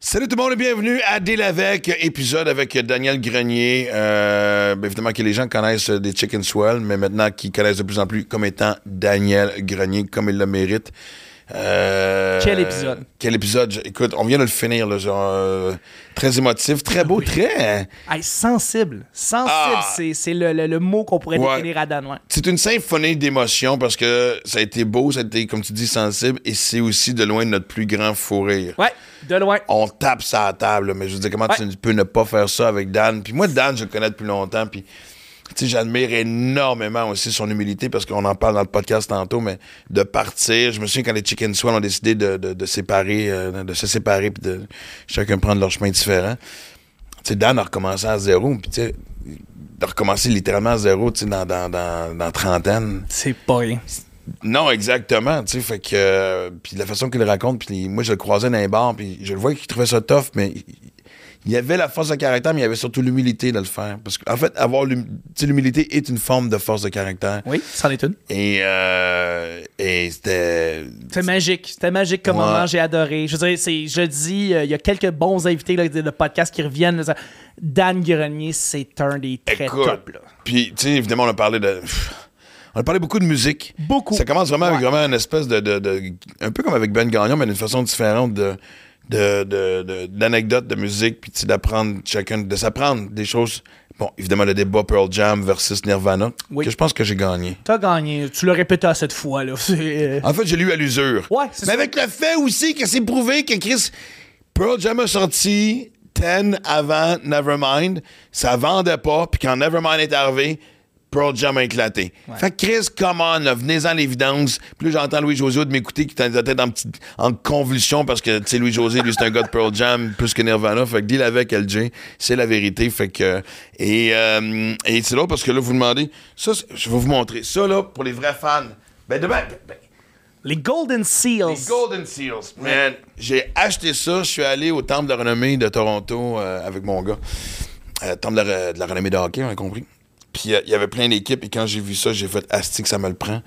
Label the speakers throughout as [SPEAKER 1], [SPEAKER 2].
[SPEAKER 1] Salut tout le monde et bienvenue à Délavec, épisode avec Daniel Grenier. Euh, ben, évidemment que les gens connaissent euh, des Chicken Swell, mais maintenant qu'ils connaissent de plus en plus comme étant Daniel Grenier, comme il le mérite. Euh,
[SPEAKER 2] Quel épisode?
[SPEAKER 1] Quel épisode? Je- Écoute, on vient de le finir, là, genre, euh, très émotif, très beau, très... hein.
[SPEAKER 2] Hey, sensible. Sensible,
[SPEAKER 1] Ah.
[SPEAKER 2] c'est, c'est le, le- le mot qu'on pourrait
[SPEAKER 1] Ouais.
[SPEAKER 2] définir à Dan. ouais.
[SPEAKER 1] C'est une symphonie d'émotions parce que ça a été beau, ça a été, comme tu dis, sensible et c'est aussi de loin notre plus grand fou rire.
[SPEAKER 2] Ouais, de loin.
[SPEAKER 1] on tape ça à la table, là, mais je veux dire, comment
[SPEAKER 2] Ouais.
[SPEAKER 1] tu peux ne pas faire ça avec Dan? Puis moi, Dan, je le connais depuis longtemps, puis tu sais, j'admire énormément aussi son humilité, parce qu'on en parle dans le podcast tantôt, mais de partir, je me souviens quand les Chicken Swell ont décidé de, de- de séparer, euh, de se séparer, puis de chacun prendre leur chemin différent, tu sais, Dan a recommencé à zéro, puis tu sais, de recommencer littéralement à zéro, tu sais, dans, dans, dans, dans trentaine.
[SPEAKER 2] C'est pas rien.
[SPEAKER 1] Non, exactement. Tu sais, fait que. euh, puis la façon qu'il le raconte, puis moi, je le croisais dans les bars, puis je le voyais qu'il trouvait ça tough, mais il- il y avait la force de caractère, mais il y avait surtout l'humilité de le faire. Parce qu'en fait, avoir l'hum- tu sais, l'humilité est une forme de force de caractère.
[SPEAKER 2] Oui, c'en est une.
[SPEAKER 1] Et, euh, et c'était.
[SPEAKER 2] C'était magique. C'était magique comme
[SPEAKER 1] Ouais.
[SPEAKER 2] moment. J'ai adoré. Je veux dire, c'est, je dis, euh, il y a quelques bons invités là, de, de podcast qui reviennent. là, ça- Dan Grenier, c'est un des très
[SPEAKER 1] Écoute,
[SPEAKER 2] top. là.
[SPEAKER 1] Puis, tu sais, évidemment, on a parlé de. On a parlé beaucoup de musique.
[SPEAKER 2] Beaucoup.
[SPEAKER 1] Ça commence vraiment avec
[SPEAKER 2] Ouais.
[SPEAKER 1] vraiment une espèce de, de- de- Un peu comme avec Ben Gagnon, mais d'une façon différente de de- de- de- d'anecdotes de, musique, puis tu sais, d'apprendre chacun, de s'apprendre des choses. Bon, évidemment, le débat Pearl Jam versus Nirvana,
[SPEAKER 2] Oui.
[SPEAKER 1] que je pense que j'ai gagné.
[SPEAKER 2] T'as gagné. Tu l'as répété à cette fois. Là. C'est, euh,
[SPEAKER 1] En fait, j'ai lu à l'usure.
[SPEAKER 2] Ouais, c'est
[SPEAKER 1] Mais
[SPEAKER 2] ça.
[SPEAKER 1] avec le fait aussi que c'est prouvé que Chris Pearl Jam a sorti 10 avant Nevermind, ça vendait pas, puis quand Nevermind est arrivé, Pearl Jam a éclaté. Fait que Chris, come on, là, venez-en l'évidence. Plus j'entends Louis José de m'écouter qui était peut-être en, petite- en convulsion parce que, tu sais, Louis José, lui, c'est un gars de Pearl Jam plus que Nirvana. Fait que deal avec LJ, c'est la vérité. Fait que. Et, euh, et c'est là parce que là, vous demandez. Ça, c'est- je vais vous montrer. Ça, là, pour les vrais fans. Ben, demain, ben,
[SPEAKER 2] Les Golden Seals.
[SPEAKER 1] les Golden Seals. Man, j'ai acheté ça. Je suis allé au Temple de la renommée de Toronto euh, avec mon gars. Euh, temple de la, de la renommée de hockey, on a compris. Puis euh, il y avait plein d'équipes. Et quand j'ai vu ça, j'ai fait Asti que ça me le prend.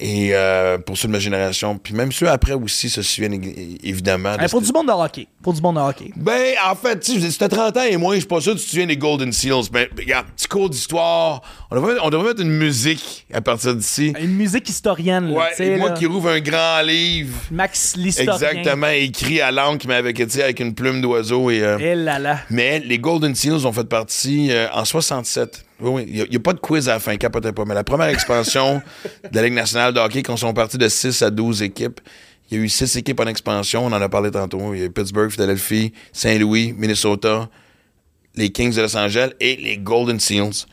[SPEAKER 1] Et euh, pour ceux de ma génération, puis même ceux après aussi se souviennent é- évidemment. de
[SPEAKER 2] Euh, pour
[SPEAKER 1] cette-
[SPEAKER 2] du monde de hockey. Pour du monde de hockey.
[SPEAKER 1] ben, en fait, tu sais, je dis, si t'as 30 ans et moins, je suis pas sûr que tu te souviens des Golden Seals. Ben, regarde, petit cours d'histoire. On devrait, on devrait mettre une musique à partir d'ici.
[SPEAKER 2] Une musique historienne. là,
[SPEAKER 1] Ouais,
[SPEAKER 2] tu sais,
[SPEAKER 1] et moi
[SPEAKER 2] là.
[SPEAKER 1] qui rouvre un grand livre.
[SPEAKER 2] Max l'historien.
[SPEAKER 1] Exactement, écrit à l'encre, mais avec, tu sais, avec une plume d'oiseau. Et, euh,
[SPEAKER 2] Eh là là.
[SPEAKER 1] Mais les Golden Seals ont fait partie euh, en 67. Oui, oui, il n'y a, pas de quiz à la fin, capotez pas. Mais la première expansion de la Ligue nationale de hockey, quand ils sont partis de 6 à 12 équipes, il y a eu 6 équipes en expansion, on en a parlé tantôt. Il y a eu Pittsburgh, Philadelphie, Saint-Louis, Minnesota, les Kings de Los Angeles et les Golden Seals.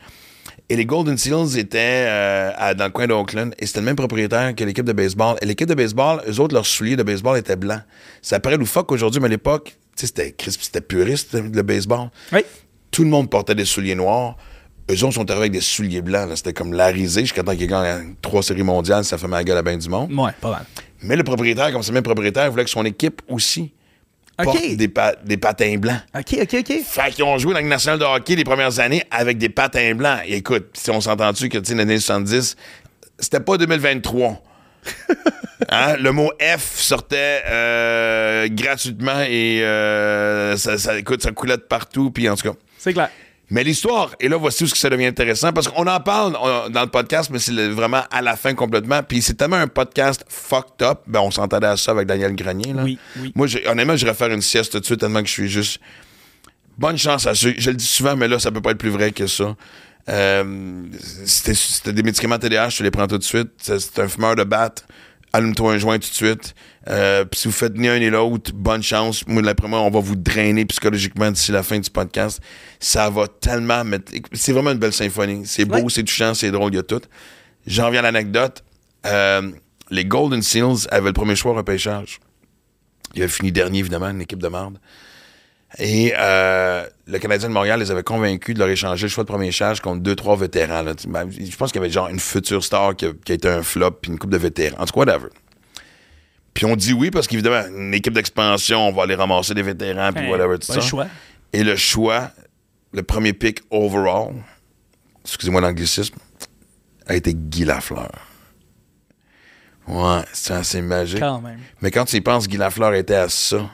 [SPEAKER 1] Et les Golden Seals étaient euh, à- dans le coin d'Oakland et c'était le même propriétaire que l'équipe de baseball. Et l'équipe de baseball, eux autres, leurs souliers de baseball étaient blancs. Ça paraît loufoque aujourd'hui, mais à l'époque, tu sais, c'était crisp, c'était puriste le baseball.
[SPEAKER 2] Oui.
[SPEAKER 1] Tout le monde portait des souliers noirs. Eux autres sont arrivés avec des souliers blancs. là. C'était comme la risée jusqu'à temps qu'ils gagnent trois séries mondiales. Ça fait mal à la gueule à bien du monde.
[SPEAKER 2] Ouais, pas mal.
[SPEAKER 1] Mais le propriétaire, comme c'est le même propriétaire, voulait que son équipe aussi porte
[SPEAKER 2] Ok.
[SPEAKER 1] des, pa- des patins blancs.
[SPEAKER 2] OK, OK, OK.
[SPEAKER 1] Fait qu'ils ont joué dans la Ligue nationale de hockey les premières années avec des patins blancs. Et écoute, si on s'entend-tu que, tu sais, l'année 70, c'était pas 2023. Hein? Le mot F sortait euh, gratuitement et euh, ça, ça- écoute, ça coulait de partout. Puis en tout cas,
[SPEAKER 2] C'est clair.
[SPEAKER 1] mais l'histoire, et là, voici où ce que ça devient intéressant, parce qu'on en parle on- dans le podcast, mais c'est le- vraiment à la fin complètement. Puis c'est tellement un podcast fucked up. Ben, on s'entendait à ça avec Daniel Grenier. Là.
[SPEAKER 2] Oui, oui.
[SPEAKER 1] Moi, j'ai- honnêtement, j'irais faire une sieste tout de suite, tellement que je suis juste. Bonne chance à ceux. Je le dis souvent, mais là, ça peut pas être plus vrai que ça. Euh, C'était c'était des médicaments TDAH, tu les prends tout de suite. C'est c'est un fumeur de batte. Allume-toi un joint tout de suite. Euh, puis si vous faites ni un ni l'autre, bonne chance. Moi, d'après moi, on va vous drainer psychologiquement d'ici la fin du podcast. Ça va tellement mettre. C'est vraiment une belle symphonie. C'est beau,
[SPEAKER 2] Ouais.
[SPEAKER 1] c'est touchant, c'est drôle, il y a tout. J'en viens à l'anecdote. Euh, les Golden Seals avaient le premier choix au repêchage. Ils avaient fini dernier, évidemment, une équipe de merde. Et euh, le Canadien de Montréal les avait convaincus de leur échanger le choix de premier charge contre deux, trois vétérans. là. Tu- ben, Je pense qu'il y avait genre une future star qui a, qui a été un flop, puis une coupe de vétérans. En tout cas, whatever. Puis on dit oui parce qu'évidemment, une équipe d'expansion, on va aller ramasser des vétérans, puis
[SPEAKER 2] Ben,
[SPEAKER 1] whatever, tout
[SPEAKER 2] pas
[SPEAKER 1] ça.
[SPEAKER 2] le choix.
[SPEAKER 1] Et le choix, le premier pick overall, excusez-moi l'anglicisme, a été Guy Lafleur. Ouais, c'est assez magique.
[SPEAKER 2] Quand même.
[SPEAKER 1] Mais quand tu y penses, Guy Lafleur était à ça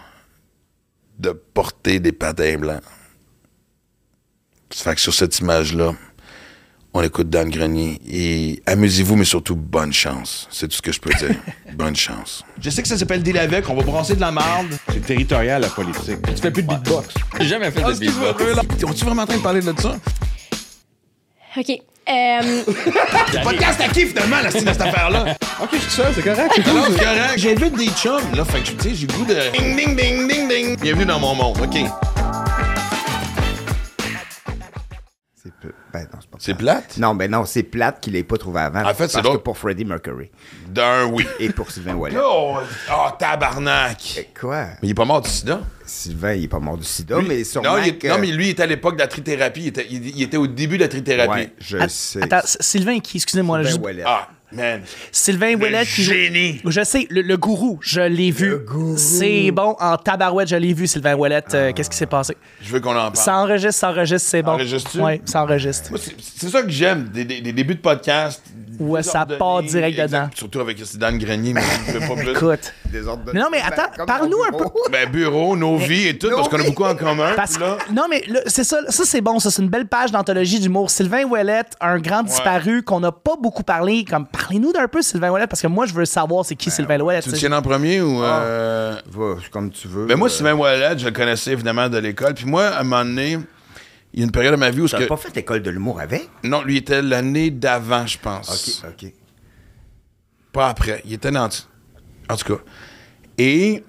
[SPEAKER 1] de pas porter des patins blancs. Ça fait que sur cette image-là, on écoute Dan Grenier. Et amusez-vous, mais surtout, bonne chance. C'est tout ce que je peux dire. bonne chance. Je sais que ça s'appelle Deal avec, on va brasser de la marde.
[SPEAKER 3] C'est territorial, la politique.
[SPEAKER 4] Tu fais plus de beatbox.
[SPEAKER 3] J'ai jamais
[SPEAKER 1] Ah,
[SPEAKER 3] fait de beatbox.
[SPEAKER 1] On est vraiment en train de parler de ça?
[SPEAKER 5] OK. Euh,
[SPEAKER 1] Le podcast à qui, finalement, la style de cette affaire-là?
[SPEAKER 4] Ok, je suis seul, c'est correct. c'est
[SPEAKER 1] Non,
[SPEAKER 4] cool.
[SPEAKER 1] c'est correct. J'invite des chums, là, fait que, tu sais, j'ai le goût de... Ding, ding, ding, ding, ding. Bienvenue dans mon monde, OK.
[SPEAKER 6] C'est peu- ben non, c'est pas
[SPEAKER 1] C'est
[SPEAKER 6] plate.
[SPEAKER 1] plate?
[SPEAKER 6] Non, ben non, c'est plate qu'il l'ait pas trouvé avant.
[SPEAKER 1] En fait, c'est
[SPEAKER 6] parce
[SPEAKER 1] drôle.
[SPEAKER 6] que pour Freddie Mercury
[SPEAKER 1] D'un oui.
[SPEAKER 6] et pour Sylvain Wallet.
[SPEAKER 1] Oh, oh,
[SPEAKER 6] Ah,
[SPEAKER 1] tabarnak!
[SPEAKER 6] Quoi?
[SPEAKER 1] Mais il est pas mort du sida.
[SPEAKER 6] Sylvain, il est pas mort du sida,
[SPEAKER 1] Lui-
[SPEAKER 6] mais sûrement
[SPEAKER 1] non, il est-
[SPEAKER 6] que...
[SPEAKER 1] non, mais lui, il était à l'époque de la trithérapie. Il était, il- il était au début de la trithérapie.
[SPEAKER 6] Ouais, je
[SPEAKER 2] Att-
[SPEAKER 6] sais.
[SPEAKER 2] Attends, S- Sylvain qui, excusez-moi,
[SPEAKER 6] Sylvain
[SPEAKER 2] juste-
[SPEAKER 6] Ouellet.
[SPEAKER 1] Ah, man.
[SPEAKER 2] Sylvain Ouellet qui joue-
[SPEAKER 1] génie.
[SPEAKER 2] Je sais, le, le gourou, je l'ai vu.
[SPEAKER 6] gourou.
[SPEAKER 2] C'est bon, en tabarouette, je l'ai vu, Sylvain Ouellet.
[SPEAKER 1] Ah.
[SPEAKER 2] euh, Qu'est-ce qui s'est passé?
[SPEAKER 1] Je veux qu'on en parle.
[SPEAKER 2] Ça enregistre, ça enregistre, c'est bon.
[SPEAKER 1] Enregistres-tu?
[SPEAKER 2] Oui, ça enregistre.
[SPEAKER 1] Moi, c'est- C'est ça que j'aime, des, des- des débuts de podcast.
[SPEAKER 2] Ouais, ça
[SPEAKER 1] ordonnés,
[SPEAKER 2] part direct
[SPEAKER 1] exact,
[SPEAKER 2] dedans.
[SPEAKER 1] Surtout avec Dan Grenier, mais je veux pas plus.
[SPEAKER 2] Écoute. Mais non, mais attends, parle-nous un peu.
[SPEAKER 1] Ben, bureau, nos vies et tout, parce qu'on a beaucoup en commun.
[SPEAKER 2] Parce
[SPEAKER 1] là.
[SPEAKER 2] que, non, mais là, c'est ça, ça c'est bon, ça, c'est une belle page d'anthologie d'humour. Sylvain Ouellet, un grand disparu qu'on n'a pas beaucoup parlé. Comme, parlez-nous d'un peu, Sylvain Ouellet, parce que moi, je veux savoir c'est qui Sylvain Ouellet.
[SPEAKER 1] Ben Tu
[SPEAKER 2] tu
[SPEAKER 1] le
[SPEAKER 2] sais.
[SPEAKER 1] tiens en premier ou.
[SPEAKER 6] Ah.
[SPEAKER 1] euh,
[SPEAKER 6] Va, comme tu veux.
[SPEAKER 1] Ben moi,
[SPEAKER 6] euh,
[SPEAKER 1] Sylvain Wallet, je le connaissais évidemment de l'école. Puis moi, à un moment donné, il y a une période de ma vie où... ce
[SPEAKER 6] T'as
[SPEAKER 1] Que...
[SPEAKER 6] pas fait l'école de l'humour avec?
[SPEAKER 1] Non, lui il était l'année d'avant, je pense.
[SPEAKER 6] OK, OK.
[SPEAKER 1] Pas après. Il était dans... En tout cas. Et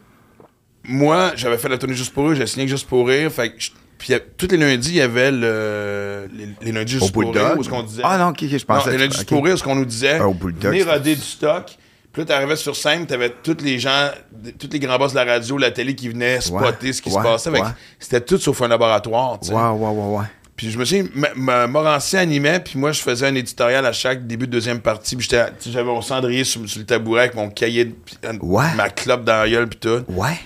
[SPEAKER 1] moi, j'avais fait la tournée Juste pour rire, j'ai signé Juste pour rire. Fait que je- Puis il y a- tous les lundis, il y avait le... les, les lundis Juste pour
[SPEAKER 6] Bulldog?
[SPEAKER 1] rire, où ce qu'on disait...
[SPEAKER 6] Ah non, OK, OK, je pensais-
[SPEAKER 1] Non, les lundis Juste
[SPEAKER 6] OK.
[SPEAKER 1] pour rire, ce qu'on nous disait,
[SPEAKER 6] Ah, au Bulldog,
[SPEAKER 1] venez
[SPEAKER 6] c'était-
[SPEAKER 1] roder du stock... Puis là, t'arrivais sur scène, t'avais tous les gens, tous les grands boss de la radio, la télé qui venaient spotter ce qui se
[SPEAKER 6] ouais,
[SPEAKER 1] passait. Fait que
[SPEAKER 6] ouais.
[SPEAKER 1] C'était tout sauf un laboratoire, tu sais.
[SPEAKER 6] Ouais, ouais, ouais, ouais.
[SPEAKER 1] Puis je me suis Morancé animait, puis moi, je faisais un éditorial à chaque début de deuxième partie. Puis j'étais à- tu sais, j'avais mon cendrier sur, sur le tabouret avec mon cahier, de- puis, euh,
[SPEAKER 6] Ouais.
[SPEAKER 1] ma clope dans la gueule, puis tout.
[SPEAKER 6] Ouais.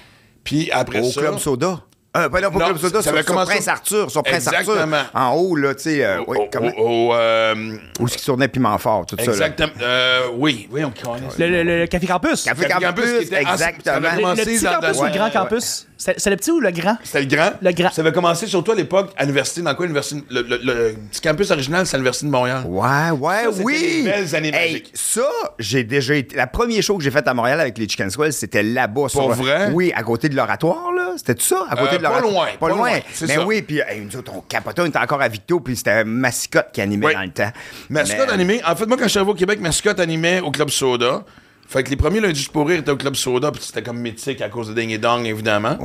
[SPEAKER 1] Puis après
[SPEAKER 6] Au
[SPEAKER 1] ça...
[SPEAKER 6] Club Soda. Euh, ben non, pas
[SPEAKER 1] Non,
[SPEAKER 6] au Club Soda,
[SPEAKER 1] ça
[SPEAKER 6] sur,
[SPEAKER 1] avait
[SPEAKER 6] sur
[SPEAKER 1] commencé-
[SPEAKER 6] Prince Arthur, sur Prince Arthur.
[SPEAKER 1] Exactement.
[SPEAKER 6] En haut, là, tu sais, euh,
[SPEAKER 1] au-
[SPEAKER 6] oui,
[SPEAKER 1] au-
[SPEAKER 6] comment...
[SPEAKER 1] au- euh,
[SPEAKER 6] Où ce qui tournait Piment Fort, tout ça. là.
[SPEAKER 1] exactement. euh, oui, oui, on connaît.
[SPEAKER 2] Le, le- le- le Café Campus.
[SPEAKER 6] Café
[SPEAKER 1] Campus,
[SPEAKER 6] Campus,
[SPEAKER 1] qui était- ah, ça- ça avait
[SPEAKER 6] exactement.
[SPEAKER 2] Le, le
[SPEAKER 1] commencé
[SPEAKER 2] petit
[SPEAKER 1] dans-
[SPEAKER 2] campus
[SPEAKER 1] dans-
[SPEAKER 2] ou le grand
[SPEAKER 6] ouais,
[SPEAKER 2] campus? C'est c'est le petit ou le grand?
[SPEAKER 1] C'était le grand.
[SPEAKER 2] Le grand.
[SPEAKER 1] Ça avait commencé surtout à l'époque, à l'université, dans quoi l'université... Le, le- le petit campus original, c'est à l'université de Montréal.
[SPEAKER 6] Ouais, ouais,
[SPEAKER 1] c'était
[SPEAKER 6] oui.
[SPEAKER 1] des belles années
[SPEAKER 6] Hey,
[SPEAKER 1] magiques.
[SPEAKER 6] ça, j'ai déjà été. La première show que j'ai faite à Montréal avec les Chicken Swells, c'était là-bas. sur-
[SPEAKER 1] vrai?
[SPEAKER 6] Oui, à côté de l'oratoire, là. C'était tout ça? À côté
[SPEAKER 1] Euh,
[SPEAKER 6] de
[SPEAKER 1] pas
[SPEAKER 6] l'oratoire.
[SPEAKER 1] loin, pas loin, c'est
[SPEAKER 6] Mais
[SPEAKER 1] ça.
[SPEAKER 6] oui, puis hey, nous autres, on capotait, on était encore à Victo, puis c'était Mascotte qui animait
[SPEAKER 1] Oui.
[SPEAKER 6] dans le temps.
[SPEAKER 1] Mascotte
[SPEAKER 6] Mais-
[SPEAKER 1] animée. En fait, moi, quand je suis arrivé au Québec, Mascotte animait au Club Soda. Fait que les premiers lundis pour rire étaient au Club Soda, puis c'était comme mythique à cause de Ding et Dong, évidemment.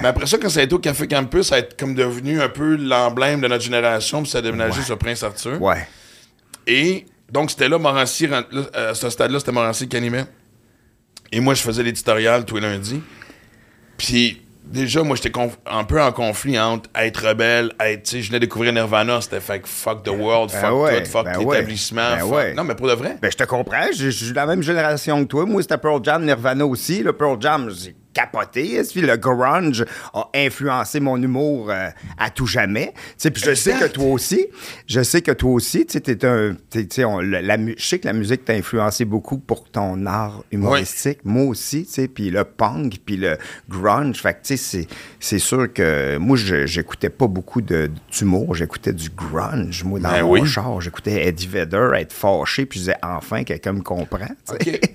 [SPEAKER 1] Mais après ça, quand ça a été au Café Campus, ça a été comme devenu un peu l'emblème de notre génération, puis ça a déménagé sur Prince Arthur.
[SPEAKER 6] Ouais.
[SPEAKER 1] Et donc, c'était là, Morancy, rent- là, à ce stade-là, c'était Morancy qui animait. Et moi, je faisais l'éditorial tous les lundis. Puis, déjà, moi, j'étais conf- un peu en conflit entre être rebelle, être, tu sais, je venais découvrir Nirvana, c'était fait que fuck the world,
[SPEAKER 6] Ben
[SPEAKER 1] fuck
[SPEAKER 6] ouais,
[SPEAKER 1] tout, fuck
[SPEAKER 6] ben
[SPEAKER 1] l'établissement,
[SPEAKER 6] ouais, ben
[SPEAKER 1] fuck-
[SPEAKER 6] ouais.
[SPEAKER 1] Non, mais pour de vrai.
[SPEAKER 6] Ben, je te comprends. Je je suis de la même génération que toi. Moi, c'était Pearl Jam, Nirvana aussi. Le Pearl Jam, j'ai capoté. Puis le grunge a influencé mon humour euh, à tout jamais. Tu sais, Puis je
[SPEAKER 1] Exact.
[SPEAKER 6] sais que toi aussi, je sais que toi aussi, tu sais, t'es un. t'es- tu sais, on- la, la mu- je sais que la musique t'a influencé beaucoup pour ton art humoristique. Moi aussi, tu sais. Puis le punk, puis le grunge. Fait que, tu sais, c'est- c'est sûr que moi, je- j'écoutais pas beaucoup de- d'humour. J'écoutais du grunge, moi, dans
[SPEAKER 1] Ben
[SPEAKER 6] mon
[SPEAKER 1] oui.
[SPEAKER 6] char. J'écoutais Eddie Vedder être fâché, puis je disais enfin quelqu'un me comprend. tu sais.
[SPEAKER 1] OK.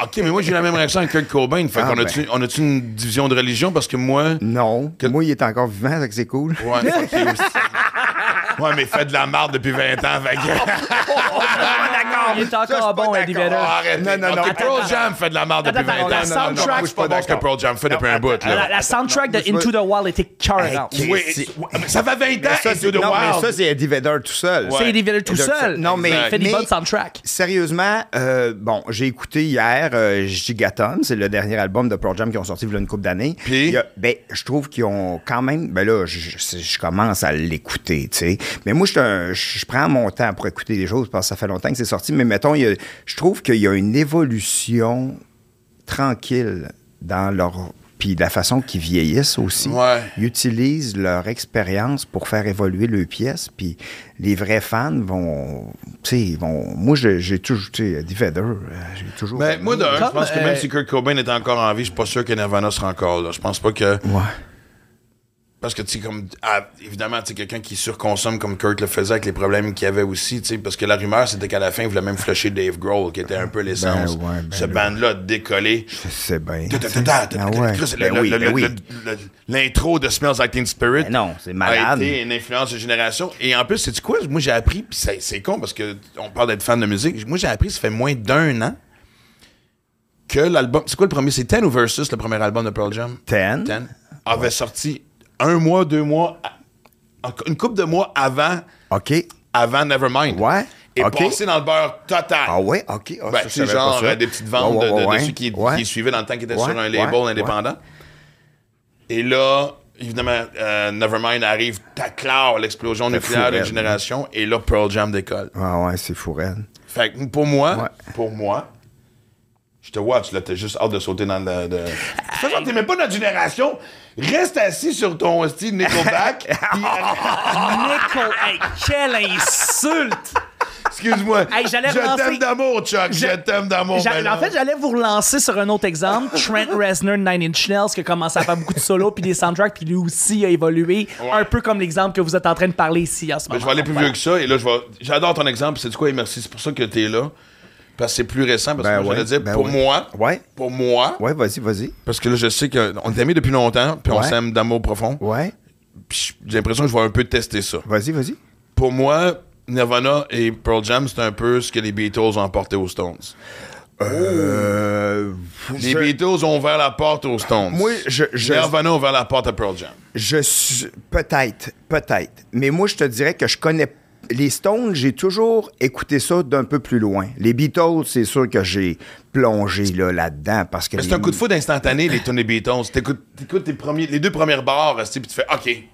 [SPEAKER 1] OK, mais moi, j'ai eu la même réaction avec Kurt Cobain. Fait
[SPEAKER 6] Ah,
[SPEAKER 1] qu'on a-tu
[SPEAKER 6] ben.
[SPEAKER 1] on a-tu une division de religion? Parce que moi...
[SPEAKER 6] Non.
[SPEAKER 1] Que-
[SPEAKER 6] Moi, il est encore vivant, donc c'est cool.
[SPEAKER 1] Ouais, fuck you aussi. Ouais, mais fait de la marde depuis 20 ans, fait que-
[SPEAKER 2] Il est encore
[SPEAKER 6] Ça, je suis pas
[SPEAKER 2] bon, Eddie
[SPEAKER 6] d'accord.
[SPEAKER 2] Vedder.
[SPEAKER 1] Oh, arrête.
[SPEAKER 6] Non, non,
[SPEAKER 1] Ok,
[SPEAKER 6] non.
[SPEAKER 1] Pearl
[SPEAKER 6] Attends,
[SPEAKER 1] Jam fait de la merde depuis
[SPEAKER 2] Attends,
[SPEAKER 1] 20 ans.
[SPEAKER 2] la
[SPEAKER 1] Non, non, non, moi,
[SPEAKER 2] soundtrack,
[SPEAKER 1] je suis pas
[SPEAKER 6] je suis pas
[SPEAKER 1] bon ce que Pearl Jam fait depuis un bout.
[SPEAKER 6] Ah,
[SPEAKER 2] La,
[SPEAKER 1] Là.
[SPEAKER 2] la soundtrack de Into the Wild était cœur.
[SPEAKER 6] Hey,
[SPEAKER 1] Oui,
[SPEAKER 6] c'est-
[SPEAKER 1] ouais, Ah, mais ça fait 20 ans,
[SPEAKER 6] Mais ça,
[SPEAKER 1] Into
[SPEAKER 6] c'est
[SPEAKER 1] the
[SPEAKER 6] non, mais ça,
[SPEAKER 1] Wild.
[SPEAKER 6] c'est Eddie Vedder tout seul.
[SPEAKER 1] Ouais.
[SPEAKER 2] C'est Eddie Vedder tout
[SPEAKER 6] Exact.
[SPEAKER 2] seul.
[SPEAKER 6] Non, mais-
[SPEAKER 2] Il fait des
[SPEAKER 6] mais-
[SPEAKER 2] bonnes soundtracks.
[SPEAKER 6] Sérieusement, euh, bon, j'ai écouté hier euh, Gigaton, c'est le dernier album de Pearl Jam qui ont sorti il y a une couple d'années.
[SPEAKER 1] Puis?
[SPEAKER 6] Il y a- ben, je trouve qu'ils ont quand même, ben là, je, je- je commence à l'écouter, tu sais. Mais moi, je suis un- je je prends mon temps pour écouter les choses parce que ça fait longtemps que c'est sorti. Mais mettons, il y a- je trouve qu'il y a une évolution tranquille dans leur puis la façon qu'ils vieillissent aussi.
[SPEAKER 1] Ouais.
[SPEAKER 6] Ils utilisent leur expérience pour faire évoluer leurs pièces. Puis les vrais fans vont. Tu sais, ils vont. Moi, j'ai j'ai toujours. Tu sais, Eddie Vedder, euh, j'ai toujours.
[SPEAKER 1] Mais Ben, moi, de un, je
[SPEAKER 2] Comme,
[SPEAKER 1] pense que même
[SPEAKER 2] euh,
[SPEAKER 1] si Kurt Cobain était encore en vie, je suis pas sûr que Nirvana sera encore là. Je pense pas que.
[SPEAKER 6] Ouais.
[SPEAKER 1] Parce que, tu sais, comme. ah, évidemment, tu sais, quelqu'un qui surconsomme comme Kurt le faisait avec les problèmes qu'il y avait aussi, tu sais, parce que la rumeur, c'était qu'à la fin, il voulait même flusher Dave Grohl, qui était un peu l'essence.
[SPEAKER 6] Ben ouais, ben
[SPEAKER 1] Ce
[SPEAKER 6] là.
[SPEAKER 1] band-là a décollé.
[SPEAKER 6] C'est bien.
[SPEAKER 1] Ta- ta- ta- ta- ta-
[SPEAKER 6] Ah ouais.
[SPEAKER 1] Chris, le-
[SPEAKER 6] Ben
[SPEAKER 1] le-
[SPEAKER 6] oui,
[SPEAKER 1] le-
[SPEAKER 6] ben oui.
[SPEAKER 1] le- le- L'intro de Smells Like Teen Spirit
[SPEAKER 6] Ben non, c'est malade.
[SPEAKER 1] a été une influence de génération. Et en plus, c'est quoi? Moi, j'ai appris, puis c'est c'est con parce que on parle d'être fan de musique. Moi, j'ai appris, ça fait moins d'un an que l'album. C'est quoi le premier? C'est Ten ou Versus, le premier album de Pearl Jam?
[SPEAKER 6] Ten.
[SPEAKER 1] Ten avait sorti un mois, deux mois, à- encore- une couple de mois avant,
[SPEAKER 6] OK.
[SPEAKER 1] avant Nevermind.
[SPEAKER 6] Ouais,
[SPEAKER 1] Et
[SPEAKER 6] ok.
[SPEAKER 1] passé dans le beurre total.
[SPEAKER 6] Ah ouais, OK. Ah,
[SPEAKER 1] Ben,
[SPEAKER 6] ça,
[SPEAKER 1] tu
[SPEAKER 6] je
[SPEAKER 1] sais,
[SPEAKER 6] savais pas
[SPEAKER 1] genre
[SPEAKER 6] ça.
[SPEAKER 1] euh, des petites ventes
[SPEAKER 6] Ouais, ouais,
[SPEAKER 1] de- de, de
[SPEAKER 6] ouais,
[SPEAKER 1] ceux qui,
[SPEAKER 6] ouais.
[SPEAKER 1] qui suivaient dans le temps, qui étaient
[SPEAKER 6] Ouais,
[SPEAKER 1] sur un
[SPEAKER 6] ouais,
[SPEAKER 1] label
[SPEAKER 6] ouais.
[SPEAKER 1] indépendant. Et là, évidemment, euh, Nevermind arrive, t'acclare l'explosion nucléaire
[SPEAKER 6] fou,
[SPEAKER 1] d'une
[SPEAKER 6] elle.
[SPEAKER 1] génération, et là, Pearl Jam décolle.
[SPEAKER 6] Ah ouais, c'est fourraine.
[SPEAKER 1] Fait que pour moi,
[SPEAKER 6] Ouais.
[SPEAKER 1] pour moi, je te watch, là, t'as juste hâte de sauter dans le... De... Ça, genre, t'es même pas notre génération. Reste assis sur ton style Nickelback. puis- euh,
[SPEAKER 6] Ah!
[SPEAKER 2] Nicole, hey, quelle insulte!
[SPEAKER 6] Oh,
[SPEAKER 1] Excuse-moi.
[SPEAKER 2] Hey, j'allais
[SPEAKER 1] je
[SPEAKER 2] relancer-
[SPEAKER 1] t'aime d'amour, Chuck. Je, t'aime d'amour. ben
[SPEAKER 2] J'a-
[SPEAKER 6] ben
[SPEAKER 1] Bella.
[SPEAKER 2] En fait, j'allais vous relancer sur un autre exemple. Trent Reznor de Nine Inch Nails, qui a commencé à faire beaucoup de solos puis des soundtracks, puis lui aussi a évolué,
[SPEAKER 1] Ouais.
[SPEAKER 2] un peu comme l'exemple que vous êtes en train de parler ici en ce
[SPEAKER 1] Ben,
[SPEAKER 2] moment.
[SPEAKER 1] je vais aller plus
[SPEAKER 2] Voilà.
[SPEAKER 1] vieux que ça. Et là, je vais. J'adore ton exemple. C'est du quoi? Et merci. C'est pour ça que t'es là. Parce que c'est plus récent. Parce
[SPEAKER 6] Ben
[SPEAKER 1] que moi, je voulais
[SPEAKER 6] ouais,
[SPEAKER 1] dire,
[SPEAKER 6] ben
[SPEAKER 1] pour
[SPEAKER 6] ouais.
[SPEAKER 1] moi.
[SPEAKER 6] Ouais.
[SPEAKER 1] Pour moi.
[SPEAKER 6] Ouais, vas-y, vas-y.
[SPEAKER 1] Parce que là, je sais qu'on est amis depuis longtemps. Puis on
[SPEAKER 6] Ouais.
[SPEAKER 1] s'aime d'amour profond.
[SPEAKER 6] Ouais.
[SPEAKER 1] Puis j'ai l'impression que je vais un peu tester ça.
[SPEAKER 6] Vas-y, vas-y.
[SPEAKER 1] Pour moi, Nirvana et Pearl Jam, c'est un peu ce que les Beatles ont apporté aux Stones.
[SPEAKER 6] Euh,
[SPEAKER 1] Les
[SPEAKER 6] je-
[SPEAKER 1] Beatles ont ouvert la porte aux Stones.
[SPEAKER 6] Moi, je- je-
[SPEAKER 1] Nirvana a ouvert la porte à Pearl Jam.
[SPEAKER 6] Je suis. Peut-être, peut-être. Mais moi, je te dirais que je connais. Les Stones, j'ai toujours écouté ça d'un peu plus loin. Les Beatles, c'est sûr que j'ai plongé là, là-dedans parce que.
[SPEAKER 1] Mais c'est
[SPEAKER 6] les-
[SPEAKER 1] un coup de foudre instantané, les tunes des Beatles. T'écoutes, t'écoutes tes premiers, les deux premières barres, tu sais, puis tu fais OK,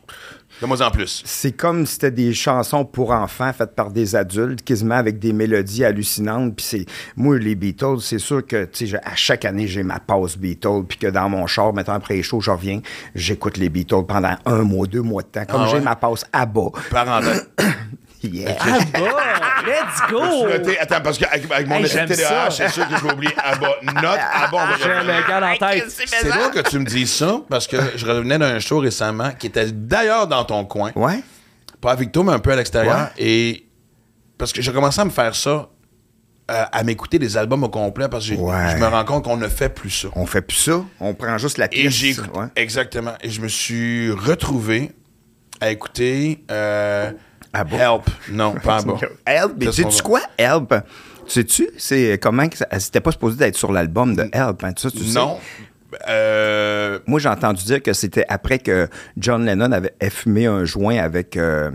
[SPEAKER 1] donne-moi en plus.
[SPEAKER 6] C'est comme si c'était des chansons pour enfants faites par des adultes, quasiment avec des mélodies hallucinantes. Puis c'est moi les Beatles, c'est sûr que tu sais, je- à chaque année j'ai ma pause Beatles, puis que dans mon char, maintenant après les shows, je reviens, j'écoute les Beatles pendant un mois, deux mois de temps, comme
[SPEAKER 1] Ah
[SPEAKER 6] j'ai
[SPEAKER 1] ouais?
[SPEAKER 6] ma pause à bas.
[SPEAKER 1] Parenthèse.
[SPEAKER 6] Yeah.
[SPEAKER 2] Ah bah, let's go!
[SPEAKER 1] Ah, Noté- Attends, parce qu'avec avec mon
[SPEAKER 2] Hey,
[SPEAKER 1] effet
[SPEAKER 2] j'aime
[SPEAKER 1] TDAH,
[SPEAKER 2] ça.
[SPEAKER 1] c'est sûr que je vais oublier Abba. Note Abba, on va
[SPEAKER 2] Je
[SPEAKER 1] revenir.
[SPEAKER 2] le garde en tête.
[SPEAKER 1] C'est drôle que tu me dises ça, parce que je revenais d'un show récemment qui était d'ailleurs dans ton coin.
[SPEAKER 6] Ouais.
[SPEAKER 1] Pas avec toi, mais un peu à l'extérieur.
[SPEAKER 6] Ouais.
[SPEAKER 1] Et parce que j'ai commencé à me faire ça, euh, à m'écouter des albums au complet, parce que j'ai-
[SPEAKER 6] Ouais.
[SPEAKER 1] je me rends compte qu'on ne fait plus ça.
[SPEAKER 6] On fait plus ça, on prend juste la pièce.
[SPEAKER 1] Et j'ai écouté-
[SPEAKER 6] ouais.
[SPEAKER 1] Exactement. Et je me suis retrouvé à écouter euh,
[SPEAKER 6] Ah bon?
[SPEAKER 1] Help. Non, pas Abba.
[SPEAKER 6] Help, mais
[SPEAKER 1] Qu'est-ce qu'on
[SPEAKER 6] sais-tu
[SPEAKER 1] va-
[SPEAKER 6] quoi, Help? Sais-tu, c'est comment que ça- c'était pas supposé d'être sur l'album de Help, hein, tu, sais, tu sais?
[SPEAKER 1] Mm. Non. Euh,
[SPEAKER 6] Moi, j'ai entendu dire que c'était après que John Lennon avait fumé un joint avec. Euh,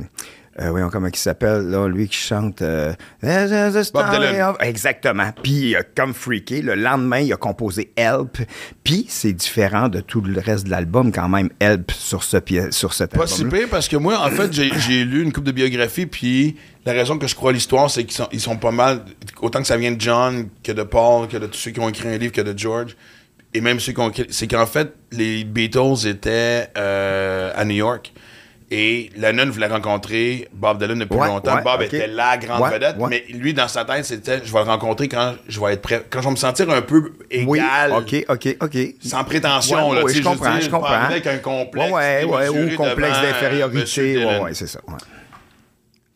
[SPEAKER 6] euh, voyons comment il s'appelle, là, lui qui chante. euh, This is the
[SPEAKER 1] Bob
[SPEAKER 6] story
[SPEAKER 1] Dylan.
[SPEAKER 6] of- Exactement. Puis, euh, comme freaky, le lendemain, il a composé Help. Puis, c'est différent de tout le reste de l'album, quand même, Help sur, ce, pi- sur cet
[SPEAKER 1] Pas si
[SPEAKER 6] album.
[SPEAKER 1] pire, parce que moi, en fait, j'ai j'ai lu une coupe de biographies, puis la raison que je crois à l'histoire, c'est qu'ils sont, ils sont pas mal, autant que ça vient de John, que de Paul, que de tous ceux qui ont écrit un livre, que de George, et même ceux qui ont écrit- C'est qu'en fait, les Beatles étaient euh, à New York, et Lennon voulait rencontrer Bob Dylan depuis
[SPEAKER 6] Ouais,
[SPEAKER 1] longtemps.
[SPEAKER 6] ouais,
[SPEAKER 1] Bob
[SPEAKER 6] ok.
[SPEAKER 1] était la grande
[SPEAKER 6] Ouais,
[SPEAKER 1] vedette,
[SPEAKER 6] ouais.
[SPEAKER 1] mais lui, dans sa tête, c'était « Je vais le rencontrer quand je vais être prêt, quand je vais me sentir un peu
[SPEAKER 6] Oui,
[SPEAKER 1] égal.
[SPEAKER 6] OK, OK, OK.
[SPEAKER 1] Sans prétention,
[SPEAKER 6] Ouais,
[SPEAKER 1] là,
[SPEAKER 6] ouais,
[SPEAKER 1] tu sais,
[SPEAKER 6] je comprends,
[SPEAKER 1] veux
[SPEAKER 6] je
[SPEAKER 1] dire,
[SPEAKER 6] comprends.
[SPEAKER 1] pas avec un complexe
[SPEAKER 6] Ouais, ouais, ouais,
[SPEAKER 1] démesuré
[SPEAKER 6] ou complexe
[SPEAKER 1] devant, euh, Monsieur
[SPEAKER 6] d'infériorité. Ouais,
[SPEAKER 1] Dylan.
[SPEAKER 6] ouais, c'est ça. ouais.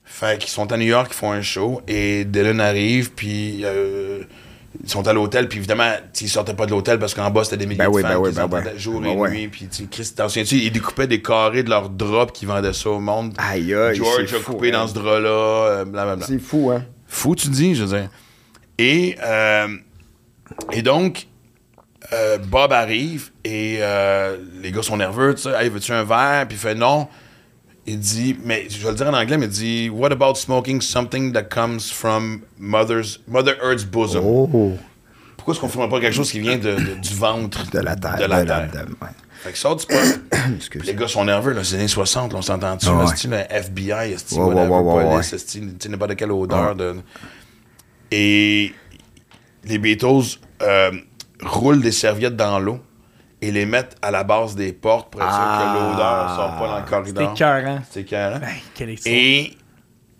[SPEAKER 1] Fait qu'ils sont à New York, ils font un show, et Dylan arrive, puis euh, ils sont à l'hôtel, puis évidemment, tu sais, ils sortaient pas de l'hôtel parce qu'en bas, c'était des milliers
[SPEAKER 6] Ben
[SPEAKER 1] de
[SPEAKER 6] oui,
[SPEAKER 1] fans
[SPEAKER 6] ben oui,
[SPEAKER 1] qui
[SPEAKER 6] ben
[SPEAKER 1] s'entendaient
[SPEAKER 6] ouais.
[SPEAKER 1] jour et
[SPEAKER 6] Ben ouais.
[SPEAKER 1] nuit, puis tu sais, Chris, t'en souviens-tu, ils découpaient des carrés de leur drap, puis ils vendaient ça au monde.
[SPEAKER 6] Aïe, aïe,
[SPEAKER 1] George
[SPEAKER 6] c'est
[SPEAKER 1] a
[SPEAKER 6] fou,
[SPEAKER 1] coupé
[SPEAKER 6] hein.
[SPEAKER 1] dans ce drap-là, euh, blablabla.
[SPEAKER 6] C'est fou, hein?
[SPEAKER 1] Fou, tu dis, je veux dire. Et, euh, et donc, euh, Bob arrive et euh, les gars sont nerveux, tu sais. Hey, veux-tu un verre? Puis il fait non. Il dit, mais je vais le dire en anglais, mais il dit, What about smoking something that comes from mother's, Mother Earth's bosom?
[SPEAKER 6] Oh,
[SPEAKER 1] Pourquoi est-ce qu'on ne ferait pas quelque chose qui vient de- de- du ventre
[SPEAKER 6] de la terre.
[SPEAKER 1] De la terre.
[SPEAKER 6] ouais.
[SPEAKER 1] Fait que sort du pot.
[SPEAKER 6] Excuse.
[SPEAKER 1] Les gars sont nerveux, là, c'est les années 60, on s'entend-tu?
[SPEAKER 6] Ah
[SPEAKER 1] là,
[SPEAKER 6] ouais.
[SPEAKER 1] C'est-tu le FBI, c'est-tu
[SPEAKER 6] Ouais, ouais,
[SPEAKER 1] whatever,
[SPEAKER 6] ouais, ouais, Ah.
[SPEAKER 1] police,
[SPEAKER 6] ouais.
[SPEAKER 1] c'est-tu tu sais, n'importe quelle odeur de... Et les Beatles euh, roulent des serviettes dans l'eau et les mettent à la base des portes pour être
[SPEAKER 6] Ah.
[SPEAKER 1] sûr que l'odeur ne sort pas dans le corridor.
[SPEAKER 2] C'était écœurant.
[SPEAKER 1] C'est hein? écœurant.
[SPEAKER 2] Hey, quelle excellente.
[SPEAKER 1] Et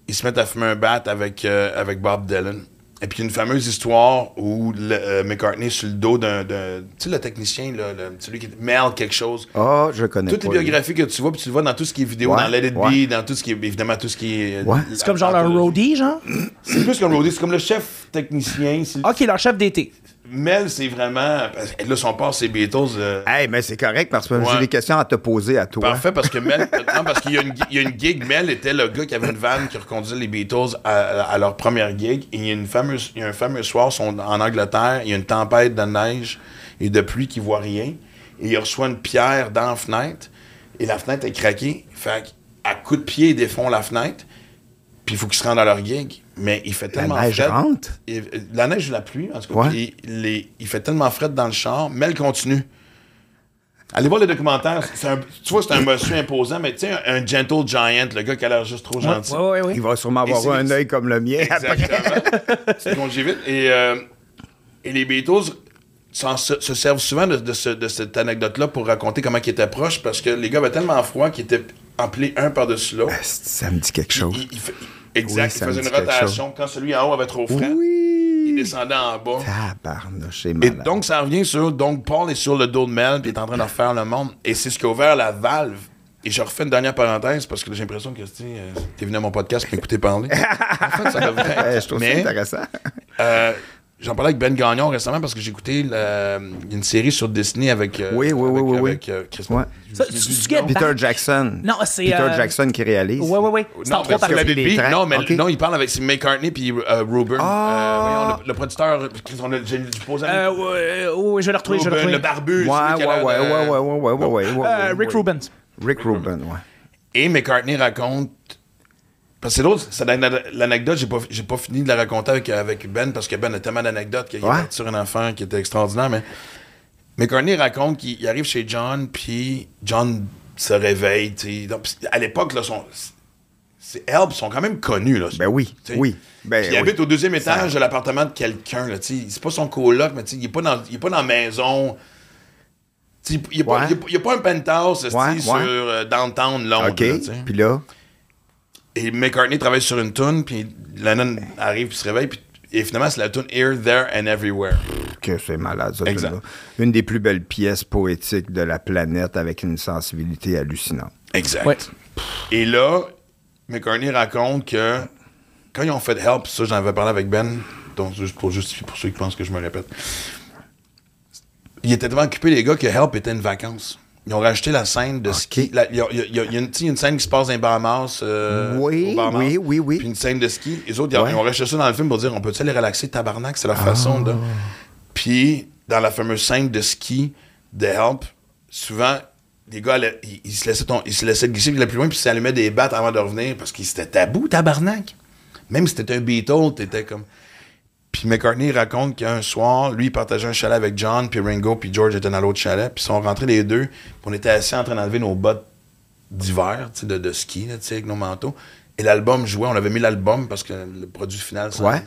[SPEAKER 1] ils se mettent à fumer un bat avec, euh, avec Bob Dylan. Et puis, il y a une fameuse histoire où le- euh, McCartney, sur le dos d'un. d'un- Tu sais, le technicien, là, le- celui qui. Mel, quelque chose.
[SPEAKER 6] Ah, je connais
[SPEAKER 1] Toutes les
[SPEAKER 6] pas, lui.
[SPEAKER 1] biographies que tu vois, puis tu le vois dans tout ce qui est vidéo,
[SPEAKER 6] Ouais,
[SPEAKER 1] dans Let It
[SPEAKER 6] ouais.
[SPEAKER 1] Be, dans tout ce qui est. Évidemment, tout ce qui est. euh,
[SPEAKER 6] Ouais.
[SPEAKER 2] C'est comme genre un
[SPEAKER 1] roadie.
[SPEAKER 2] roadie, genre?
[SPEAKER 1] C'est plus qu'un roadie, c'est comme le chef technicien. c'est-
[SPEAKER 2] OK, leur chef d'été.
[SPEAKER 1] Mel, c'est vraiment. parce que Là, son père, c'est Beatles. euh,
[SPEAKER 6] Hey, mais c'est correct parce que
[SPEAKER 1] Ouais.
[SPEAKER 6] j'ai des questions à te poser à toi.
[SPEAKER 1] Parfait, parce que Mel, non, parce qu'il y a une, gui- il y a une gig, Mel était le gars qui avait une vanne qui reconduisait les Beatles à, à leur première gig. Et il y a, une fameuse, il y a un fameux soir ils sont en Angleterre, il y a une tempête de neige et de pluie qui voit rien. Et il reçoit une pierre dans la fenêtre, et la fenêtre est craquée. Fait qu'à coup de pied, ils défont la fenêtre, puis il faut qu'ils se rendent à leur gig. Mais il fait
[SPEAKER 6] La
[SPEAKER 1] tellement
[SPEAKER 6] neige
[SPEAKER 1] fret.
[SPEAKER 6] rentre.
[SPEAKER 1] Et, euh, la neige ou la pluie, en tout cas.
[SPEAKER 6] Ouais.
[SPEAKER 1] Puis les- il fait tellement fret dans le char, Mel continue. Allez voir le documentaire. c'est un- tu vois, c'est un monsieur imposant, mais tu sais, un, un gentle giant, le gars qui a l'air juste trop gentil.
[SPEAKER 2] ouais, ouais.
[SPEAKER 6] Il va sûrement
[SPEAKER 1] Et
[SPEAKER 6] avoir
[SPEAKER 1] c'est-
[SPEAKER 6] un œil comme le mien après.
[SPEAKER 1] Exactement. C'est vite. Et, euh, et les Beatles s'en- se, se servent souvent de, de ce- de cette anecdote-là pour raconter comment ils étaient proches, parce que les gars avaient tellement froid qu'ils étaient empilés un par-dessus l'autre.
[SPEAKER 6] Ça me dit quelque chose.
[SPEAKER 1] Il- il fa- exact,
[SPEAKER 6] Ah, Oui,
[SPEAKER 1] il
[SPEAKER 6] ça me
[SPEAKER 1] faisait
[SPEAKER 6] dit
[SPEAKER 1] une
[SPEAKER 6] quelque
[SPEAKER 1] rotation. Quand celui en haut avait trop frais, il
[SPEAKER 6] Oui.
[SPEAKER 1] descendait en bas.
[SPEAKER 6] Tabarnouche, c'est
[SPEAKER 1] Et
[SPEAKER 6] malade.
[SPEAKER 1] donc, ça revient sur. Donc, Paul est sur le dos de Mel, puis il est en train de refaire le monde. Et c'est ce qui a ouvert la valve. Et je refais une dernière parenthèse parce que j'ai l'impression que tu sais, euh, t'es venu à mon podcast pour m'écouter parler. en fait, ça devrait être.
[SPEAKER 6] Eh, je trouve
[SPEAKER 1] Mais,
[SPEAKER 6] ça intéressant.
[SPEAKER 1] euh, J'en parlais avec Ben Gagnon récemment parce que j'ai écouté la- une série sur Disney avec. euh,
[SPEAKER 6] Oui, oui, oui,
[SPEAKER 1] avec-
[SPEAKER 6] oui, oui.
[SPEAKER 1] avec, euh, Chris-
[SPEAKER 6] Ouais.
[SPEAKER 2] Ça, tu- tu get back.
[SPEAKER 6] Peter Jackson.
[SPEAKER 2] Non, c'est,
[SPEAKER 6] Peter
[SPEAKER 2] euh,
[SPEAKER 6] Jackson qui réalise.
[SPEAKER 2] Ouais, ouais, ouais. C'est en
[SPEAKER 1] Non,
[SPEAKER 2] trois
[SPEAKER 1] parce que
[SPEAKER 2] parties.
[SPEAKER 1] la
[SPEAKER 6] les
[SPEAKER 1] Bébé-
[SPEAKER 6] trains.
[SPEAKER 1] non, mais
[SPEAKER 6] Ok. Ah!
[SPEAKER 1] non, il parle avec c'est McCartney puis euh, Ruben. Euh, voyons, le, le producteur, Chris, on a j'ai dû poser la-
[SPEAKER 2] Euh, ouais, euh, ouais, je vais le retrouver, je vais le
[SPEAKER 1] Ruben,
[SPEAKER 2] retrouver.
[SPEAKER 1] le barbu.
[SPEAKER 6] Ouais,
[SPEAKER 1] celui qui
[SPEAKER 6] ouais,
[SPEAKER 1] a
[SPEAKER 6] ouais,
[SPEAKER 1] l'air
[SPEAKER 6] ouais,
[SPEAKER 1] de-
[SPEAKER 6] ouais, ouais, ouais, ouais, ouais, ouais,
[SPEAKER 2] Euh,
[SPEAKER 6] ouais,
[SPEAKER 2] Rick
[SPEAKER 6] ouais.
[SPEAKER 2] Rubens.
[SPEAKER 6] Rick Rubin, ouais.
[SPEAKER 1] Et McCartney raconte. Parce que c'est l'autre, c'est l'ana- l'anecdote, j'ai pas, j'ai pas fini de la raconter avec, avec Ben, parce que Ben a tellement d'anecdotes qu'il est
[SPEAKER 6] Ouais.
[SPEAKER 1] parti sur un enfant qui était extraordinaire, mais McCartney raconte qu'il il arrive chez John, puis John se réveille, tu sais. Donc, pis à l'époque, là, son, ces Help sont quand même connus, là.
[SPEAKER 6] Ben oui,
[SPEAKER 1] Tu sais.
[SPEAKER 6] oui. Ben
[SPEAKER 1] Puis il
[SPEAKER 6] oui.
[SPEAKER 1] habite au deuxième étage de l'appartement de quelqu'un, là, tu sais. C'est pas son coloc, mais tu sais, il est pas dans, il est pas dans la maison. Tu sais, Il n'y a, pas-
[SPEAKER 6] Ouais.
[SPEAKER 1] il y a pas- il y a pas un penthouse esti,
[SPEAKER 6] Ouais, ouais.
[SPEAKER 1] sur euh, downtown Londres.
[SPEAKER 6] Ah, OK.
[SPEAKER 1] là, tu sais.
[SPEAKER 6] Puis là,
[SPEAKER 1] Et McCartney travaille sur une tune, puis Lennon arrive, puis se réveille, puis et finalement, c'est la tune Here, There and Everywhere.
[SPEAKER 6] que c'est malade, ça.
[SPEAKER 1] Exact.
[SPEAKER 6] tout là. Une des plus belles pièces poétiques de la planète avec une sensibilité hallucinante.
[SPEAKER 1] Exact.
[SPEAKER 2] Ouais.
[SPEAKER 1] Et là, McCartney raconte que quand ils ont fait Help, ça, j'en avais parlé avec Ben, donc juste pour justifier pour ceux qui pensent que je me répète. Ils étaient tellement occupés, les gars, que Help était une vacance. Ils ont racheté la scène de ski. La- Il y a- il y a- il y a- il y a une tu sais, une scène qui se passe dans les Bahamas. euh,
[SPEAKER 6] Oui,
[SPEAKER 1] aux Bahamas,
[SPEAKER 6] oui, oui, oui.
[SPEAKER 1] Puis une scène de ski. Les autres, ils ont-
[SPEAKER 6] Ouais.
[SPEAKER 1] ils ont racheté ça dans le film pour dire on peut-tu les relaxer, tabarnak, c'est leur façon de. Puis, dans la fameuse scène de ski de Help, souvent, les gars, allaient- ils, ils se laissaient ton- ils se laissaient glisser le plus loin, puis ils s'allumaient des battes avant de revenir parce qu'ils c'était tabou, tabarnak. Même si t'étais un Beatle, t'étais comme. Puis McCartney raconte qu'un soir, lui, il partageait un chalet avec John, puis Ringo, puis George étaient dans l'autre chalet, puis ils sont rentrés les deux, puis on était assis en train d'enlever nos bottes d'hiver, tu sais, de, de ski, là, tu sais, avec nos manteaux. Et l'album jouait, on avait mis l'album parce que le produit final, ça.
[SPEAKER 6] Ouais.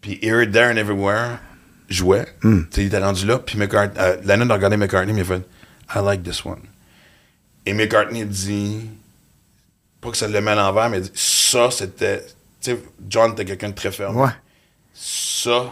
[SPEAKER 1] Puis Here, There and Everywhere jouait. Tu sais, il était rendu là, puis McCartney, euh, Lennon a regardé McCartney, mais il a fait I like this one. Et McCartney dit, pas que ça le met à l'envers, mais il dit, ça, c'était. Tu sais, John était quelqu'un de très ferme
[SPEAKER 6] Ouais.
[SPEAKER 1] ça.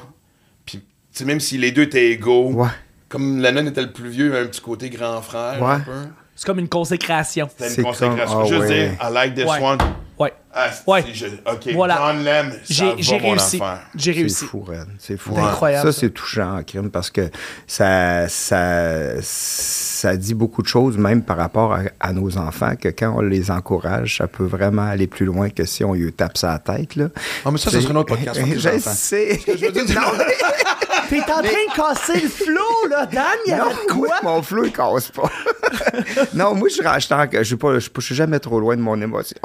[SPEAKER 1] Puis, tu sais, même si les deux étaient égaux,
[SPEAKER 6] Ouais.
[SPEAKER 1] comme Lennon était le plus vieux, il avait un petit côté grand frère,
[SPEAKER 6] Ouais.
[SPEAKER 1] un peu.
[SPEAKER 2] C'est comme une consécration.
[SPEAKER 1] C'était
[SPEAKER 6] C'est
[SPEAKER 1] une consécration.
[SPEAKER 6] comme- ah
[SPEAKER 1] Juste
[SPEAKER 6] ouais.
[SPEAKER 1] dire, I like this
[SPEAKER 2] Ouais.
[SPEAKER 1] one.
[SPEAKER 2] Ouais.
[SPEAKER 1] Ah, si,
[SPEAKER 2] Ouais.
[SPEAKER 1] je- OK,
[SPEAKER 2] Voilà.
[SPEAKER 1] John l'aime, ça
[SPEAKER 2] J'ai
[SPEAKER 1] va,
[SPEAKER 2] j'ai
[SPEAKER 1] mon
[SPEAKER 2] réussi.
[SPEAKER 1] affaire.
[SPEAKER 2] J'ai
[SPEAKER 6] C'est
[SPEAKER 2] réussi.
[SPEAKER 6] fou, Red. C'est fou.
[SPEAKER 2] C'est incroyable,
[SPEAKER 6] Ça,
[SPEAKER 2] ça.
[SPEAKER 6] c'est touchant en crime parce que ça, ça, ça dit beaucoup de choses, même par rapport à, à nos enfants, que quand on les encourage, ça peut vraiment aller plus loin que si on lui tape sa tête. Là.
[SPEAKER 1] Ah, mais ça, ça
[SPEAKER 6] C'est-
[SPEAKER 1] serait un autre podcast pour tes
[SPEAKER 6] Je
[SPEAKER 1] enfants.
[SPEAKER 6] sais.
[SPEAKER 1] Je veux dire, c'est-
[SPEAKER 2] T'es en train de casser le flow, là, Dan. Il y a
[SPEAKER 6] Non,
[SPEAKER 2] de
[SPEAKER 6] quoi?
[SPEAKER 2] quoi?
[SPEAKER 6] Mon flou, il casse pas. non, moi, je suis rachetant. Je suis pas- je suis pas- je suis jamais trop loin de mon émotion.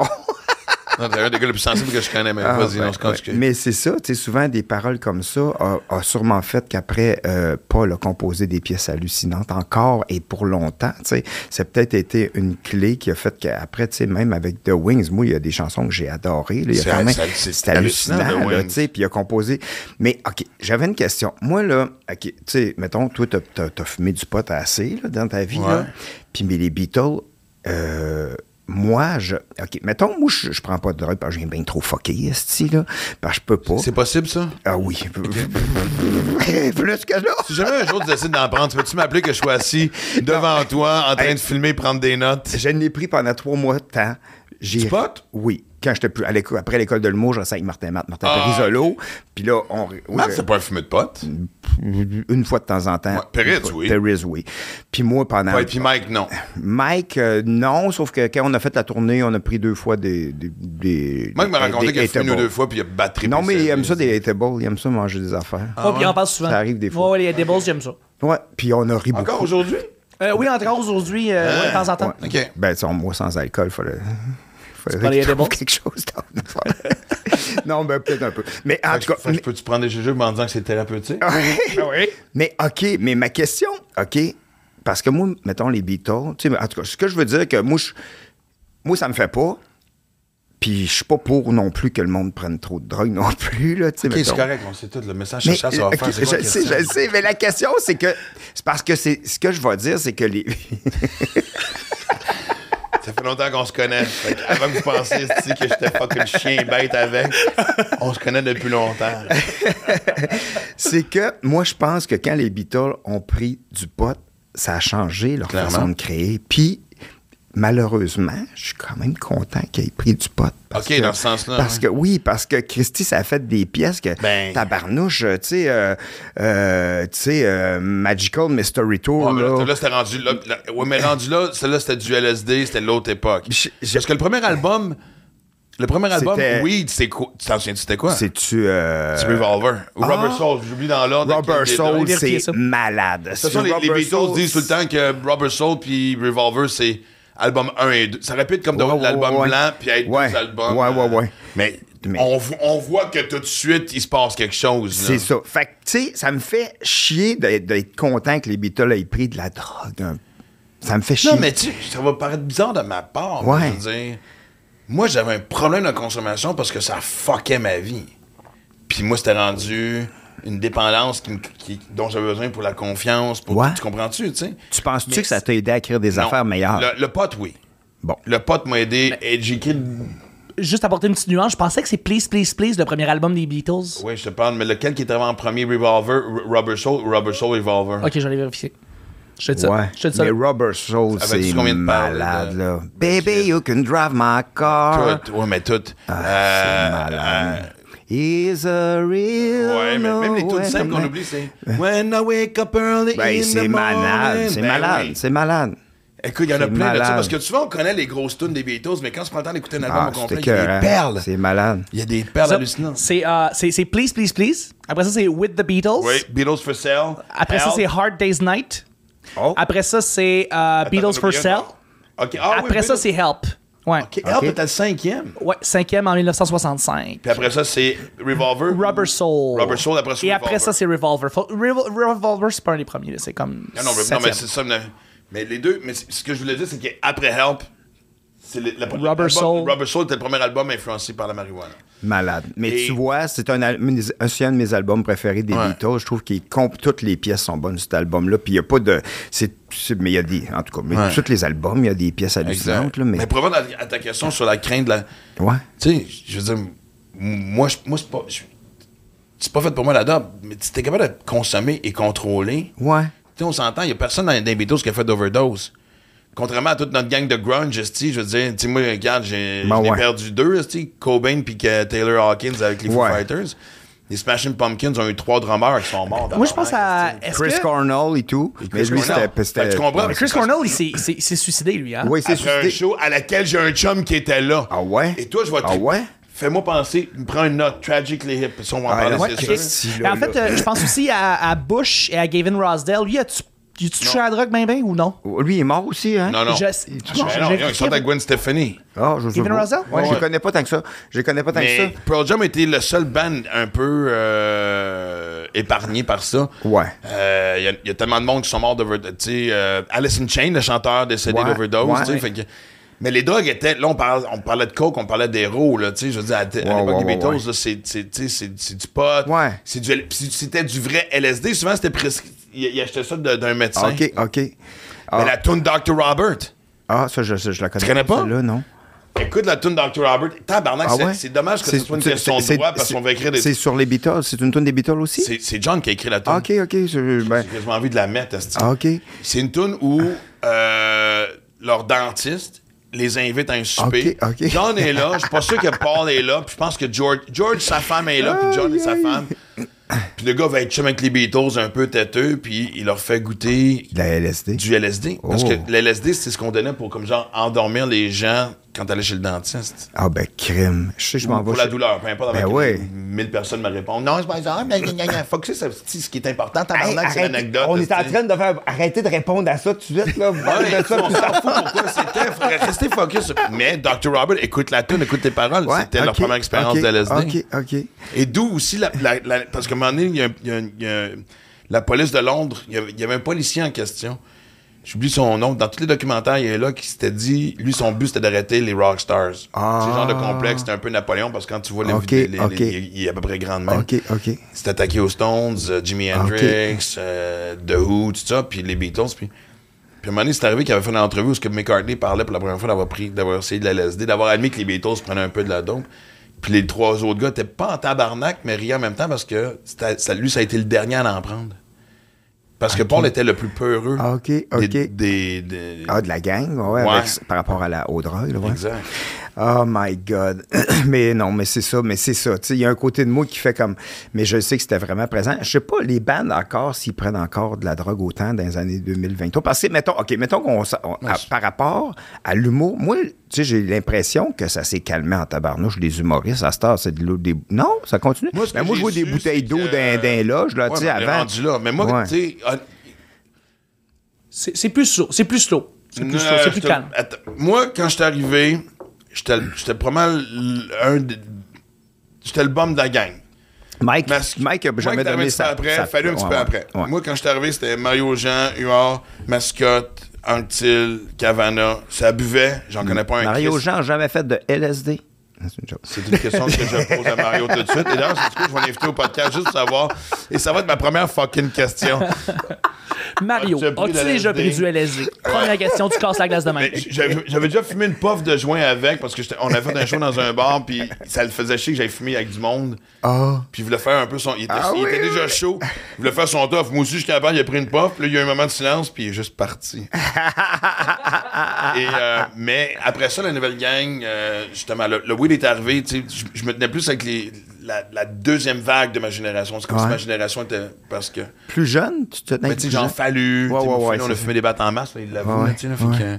[SPEAKER 1] Non, t'es un des gars les plus sensibles que je connais, mais
[SPEAKER 6] Ah,
[SPEAKER 1] vas-y,
[SPEAKER 6] ben,
[SPEAKER 1] non, c'est quand
[SPEAKER 6] ouais.
[SPEAKER 1] tu-
[SPEAKER 6] Mais c'est ça, tu sais, souvent des paroles comme ça a, a sûrement fait qu'après, euh, Paul a composé des pièces hallucinantes encore et pour longtemps, tu sais. C'est peut-être été une clé qui a fait qu'après, tu sais, même avec The Wings, moi, il y a des chansons que j'ai adorées. là, il y a
[SPEAKER 1] C'est-
[SPEAKER 6] quand même-
[SPEAKER 1] c'est- c'est
[SPEAKER 6] C'est hallucinant,
[SPEAKER 1] hallucinant, The
[SPEAKER 6] là,
[SPEAKER 1] Wings.
[SPEAKER 6] tu sais, puis il a composé. Mais, OK, j'avais une question. Moi, là, OK, tu sais, mettons, toi, t'as- t'as t'as fumé du pot assez, là, dans ta vie, là.
[SPEAKER 1] Ouais.
[SPEAKER 6] Puis, mais les Beatles, euh, moi, je. OK, mettons, moi, je, je prends pas de drogue parce que j'ai bien trop fucké, esti, là. Parce que je peux pas.
[SPEAKER 1] C'est possible, ça?
[SPEAKER 6] Ah oui. Plus que là.
[SPEAKER 1] Si jamais un jour tu décides d'en prendre, peux-tu m'appeler que je sois assis devant toi, en train de filmer, prendre des notes?
[SPEAKER 6] Je l'ai pris pendant trois mois de temps. J'ai...
[SPEAKER 1] Tu potes?
[SPEAKER 6] Oui. Quand j'étais plus à l'école, après l'école de l'humour, j'enseigne avec Martin Matt, Martin
[SPEAKER 1] Ah,
[SPEAKER 6] Perisolo. Puis là, on. oui,
[SPEAKER 1] Matt,
[SPEAKER 6] je-
[SPEAKER 1] c'est pas un fumeur de potes.
[SPEAKER 6] Une fois de temps en temps.
[SPEAKER 1] Ouais, Perez,
[SPEAKER 6] Une fois-
[SPEAKER 1] oui.
[SPEAKER 6] Perez, oui. Puis moi, pendant.
[SPEAKER 1] Ouais, puis Mike, non.
[SPEAKER 6] Mike, euh, non, sauf que quand on a fait la tournée, on a pris deux fois des. des, des
[SPEAKER 1] Mike m'a
[SPEAKER 6] des-
[SPEAKER 1] raconté
[SPEAKER 6] des
[SPEAKER 1] qu'il a fumé une ou
[SPEAKER 6] Edibles.
[SPEAKER 1] deux fois, puis il a battu.
[SPEAKER 6] Non, mais il aime ça des tables, il aime ça manger des affaires.
[SPEAKER 1] Ah.
[SPEAKER 2] Oh, puis il en passe souvent.
[SPEAKER 6] Ah Ça arrive des fois.
[SPEAKER 2] Ouais, ouais, les balls, j'aime ça.
[SPEAKER 6] Ouais, puis on a ri
[SPEAKER 1] Encore
[SPEAKER 6] beaucoup.
[SPEAKER 1] aujourd'hui? hein.
[SPEAKER 2] Euh, oui, encore aujourd'hui, euh, ouais, de temps en temps.
[SPEAKER 6] Ah Ouais.
[SPEAKER 1] OK.
[SPEAKER 6] Ben, tu sais, moi, sans alcool, fallait.
[SPEAKER 2] pas les
[SPEAKER 6] Fallait trouver
[SPEAKER 2] Edibles?
[SPEAKER 6] quelque chose dans mon affaire. Non, ben, peut-être un peu. Mais Ah, en tout cas.
[SPEAKER 1] Fait que Peux-tu prendre des jujubes en disant que c'est thérapeutique?
[SPEAKER 6] Mais OK, mais ma question, OK, parce que moi, mettons les Beatles, tu sais, en tout cas, ce que je veux dire, que moi, je- moi ça me fait pas. Puis je suis pas pour non plus que le monde prenne trop de drogue non plus, là, tu sais,
[SPEAKER 1] OK,
[SPEAKER 6] mettons.
[SPEAKER 1] c'est correct, on sait tout. Le message
[SPEAKER 6] Mais, euh,
[SPEAKER 1] chercheur, ça va
[SPEAKER 6] ok,
[SPEAKER 1] faire. c'est quoi
[SPEAKER 6] je
[SPEAKER 1] la
[SPEAKER 6] le sais, je
[SPEAKER 1] question?
[SPEAKER 6] le sais, mais la question, c'est que. C'est parce que c'est ce que je vais dire, c'est que les.
[SPEAKER 1] Ça fait longtemps qu'on se connaît. Fait que avant que vous pensiez esti, que j'étais fucking chien bête avec, on se connaît depuis longtemps.
[SPEAKER 6] c'est que moi, je pense que quand les Beatles ont pris du pot, ça a changé leur
[SPEAKER 1] Clairement.
[SPEAKER 6] façon de créer. Puis, malheureusement, je suis quand même content qu'ils aient pris du pot. Parce
[SPEAKER 1] OK,
[SPEAKER 6] que-
[SPEAKER 1] dans ce sens-là,
[SPEAKER 6] Parce
[SPEAKER 1] ouais.
[SPEAKER 6] que oui, parce que Christy, ça a fait des pièces que
[SPEAKER 1] Ben.
[SPEAKER 6] tabarnouche, euh, tu sais, euh, euh, tu sais, euh, Magical Mystery Tour.
[SPEAKER 1] Ouais, mais
[SPEAKER 6] Oh, là.
[SPEAKER 1] là, là, c'était rendu là. là- ouais, mais rendu là, celle-là, c'était du LSD, c'était l'autre époque.
[SPEAKER 6] Je- je-
[SPEAKER 1] Parce que le premier album, le premier album,
[SPEAKER 6] C'était-
[SPEAKER 1] oui, c'est quoi? Tu t'en souviens, c'était quoi? C'est
[SPEAKER 6] C'est-tu. euh,
[SPEAKER 1] Revolver. Ou Rubber Soul, j'oublie dans l'ordre.
[SPEAKER 6] Robert
[SPEAKER 1] quel des deux.
[SPEAKER 6] Soul,
[SPEAKER 1] De
[SPEAKER 2] vérifier
[SPEAKER 6] c'est
[SPEAKER 2] ça.
[SPEAKER 6] malade.
[SPEAKER 1] toute façon, les, les Beatles disent tout le temps que Rubber Soul puis Revolver, c'est album 1 et 2. Ça répète comme
[SPEAKER 6] Ouais,
[SPEAKER 1] dans
[SPEAKER 6] ouais,
[SPEAKER 1] l'album
[SPEAKER 6] ouais.
[SPEAKER 1] blanc puis être
[SPEAKER 6] Ouais.
[SPEAKER 1] deux albums.
[SPEAKER 6] Ouais, ouais, ouais.
[SPEAKER 1] Mais,
[SPEAKER 6] Mais-
[SPEAKER 1] On, vo- on voit que tout de suite, il se passe quelque chose. là.
[SPEAKER 6] C'est ça. Fait que, tu sais, ça me fait chier d'être d'être content que les Beatles aient pris de la drogue. un- Ça me fait chier.
[SPEAKER 1] Non, mais tu sais, ça va paraître bizarre de ma part.
[SPEAKER 6] Ouais.
[SPEAKER 1] mais Je veux dire, moi, j'avais un problème de consommation parce que ça fuckait ma vie. Puis moi, c'était rendu une dépendance qui, me- qui- dont j'avais besoin pour la confiance. Pour,
[SPEAKER 6] Ouais.
[SPEAKER 1] Tu comprends-tu, tu sais?
[SPEAKER 6] Tu penses-tu
[SPEAKER 1] Mais
[SPEAKER 6] que ça t'a aidé à écrire des
[SPEAKER 1] Non.
[SPEAKER 6] affaires meilleures?
[SPEAKER 1] Le, le pote, oui.
[SPEAKER 6] Bon.
[SPEAKER 1] Le pote m'a aidé. Et j'ai écrit-
[SPEAKER 2] Juste apporter une petite nuance, je pensais que c'est Please, Please, Please, le premier album des Beatles.
[SPEAKER 1] Oui, je te parle, mais lequel qui était en premier, Revolver, R- Rubber Soul ou Rubber Soul Revolver?
[SPEAKER 2] Ok, j'allais vérifier. Je te dis ça.
[SPEAKER 6] Ouais.
[SPEAKER 2] Je te dis ça.
[SPEAKER 6] Mais Robert Soul,
[SPEAKER 1] Avais-tu
[SPEAKER 6] c'est
[SPEAKER 1] combien de paroles,
[SPEAKER 6] malade,
[SPEAKER 1] de-
[SPEAKER 6] là. Baby, you can drive my car.
[SPEAKER 1] Tout, ouais, mais tout.
[SPEAKER 6] Ah,
[SPEAKER 1] Euh,
[SPEAKER 6] c'est malade. He's a real.
[SPEAKER 1] Ouais, mais même les
[SPEAKER 6] nowhere
[SPEAKER 1] toutes simples qu'on
[SPEAKER 6] man.
[SPEAKER 1] oublie, c'est When I wake up early in
[SPEAKER 6] Ben,
[SPEAKER 1] the
[SPEAKER 6] c'est malade,
[SPEAKER 1] morning.
[SPEAKER 6] c'est
[SPEAKER 1] Ben
[SPEAKER 6] malade,
[SPEAKER 1] oui.
[SPEAKER 6] c'est malade.
[SPEAKER 1] Écoute, il y en a
[SPEAKER 6] C'est
[SPEAKER 1] plein de ça
[SPEAKER 6] malade.
[SPEAKER 1] parce que souvent on connaît les grosses tunes des Beatles, mais quand on prend le temps d'écouter un album
[SPEAKER 6] Ah,
[SPEAKER 1] au
[SPEAKER 6] c'est
[SPEAKER 1] complet, il y a
[SPEAKER 6] écœurant.
[SPEAKER 1] des perles.
[SPEAKER 6] C'est malade.
[SPEAKER 1] Il y a des perles
[SPEAKER 2] Ça,
[SPEAKER 1] hallucinantes.
[SPEAKER 2] C'est euh, c'est- c'est Please, Please, Please. Après ça, c'est With the Beatles.
[SPEAKER 1] Oui, Beatles for Sale.
[SPEAKER 2] Après ça,
[SPEAKER 1] Help.
[SPEAKER 2] c'est Hard Day's Night.
[SPEAKER 6] Oh.
[SPEAKER 2] Après ça, c'est euh, Beatles
[SPEAKER 1] Attends,
[SPEAKER 2] for
[SPEAKER 1] on a oublié
[SPEAKER 2] Sale.
[SPEAKER 1] encore. OK. Ah, oui,
[SPEAKER 2] Après ça,
[SPEAKER 1] Beatles-
[SPEAKER 2] c'est Help. Ouais.
[SPEAKER 1] OK, Help est à le cinquième.
[SPEAKER 2] Ouais, cinquième en 1965.
[SPEAKER 1] Puis après ça, c'est Revolver.
[SPEAKER 2] Rubber Soul.
[SPEAKER 1] Rubber Soul, après ça,
[SPEAKER 2] Et
[SPEAKER 1] Revolver.
[SPEAKER 2] après ça, c'est Revolver. Faut- Revol- Revolver, c'est pas un des premiers, là, c'est comme.
[SPEAKER 1] Ah Non, non, mais- non, mais c'est ça. Mais, mais les deux, mais c- ce que je voulais dire, c'est qu'après Help, c'est le, le-
[SPEAKER 2] Rubber
[SPEAKER 1] l'album-
[SPEAKER 2] Soul.
[SPEAKER 1] Rubber Soul était le premier album influencé par la marijuana.
[SPEAKER 6] Malade. Mais
[SPEAKER 1] Et-
[SPEAKER 6] tu vois, c'est un, al- une- un- c'est un de mes albums préférés des
[SPEAKER 1] Ouais.
[SPEAKER 6] Beatles. Je trouve que toutes les pièces sont bonnes, cet album-là. Puis il n'y a pas de. c'est- c'est- mais il y a des. En tout cas, mais
[SPEAKER 1] Ouais.
[SPEAKER 6] tous les albums, il y a des pièces hallucinantes. là, mais,
[SPEAKER 1] Mais pour revenir à à ta question sur la crainte de la.
[SPEAKER 6] ouais.
[SPEAKER 1] Tu sais, je veux dire, m- moi, je- moi c'est pas. je- C'est pas fait pour moi la dope, mais si t'es capable de consommer et contrôler,
[SPEAKER 6] Ouais.
[SPEAKER 1] tu sais, on s'entend, il n'y a personne dans, dans les Beatles qui a fait d'overdose. Contrairement à toute notre gang de grunge, esti, je veux dire, tu sais, moi, regarde, j'ai
[SPEAKER 6] Ben
[SPEAKER 1] j'en ai
[SPEAKER 6] ouais.
[SPEAKER 1] perdu deux, esti, Cobain puis que Taylor Hawkins avec les Foo
[SPEAKER 6] Ouais.
[SPEAKER 1] Fighters. Les Smashing Pumpkins ont eu trois drummers qui sont morts.
[SPEAKER 2] Moi, je pense
[SPEAKER 1] tabarnak, esti.
[SPEAKER 2] à. est-ce
[SPEAKER 6] Chris
[SPEAKER 2] que-
[SPEAKER 6] Cornell et tout. mais lui,
[SPEAKER 1] Cornell.
[SPEAKER 6] c'était-
[SPEAKER 1] Fait que
[SPEAKER 6] c'était.
[SPEAKER 1] tu comprends,
[SPEAKER 6] ouais.
[SPEAKER 1] Chris-
[SPEAKER 2] Chris Cornell, il s'est- s'est il s'est suicidé, lui, hein?
[SPEAKER 6] Oui, c'est
[SPEAKER 1] Après un
[SPEAKER 6] suscité.
[SPEAKER 1] show à laquelle j'ai un chum qui était là.
[SPEAKER 6] Ah ouais?
[SPEAKER 1] Et toi, je vais te-
[SPEAKER 6] Ah ouais?
[SPEAKER 1] Fais-moi penser, prends une note, Tragically Hip, si on va en
[SPEAKER 6] Ah,
[SPEAKER 1] parler,
[SPEAKER 6] ouais,
[SPEAKER 1] c'est
[SPEAKER 6] ok.
[SPEAKER 1] sûr.
[SPEAKER 6] Si,
[SPEAKER 2] Et
[SPEAKER 6] là,
[SPEAKER 2] en fait,
[SPEAKER 6] là.
[SPEAKER 2] euh, je pense aussi à, à Bush et à Gavin Rosdell. Lui, as-tu as-tu touché à la drogue, ben, ben, ou non?
[SPEAKER 6] Lui, il est mort aussi, hein?
[SPEAKER 1] Non, non.
[SPEAKER 2] Je- tu
[SPEAKER 1] Ah,
[SPEAKER 2] vois,
[SPEAKER 1] ben
[SPEAKER 2] je-
[SPEAKER 1] non,
[SPEAKER 2] j'ai
[SPEAKER 1] ils
[SPEAKER 2] cliqué-
[SPEAKER 1] sont à Gwen Stefani.
[SPEAKER 6] Ah, je sais
[SPEAKER 2] Even
[SPEAKER 6] pas.
[SPEAKER 2] Russell?
[SPEAKER 6] Ouais, Je
[SPEAKER 1] Ouais.
[SPEAKER 6] les connais pas tant que ça. Je les connais pas tant
[SPEAKER 1] Mais
[SPEAKER 6] que ça.
[SPEAKER 1] Pearl Jam était le seul band un peu euh, épargné par ça.
[SPEAKER 6] Ouais.
[SPEAKER 1] Euh, Il y a- il y, a tellement de monde qui sont morts d'overdose. Tu sais, euh, Alice in Chain, le chanteur décédé
[SPEAKER 6] Ouais,
[SPEAKER 1] d'overdose.
[SPEAKER 6] ouais.
[SPEAKER 1] tu sais, fait que- Mais les drogues étaient. Là, on, parle- on parlait de coke, on parlait d'héros. là, tu sais, Je veux dire, à, t- à
[SPEAKER 6] Ouais,
[SPEAKER 1] l'époque des
[SPEAKER 6] ouais, ouais,
[SPEAKER 1] Beatles,
[SPEAKER 6] ouais.
[SPEAKER 1] là, c'est- c'est tu sais, c'est- c'est du pot.
[SPEAKER 6] Ouais.
[SPEAKER 1] c'est du L- puis C'était du vrai LSD. Souvent, c'était presque. Il il achetait ça de- d'un médecin.
[SPEAKER 6] Ah, OK, OK.
[SPEAKER 1] Mais
[SPEAKER 6] Ah.
[SPEAKER 1] la tune Dr. Robert.
[SPEAKER 6] Ah, ça, je, ça, je la connais.
[SPEAKER 1] Tu connais pas?
[SPEAKER 6] Là, non.
[SPEAKER 1] Écoute la tune Dr. Albert. Tabarnak,
[SPEAKER 6] Ah
[SPEAKER 1] c'est-
[SPEAKER 6] ouais?
[SPEAKER 1] c'est dommage que ce soit une
[SPEAKER 6] c'est-
[SPEAKER 1] question de
[SPEAKER 6] c'est-
[SPEAKER 1] droit parce
[SPEAKER 6] c'est-
[SPEAKER 1] qu'on va écrire des.
[SPEAKER 6] C'est sur les Beatles. C'est une tune des Beatles aussi?
[SPEAKER 1] C'est c'est John qui a écrit la tune.
[SPEAKER 6] Ah, OK, OK. je- ben,
[SPEAKER 1] J'ai quasiment envie de la mettre, esti.
[SPEAKER 6] ah, OK.
[SPEAKER 1] C'est une tune où euh, leur dentiste les invite à un souper.
[SPEAKER 6] Ok, ok.
[SPEAKER 1] John est là. Je suis pas sûr que Paul est là. Puis je pense que George, George sa femme est là. Puis John et sa
[SPEAKER 6] Aïe, aïe.
[SPEAKER 1] femme. Puis le gars va être chum avec les Beatles un peu têteux. Puis il leur fait goûter
[SPEAKER 6] De la LSD.
[SPEAKER 1] du LSD. Parce
[SPEAKER 6] Oh.
[SPEAKER 1] que l'LSD, c'est ce qu'on donnait pour, comme genre, endormir les gens quand t'allais chez le dentiste.
[SPEAKER 6] Ah, ben, crime. Je sais, je m'en vais.
[SPEAKER 1] Pour la
[SPEAKER 6] chez-
[SPEAKER 1] douleur, peu importe.
[SPEAKER 6] Ben
[SPEAKER 1] avec
[SPEAKER 6] ouais.
[SPEAKER 1] Mille personnes me répondent. Non, c'est pas ça. Mais gna, gna, gna. Fuck, c'est ça, c'est ce qui est important.
[SPEAKER 7] Hey,
[SPEAKER 1] Tabarnak, c'est
[SPEAKER 7] arrête.
[SPEAKER 1] l'anecdote.
[SPEAKER 7] on est en
[SPEAKER 1] c'est-
[SPEAKER 7] train de faire. Arrêtez de répondre à ça tout de suite, là. Vous parlez
[SPEAKER 1] Ouais,
[SPEAKER 7] de ça,
[SPEAKER 1] on
[SPEAKER 7] puis ça.
[SPEAKER 1] s'en fout pourquoi c'était. Faudrait rester focus. Mais Dr. Robert, écoute la tune, écoute tes paroles.
[SPEAKER 6] Ouais,
[SPEAKER 1] c'était leur
[SPEAKER 6] ok,
[SPEAKER 1] première expérience
[SPEAKER 6] ok,
[SPEAKER 1] de LSD.
[SPEAKER 6] OK, OK.
[SPEAKER 1] Et d'où aussi, la, la- la- parce qu'à un moment donné, il y a, un- il y a un- il y a un- la police de Londres, il y avait, il y avait un policier en question. J'oublie son nom. Dans tous les documentaires, il est là qui s'était dit, lui, son but, c'était d'arrêter les rock stars.
[SPEAKER 6] Ah.
[SPEAKER 1] C'est le genre de complexe. C'était un peu Napoléon parce que quand tu vois les
[SPEAKER 6] Ok,
[SPEAKER 1] vidéos, les-
[SPEAKER 6] ok.
[SPEAKER 1] les- il- il est à peu près grand de même.
[SPEAKER 6] OK, OK.
[SPEAKER 1] C'était attaqué aux Stones, euh, Jimi Hendrix, euh, The Who, tout ça, puis les Beatles. Puis, puis à un moment donné, c'est arrivé qu'il avait fait une entrevue où ce que McCartney parlait pour la première fois d'avoir pris, d'avoir essayé de la LSD, d'avoir admis que les Beatles prenaient un peu de la dope. Puis les trois autres gars étaient pas en tabarnak, mais riaient en même temps parce que c'était- ça, lui, ça a été le dernier à en prendre. Parce que Paul était le plus peureux.
[SPEAKER 6] Ah, ok, ok.
[SPEAKER 1] Des, des- des-
[SPEAKER 6] Ah, de la gang, ouais,
[SPEAKER 1] Ouais.
[SPEAKER 6] avec- par rapport à la, aux drogues, là, ouais.
[SPEAKER 1] Exact.
[SPEAKER 6] Oh my God. mais non, mais c'est ça, mais c'est ça. Tu sais, il y a un côté de moi qui fait comme. Mais je sais que c'était vraiment présent. Je sais pas, les bandes encore, s'ils prennent encore de la drogue autant dans les années 2023. Parce que, mettons, OK, mettons qu'on. s- on- à- par rapport à l'humour, moi, tu sais, j'ai l'impression que ça s'est calmé en tabarnouche. Les humoristes, à cette heure, c'est de l'eau des. Non, ça continue.
[SPEAKER 1] Moi, ce que
[SPEAKER 6] Ben, moi je
[SPEAKER 1] j'ai
[SPEAKER 6] vois des
[SPEAKER 1] su,
[SPEAKER 6] bouteilles
[SPEAKER 1] c'est
[SPEAKER 6] d'eau
[SPEAKER 1] que-
[SPEAKER 6] d'un d'un loge, là,
[SPEAKER 1] Ouais,
[SPEAKER 6] Bah, tu sais,
[SPEAKER 1] on est
[SPEAKER 6] avant.
[SPEAKER 1] rendu là. Mais moi,
[SPEAKER 6] Ouais.
[SPEAKER 1] tu sais, ah, hon-
[SPEAKER 2] C'est c'est plus slow. C'est plus slow. C'est plus
[SPEAKER 1] Non,
[SPEAKER 2] slow. C'est plus
[SPEAKER 1] j'étais-
[SPEAKER 2] calme.
[SPEAKER 1] attends, moi, quand j'étais arrivé, j'étais j'étais pas mal l- un. de- J'étais le bum de la gang.
[SPEAKER 6] Mike,
[SPEAKER 1] Mais-
[SPEAKER 6] Mike a jamais
[SPEAKER 1] Mike est
[SPEAKER 6] donné
[SPEAKER 1] arrivé
[SPEAKER 6] ça.
[SPEAKER 1] après, fallu un petit peu après.
[SPEAKER 6] Ouais.
[SPEAKER 1] Moi, quand j'étais arrivé, c'était Mario Jean, Huard, Mascotte, Anctil, Cavana. Ça buvait, j'en connais pas un
[SPEAKER 6] Mm. Mario
[SPEAKER 1] Christ.
[SPEAKER 6] Jean n'a jamais fait de LSD. C'est une joke.
[SPEAKER 1] C'est une question que je pose à Mario tout de suite. Et d'ailleurs, c'est ce que je vais l'inviter au podcast juste pour savoir. Et ça va être ma première fucking question.
[SPEAKER 2] Mario,
[SPEAKER 1] As-tu pris
[SPEAKER 2] as-tu
[SPEAKER 1] le
[SPEAKER 2] déjà
[SPEAKER 1] LSD?
[SPEAKER 2] pris du LSD? Première question, tu casses la glace de même.
[SPEAKER 1] Mais Ben, j'avais j'avais déjà fumé une puff de joint avec parce que j'étais- on avait fait un show dans un bar puis ça le faisait chier que j'avais fumé avec du monde. Puis il voulait faire un peu son il était,
[SPEAKER 6] Ah
[SPEAKER 1] il était
[SPEAKER 6] oui,
[SPEAKER 1] déjà chaud. Il voulait faire son tof. Moi aussi j'étais avant, il a pris une puff, puis là il y a eu un moment de silence puis il est juste parti. Et, euh, mais après ça la nouvelle gang euh, justement le, le weed est arrivé, tu sais, je, je me tenais plus avec les la, la deuxième vague de ma génération, c'est comme si
[SPEAKER 6] Ouais.
[SPEAKER 1] ma génération était parce que
[SPEAKER 6] Plus jeune, tu te tenais
[SPEAKER 1] mais
[SPEAKER 6] avec
[SPEAKER 1] tu sais,
[SPEAKER 6] plus
[SPEAKER 1] j'en
[SPEAKER 6] jeune?
[SPEAKER 1] fallu. tu sais,
[SPEAKER 6] Ouais, ouais,
[SPEAKER 1] au
[SPEAKER 6] ouais,
[SPEAKER 1] final, on
[SPEAKER 6] c'est
[SPEAKER 1] a
[SPEAKER 6] ça.
[SPEAKER 1] fumé des battes en masse, là, il l'avoue.
[SPEAKER 6] Ouais,
[SPEAKER 1] là, tu sais, là, fait
[SPEAKER 6] ouais.
[SPEAKER 1] que,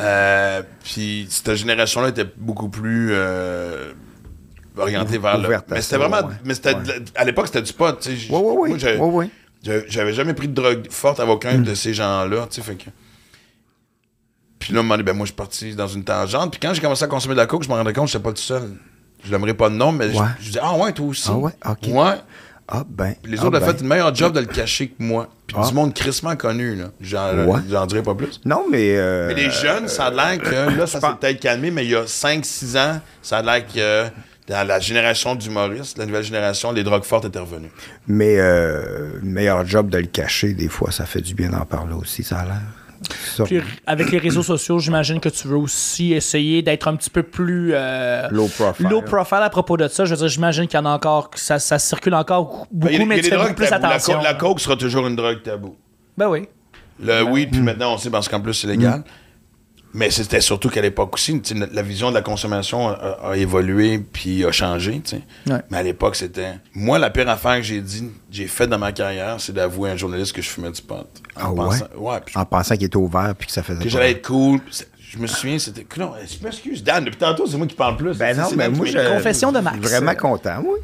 [SPEAKER 1] euh, Puis cette génération-là était beaucoup plus euh, orientée vers le.
[SPEAKER 6] Ouverte à
[SPEAKER 1] Mais c'était
[SPEAKER 6] ça,
[SPEAKER 1] vraiment.
[SPEAKER 6] ouais.
[SPEAKER 1] Mais c'était de la- à l'époque, c'était du pot. tu sais, j-
[SPEAKER 6] Ouais, ouais, ouais.
[SPEAKER 1] moi, j'avais-
[SPEAKER 6] Ouais, Mm. ouais.
[SPEAKER 1] j'avais- J'avais jamais pris de drogue forte avec aucun de ces gens-là. tu sais, fait que- Puis là, à un moment donné, ben, moi, je suis parti dans une tangente. Puis quand j'ai commencé à consommer de la coke, je me rendais compte que j'étais pas tout seul. Je l'aimerais pas de nom, mais je-
[SPEAKER 6] Ouais.
[SPEAKER 1] je disais, ah ouais, toi aussi.
[SPEAKER 6] Ah ouais, ok.
[SPEAKER 1] Ouais.
[SPEAKER 6] Ah ben.
[SPEAKER 1] Puis les
[SPEAKER 6] ah
[SPEAKER 1] autres ont
[SPEAKER 6] ben.
[SPEAKER 1] fait le meilleur job de le cacher que moi. Puis
[SPEAKER 6] Ah.
[SPEAKER 1] du monde crissement connu, là. J'en, euh,
[SPEAKER 6] Ouais.
[SPEAKER 1] j'en dirai pas plus.
[SPEAKER 6] Non, mais. euh,
[SPEAKER 1] Mais les jeunes, ça a l'air que là, ça s'est peut-être calmé, mais il y a 5-6 ans, ça a l'air que dans la génération d'humoristes, la nouvelle génération, les drogues fortes étaient revenues.
[SPEAKER 6] Mais euh, meilleur job de le cacher, des fois, ça fait du bien d'en parler aussi, ça a l'air. Ça,
[SPEAKER 2] Puis, avec les réseaux sociaux, j'imagine que tu veux aussi essayer d'être un petit peu plus euh,
[SPEAKER 6] Low profile.
[SPEAKER 2] low profile à propos de ça. Je veux dire, j'imagine qu'il y en a encore, que ça, ça circule encore beaucoup,
[SPEAKER 1] Il y a- il y a
[SPEAKER 2] mais
[SPEAKER 1] des
[SPEAKER 2] tu fais
[SPEAKER 1] drogues
[SPEAKER 2] beaucoup plus
[SPEAKER 1] tabous. La
[SPEAKER 2] attention. hein.
[SPEAKER 1] co- La, coke sera toujours une drogue taboue.
[SPEAKER 2] Ben oui.
[SPEAKER 1] Le weed,
[SPEAKER 6] Hmm.
[SPEAKER 1] puis maintenant, on sait parce qu'en plus, c'est légal. Mais c'était surtout qu'à l'époque aussi, tu sais, la vision de la consommation a, a- a évolué puis a changé. tu sais.
[SPEAKER 2] Ouais.
[SPEAKER 1] Mais à l'époque, c'était. Moi, la pire affaire que j'ai dit, j'ai faite dans ma carrière, c'est d'avouer à un journaliste que je fumais du pot. En
[SPEAKER 6] Ah ouais?
[SPEAKER 1] pensant- puis
[SPEAKER 6] En pensant qu'il était ouvert puis que ça faisait.
[SPEAKER 1] que
[SPEAKER 6] pas-
[SPEAKER 1] j'allais être cool. puis c'est- Je me souviens, c'était. Non, je m'excuse, Dan, depuis tantôt, c'est moi qui parle plus.
[SPEAKER 6] Ben
[SPEAKER 1] C'est-
[SPEAKER 6] non,
[SPEAKER 1] c'est
[SPEAKER 6] mais
[SPEAKER 1] Dan
[SPEAKER 6] moi,
[SPEAKER 1] qui
[SPEAKER 6] je.
[SPEAKER 1] m'écoute.
[SPEAKER 2] Confession de Max.
[SPEAKER 6] je suis Vraiment content, oui.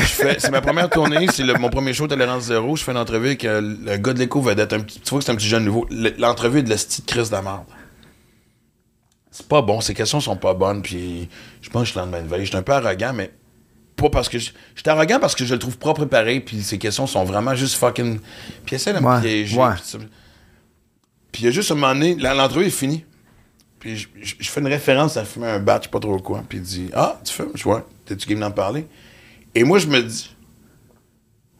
[SPEAKER 1] Je fais- C'est ma première tournée, c'est le- mon premier show Tolérance Zéro. Je fais une entrevue avec euh, le gars de l'écho vedette. Un petit, tu vois que c'est un petit jeune nouveau. Le- L'entrevue est de la petite crise de la merde. C'est pas bon, ces questions sont pas bonnes. Puis je pense que je suis le lendemain de veille. J'étais un peu arrogant, mais pas parce que. je- J'étais arrogant parce que je le trouve pas préparé. Puis ces questions sont vraiment juste fucking. Puis essaie de me
[SPEAKER 6] Ouais,
[SPEAKER 1] piéger.
[SPEAKER 6] ouais.
[SPEAKER 1] Puis ça- puis il y a juste un moment donné, la- l'entrevue est finie. Puis je, je- je fais une référence à fumer un bat, je sais pas trop quoi. Puis il dit Ah, tu fumes Je vois, t'es-tu game d'en parler Et moi, je me dis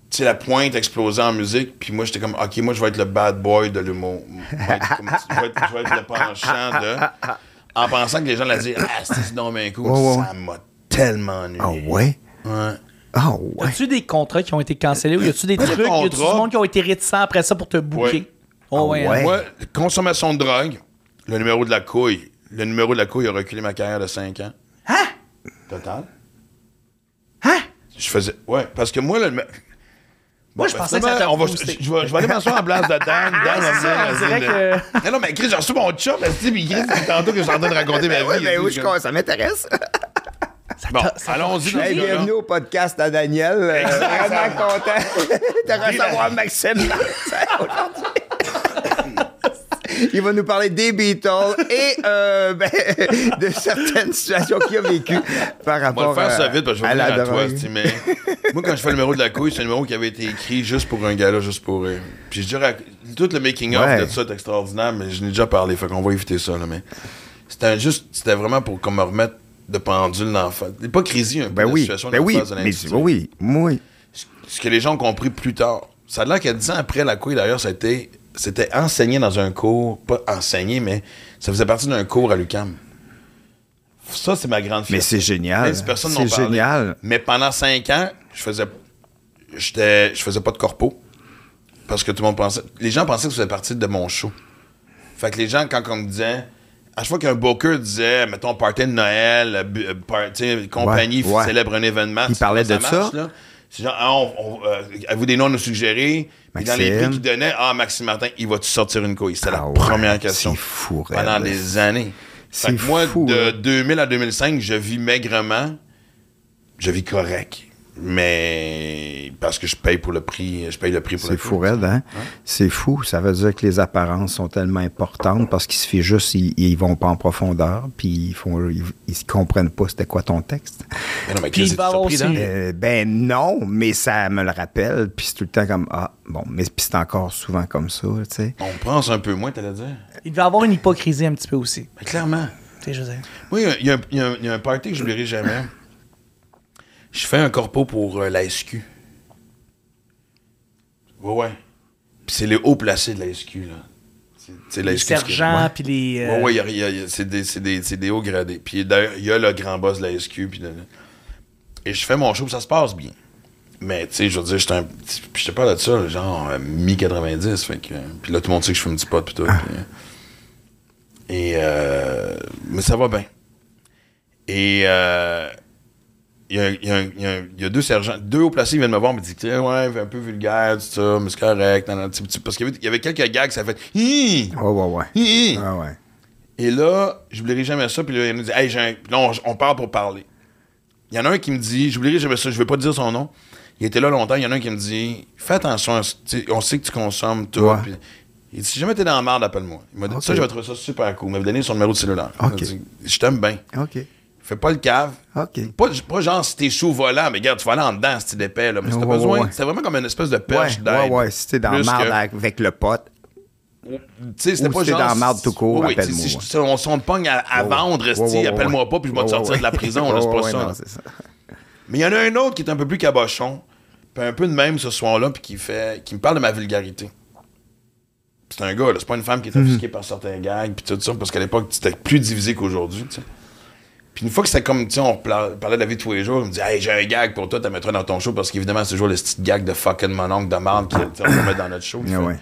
[SPEAKER 1] Tu tu sais, la pointe explosait en musique. Puis moi, j'étais comme, OK, moi, je vais être le bad boy de l'humour. Je vais être comme- je vais être- je vais être le penchant de. En pensant que les gens allaient dire, ah, c'est non, mais écoute,
[SPEAKER 6] Ouais, ouais.
[SPEAKER 1] ça m'a tellement ennuyé.
[SPEAKER 6] Ah ouais?
[SPEAKER 1] Ouais.
[SPEAKER 6] Ah
[SPEAKER 2] Y
[SPEAKER 6] ouais?
[SPEAKER 2] a-tu des contrats qui ont été cancellés ou y a-tu des
[SPEAKER 1] Pas de
[SPEAKER 2] trucs, y a-tu du
[SPEAKER 1] contrat.
[SPEAKER 2] monde qui ont été réticents après ça pour te bouquer?
[SPEAKER 1] Ouais.
[SPEAKER 2] Oh, ouais,
[SPEAKER 6] Ah ouais.
[SPEAKER 2] hein.
[SPEAKER 1] Moi, consommation de drogue, le numéro de la couille. Le numéro de la couille a reculé ma carrière de 5 ans.
[SPEAKER 2] Hein?
[SPEAKER 1] Total.
[SPEAKER 2] Hein?
[SPEAKER 1] Je faisais. Ouais, parce que moi, le. Moi,
[SPEAKER 2] Moi, je pensais que ça t'a
[SPEAKER 1] on va,
[SPEAKER 2] boosté. Ah,
[SPEAKER 1] je, je vais, je vais aller m'asseoir en place de Dan. Dan va venir,
[SPEAKER 2] on
[SPEAKER 1] elle
[SPEAKER 2] dirait
[SPEAKER 1] dit, le- Non, non, mais Chris, j'ai reçu mon chum. Elle dit, puis Chris, c'est tantôt que je suis en train de raconter ma vie.
[SPEAKER 6] Ouais, ben
[SPEAKER 1] Elle dit,
[SPEAKER 6] oui, je crois, ça m'intéresse.
[SPEAKER 1] Bon, allons-y. dans
[SPEAKER 6] Hey,
[SPEAKER 1] ce gars-là.
[SPEAKER 6] bienvenue au podcast à Daniel. Euh, vraiment content de recevoir Maxime Martin aujourd'hui. Il va nous parler des Beatles et euh, ben, de certaines situations qu'il a vécues par
[SPEAKER 1] On
[SPEAKER 6] rapport
[SPEAKER 1] va le faire
[SPEAKER 6] à,
[SPEAKER 1] ça vite parce que je
[SPEAKER 6] à
[SPEAKER 1] vais
[SPEAKER 6] la
[SPEAKER 1] venir à toi,
[SPEAKER 6] drogue.
[SPEAKER 1] tu sais, mais moi, quand je fais le numéro de la couille, c'est un numéro qui avait été écrit juste pour un gars-là, juste pour rire. Puis je dirais, tout le making-of
[SPEAKER 6] Ouais.
[SPEAKER 1] de ça est extraordinaire, mais je n'ai déjà parlé, fait qu'on va éviter ça, là, mais c'était un juste, c'était vraiment pour qu'on me remette de pendule dans la face. L'hypocrisie, un peu,
[SPEAKER 6] Ben
[SPEAKER 1] de la
[SPEAKER 6] oui,
[SPEAKER 1] situation de
[SPEAKER 6] ben
[SPEAKER 1] la
[SPEAKER 6] oui,
[SPEAKER 1] face de
[SPEAKER 6] mais
[SPEAKER 1] l'industrie.
[SPEAKER 6] oui, oui.
[SPEAKER 1] Ce que les gens ont compris plus tard. Ça a l'air qu'à 10 ans après la couille, d'ailleurs, ça a été- c'était enseigné dans un cours, pas enseigné, mais ça faisait partie d'un cours à l'UCAM. Ça, c'est ma grande fierté.
[SPEAKER 6] Mais c'est génial.
[SPEAKER 1] Plein de personnes
[SPEAKER 6] C'est
[SPEAKER 1] n'ont parlé.
[SPEAKER 6] génial.
[SPEAKER 1] Mais pendant cinq ans, je faisais, j'étais, je faisais pas de corpo. Parce que tout le monde pensait. Les gens pensaient que ça faisait partie de mon show. Fait que les gens, quand on me disait. À chaque fois qu'un booker disait, mettons, party de Noël, euh, bu- euh, par- tu sais, compagnie
[SPEAKER 6] Ouais, ouais.
[SPEAKER 1] célèbre un événement.
[SPEAKER 6] Il
[SPEAKER 1] tu sais
[SPEAKER 6] parlait
[SPEAKER 1] comment
[SPEAKER 6] de
[SPEAKER 1] marche,
[SPEAKER 6] ça?
[SPEAKER 1] là. C'est genre, ah, on- on, euh, avez-vous des noms à nous suggérer? Puis dans les prix
[SPEAKER 6] Maxime.
[SPEAKER 1] qu'il donnait, ah, Maxime Martin, il va-tu sortir une couille? C'était la
[SPEAKER 6] Ah ouais,
[SPEAKER 1] première question.
[SPEAKER 6] c'est fou,
[SPEAKER 1] Pendant
[SPEAKER 6] raide.
[SPEAKER 1] des années.
[SPEAKER 6] C'est
[SPEAKER 1] Fait que moi,
[SPEAKER 6] fou,
[SPEAKER 1] de
[SPEAKER 6] hein.
[SPEAKER 1] 2000 à 2005, je vis maigrement. Je vis correct. Mais parce que je paye pour le prix, je paye le prix pour
[SPEAKER 6] C'est
[SPEAKER 1] le
[SPEAKER 6] fou,
[SPEAKER 1] prix.
[SPEAKER 6] raide, hein? C'est fou. Ça veut dire que les apparences sont tellement importantes parce qu'il suffit juste, ils, ils vont pas en profondeur, puis ils font, ils, ils comprennent pas c'était quoi ton texte.
[SPEAKER 1] Mais non, mais
[SPEAKER 2] Puis
[SPEAKER 1] Chris,
[SPEAKER 2] il
[SPEAKER 1] es-tu
[SPEAKER 2] va avoir
[SPEAKER 1] surpris, hein.
[SPEAKER 2] aussi-
[SPEAKER 1] Dan?
[SPEAKER 6] Euh, ben non, mais ça me le rappelle, puis c'est tout le temps comme ah bon, mais puis c'est encore souvent comme ça, tu sais.
[SPEAKER 1] On pense un peu moins, t'allais dire.
[SPEAKER 2] Il devait avoir une hypocrisie un petit peu aussi.
[SPEAKER 1] Mais clairement.
[SPEAKER 2] Tu sais, je veux dire.
[SPEAKER 1] Moi, il y a- il y, a un- il y a un- il y a un party que je n'oublierai jamais. Je fais un corpo pour euh, la SQ. Ouais, ouais. Puis c'est les hauts placés de la SQ, là. C'est- C'est la
[SPEAKER 2] Les
[SPEAKER 1] SQ, ce que- Ouais.
[SPEAKER 2] sergents, puis les. euh,
[SPEAKER 1] Ouais, ouais, y a- y a- y a- c'est des, c'est des- c'est des hauts gradés. Puis d'ailleurs, il y a le grand boss de la SQ. Puis de- et je fais mon show, puis ça se passe bien. Mais tu sais, je veux dire, j'étais un petit- puis je te parle de ça, là, genre euh, mi-90. Fait que. euh, Puis là, tout le monde sait que je fume du pot, puis tout. puis, euh, et. euh, mais ça va bien. Et. euh, il y, a, il y a un- il y a un- il y a deux sergents, deux hauts placés, ils viennent me voir, ils me disent, Tiens, ouais, un peu vulgaire, tout ça, mais c'est correct. nan, nan, tu- tu- parce qu'il y avait, il y avait quelques gags, ça fait, hi,
[SPEAKER 6] Ouais ouais ouais.
[SPEAKER 1] hi, hi.
[SPEAKER 6] Ouais Ah, ouais.
[SPEAKER 1] Et là, j'oublierai jamais ça. Puis là, il me dit, hey, j'ai un... Puis là, on, on part pour parler. Il y en a un qui me dit, j'oublierai jamais ça, je vais pas te dire son nom. Il était là longtemps. Il y en a un qui me dit, fais attention, tu sais, on sait que tu consommes, toi.
[SPEAKER 6] Ouais.
[SPEAKER 1] Puis, il dit, si jamais t'es dans la merde, appelle-moi. Il m'a dit, ça,
[SPEAKER 6] Ok.
[SPEAKER 1] je vais trouver ça super cool. Il m'a donné son numéro de cellulaire. Il m'a
[SPEAKER 6] Ok.
[SPEAKER 1] dit, je t'aime bien.
[SPEAKER 6] OK.
[SPEAKER 1] Fais pas le cave.
[SPEAKER 6] OK.
[SPEAKER 1] Pas, pas genre si t'es sous volant, mais regarde, tu vas aller en dedans si t'es d'épais. Là. Mais si t'as
[SPEAKER 6] Ouais, ouais,
[SPEAKER 1] besoin,
[SPEAKER 6] ouais.
[SPEAKER 1] c'était vraiment comme une espèce de perche
[SPEAKER 6] Ouais,
[SPEAKER 1] d'aide.
[SPEAKER 6] ouais, ouais, si t'es dans la
[SPEAKER 1] Plus
[SPEAKER 6] marde
[SPEAKER 1] que-
[SPEAKER 6] avec le pote,
[SPEAKER 1] tu sais, c'était
[SPEAKER 6] Ou
[SPEAKER 1] pas
[SPEAKER 6] si t'es
[SPEAKER 1] genre.
[SPEAKER 6] dans la marde tout court,
[SPEAKER 1] Oui, oui,
[SPEAKER 6] appelle-moi,
[SPEAKER 1] si- si-
[SPEAKER 6] ouais.
[SPEAKER 1] si on, si on te pogne à, à vendre, esti,
[SPEAKER 6] Oh. Ouais, ouais, ouais,
[SPEAKER 1] appelle-moi
[SPEAKER 6] ouais.
[SPEAKER 1] pas, puis je vais te
[SPEAKER 6] Ouais,
[SPEAKER 1] sortir
[SPEAKER 6] ouais,
[SPEAKER 1] de la
[SPEAKER 6] ouais.
[SPEAKER 1] prison, là, c'est
[SPEAKER 6] Ouais,
[SPEAKER 1] pas
[SPEAKER 6] ouais,
[SPEAKER 1] ça.
[SPEAKER 6] non,
[SPEAKER 1] là.
[SPEAKER 6] c'est ça.
[SPEAKER 1] Mais il y en a un autre qui est un peu plus cabochon, puis un peu de même ce soir-là, puis qui, fait, qui me parle de ma vulgarité. Puis C'est un gars, là, c'est pas une femme qui est
[SPEAKER 6] Mhm.
[SPEAKER 1] offusquée par certains gags, puis tout ça, parce qu'à l'époque, c'était plus divisé qu'aujourd'hui, tu sais. Puis une fois que c'était comme, tu sais, on pla- parlait de la vie de tous les jours, il me dit, hey, j'ai un gag pour toi, t'as mettrais dans ton show, parce qu'évidemment, c'est toujours le petit gag de fucking mon oncle de marde qui tu sais, on va mettre dans notre show. Il
[SPEAKER 6] Ouais,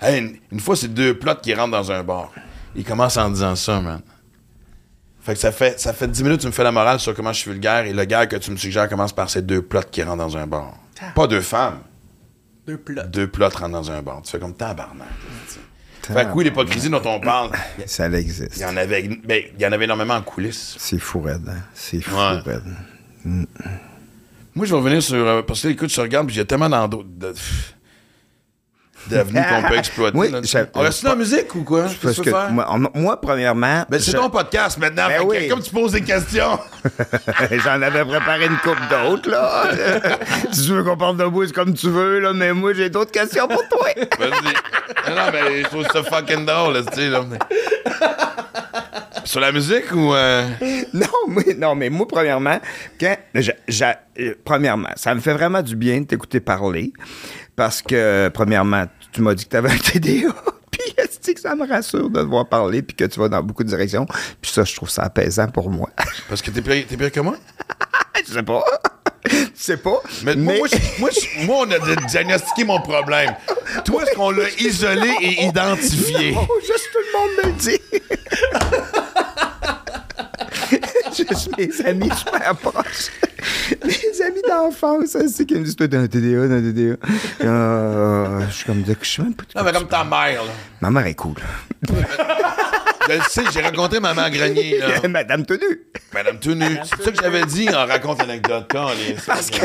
[SPEAKER 1] fait,
[SPEAKER 6] ouais.
[SPEAKER 1] Hey, une, une fois, c'est deux plots qui rentrent dans un bar. Ils commencent en disant ça, man. Fait que ça fait, ça fait 10 minutes que tu me fais la morale sur comment je suis vulgaire et le gars que tu me suggères commence par ces deux plots qui rentrent dans un bar. Pas deux femmes,
[SPEAKER 2] Deux plots.
[SPEAKER 1] deux plots rentrent dans un bar. Tu fais comme tabarnak. tu sais. Fait que oui, l'hypocrisie dont on parle,
[SPEAKER 6] ça
[SPEAKER 1] il
[SPEAKER 6] existe.
[SPEAKER 1] y en avait, ben, il y en avait énormément en coulisses.
[SPEAKER 6] C'est fou raide, hein. C'est fou
[SPEAKER 1] Ouais.
[SPEAKER 6] raide.
[SPEAKER 1] Moi, je vais revenir sur. euh, parce que là, écoute, je regarde, puis il y a tellement d'endro- de- pff, d'avenues qu'on peut exploiter.
[SPEAKER 6] Oui,
[SPEAKER 1] là, tu
[SPEAKER 6] je-
[SPEAKER 1] sais. on reste dans la musique ou quoi? Qu'est-ce
[SPEAKER 6] Parce
[SPEAKER 1] que tu veux
[SPEAKER 6] que
[SPEAKER 1] faire?
[SPEAKER 6] moi, on- moi, premièrement,
[SPEAKER 1] Ben, c'est
[SPEAKER 6] je-
[SPEAKER 1] ton podcast maintenant.
[SPEAKER 6] Ben
[SPEAKER 1] fait que
[SPEAKER 6] oui.
[SPEAKER 1] Comme tu poses des questions.
[SPEAKER 6] J'en avais préparé une coupe d'autres, là. si tu veux qu'on parle de bouise comme tu veux, là, mais moi, j'ai d'autres questions pour toi.
[SPEAKER 1] Vas-y. Non, non, mais je trouve ça fucking drôle, là, tu sais. là. Sur la musique ou. euh,
[SPEAKER 6] Non, moi- non, mais moi, premièrement, quand, j'a- j'a- euh, premièrement, ça me fait vraiment du bien de t'écouter parler parce que, premièrement, tu- tu m'as dit que tu avais un TDA. Puis, est-ce que ça me rassure de te voir parler puis que tu vas dans beaucoup de directions? Puis ça, je trouve ça apaisant pour moi.
[SPEAKER 1] Parce que t'es pire, t'es pire que moi?
[SPEAKER 6] je sais pas. Je sais pas.
[SPEAKER 1] Mais, moi, Moi, je- moi, je- moi, on a de- diagnostiqué mon problème. Toi, est-ce qu'on l'a isolé et identifié?
[SPEAKER 6] Non, juste tout le monde Oh, me le dit. Juste mes amis super proches. Mes amis d'enfance, hein, c'est qui me disent Toi, t'as un TDA, t'as un TDA. Euh, je suis comme, je sais même pas. de
[SPEAKER 1] Non,
[SPEAKER 6] quoi
[SPEAKER 1] mais
[SPEAKER 6] tu
[SPEAKER 1] comme ta mère, là.
[SPEAKER 6] parles. Ma mère est cool.
[SPEAKER 1] Je le sais, j'ai rencontré maman Grenier, là.
[SPEAKER 6] Madame Tenue.
[SPEAKER 1] Madame tout nue. C'est ça que j'avais dit en raconte l'anecdote.
[SPEAKER 6] Parce que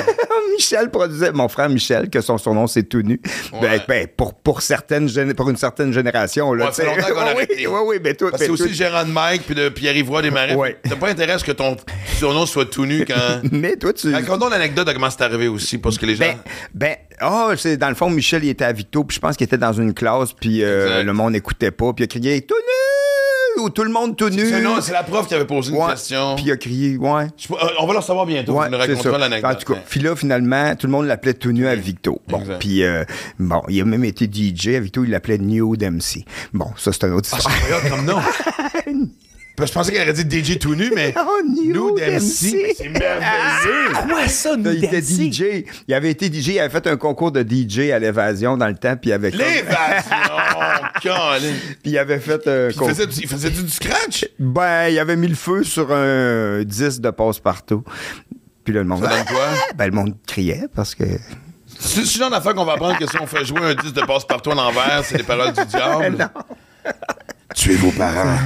[SPEAKER 6] Michel produisait, mon frère Michel, que son surnom c'est tout nu. Ben,
[SPEAKER 1] Ouais.
[SPEAKER 6] ben, pour, pour, certaines, géné- pour une certaine génération. Là,
[SPEAKER 1] Ouais, ça fait
[SPEAKER 6] tu sais.
[SPEAKER 1] longtemps qu'on a
[SPEAKER 6] Ouais,
[SPEAKER 1] arrêté.
[SPEAKER 6] Oui, oui, mais toi,
[SPEAKER 1] Parce que c'est
[SPEAKER 6] ben,
[SPEAKER 1] aussi
[SPEAKER 6] toi-
[SPEAKER 1] le gérant de Mike puis de Pierre-Yves Roy des Marais.
[SPEAKER 6] Ouais.
[SPEAKER 1] T'as pas intérêt à ce que ton surnom soit tout nu quand.
[SPEAKER 6] Mais toi, tu.
[SPEAKER 1] Racontons l'anecdote de comment c'est arrivé aussi, parce que les gens.
[SPEAKER 6] Ben, ben, oh, c'est dans le fond, Michel, il était à Victo, puis je pense qu'il était dans une classe, puis euh,
[SPEAKER 1] Exact.
[SPEAKER 6] le monde n'écoutait pas, puis il a crié tout nu ou tout le monde tout nu.
[SPEAKER 1] C'est- non, c'est la prof qui avait posé une
[SPEAKER 6] Ouais.
[SPEAKER 1] question.
[SPEAKER 6] Puis il a crié, ouais.
[SPEAKER 1] Je sais pas, euh, on va le savoir bientôt.
[SPEAKER 6] Ouais,
[SPEAKER 1] tu nous
[SPEAKER 6] c'est
[SPEAKER 1] raconteras
[SPEAKER 6] ça.
[SPEAKER 1] l'anecdote.
[SPEAKER 6] En tout cas, puis là, finalement, tout le monde l'appelait tout nu à Victo. Bon,
[SPEAKER 1] Exact.
[SPEAKER 6] puis euh, bon, il a même été DJ à Victo, il l'appelait New Dempsey. Bon, ça, c'est un autre
[SPEAKER 1] Ah,
[SPEAKER 6] histoire.
[SPEAKER 1] c'est incroyable comme nom. Parce que je pensais qu'elle aurait dit DJ tout nu, mais.
[SPEAKER 6] Oh, New
[SPEAKER 1] Nude
[SPEAKER 6] MC.
[SPEAKER 1] MC. C'est merveilleux.
[SPEAKER 2] Quoi ça, nous
[SPEAKER 6] Ah! il était
[SPEAKER 2] Dempsey?
[SPEAKER 6] DJ. Il avait été DJ, il avait fait un concours de DJ à l'évasion dans le temps, puis il avait, comme-
[SPEAKER 1] L'évasion. Colin.
[SPEAKER 6] puis il avait fait un
[SPEAKER 1] Il faisait du- il faisait du scratch.
[SPEAKER 6] Ben, il avait mis le feu sur un 10 de passe-partout. Puis là, le monde.
[SPEAKER 1] Ça donne quoi?
[SPEAKER 6] Ben, le monde criait parce que.
[SPEAKER 1] C'est c'est le genre d'affaire qu'on va apprendre que si on fait jouer un 10 de passe partout à l'envers, c'est les paroles du diable.
[SPEAKER 6] Tuez vos parents.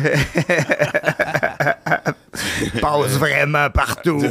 [SPEAKER 6] Passe vraiment partout.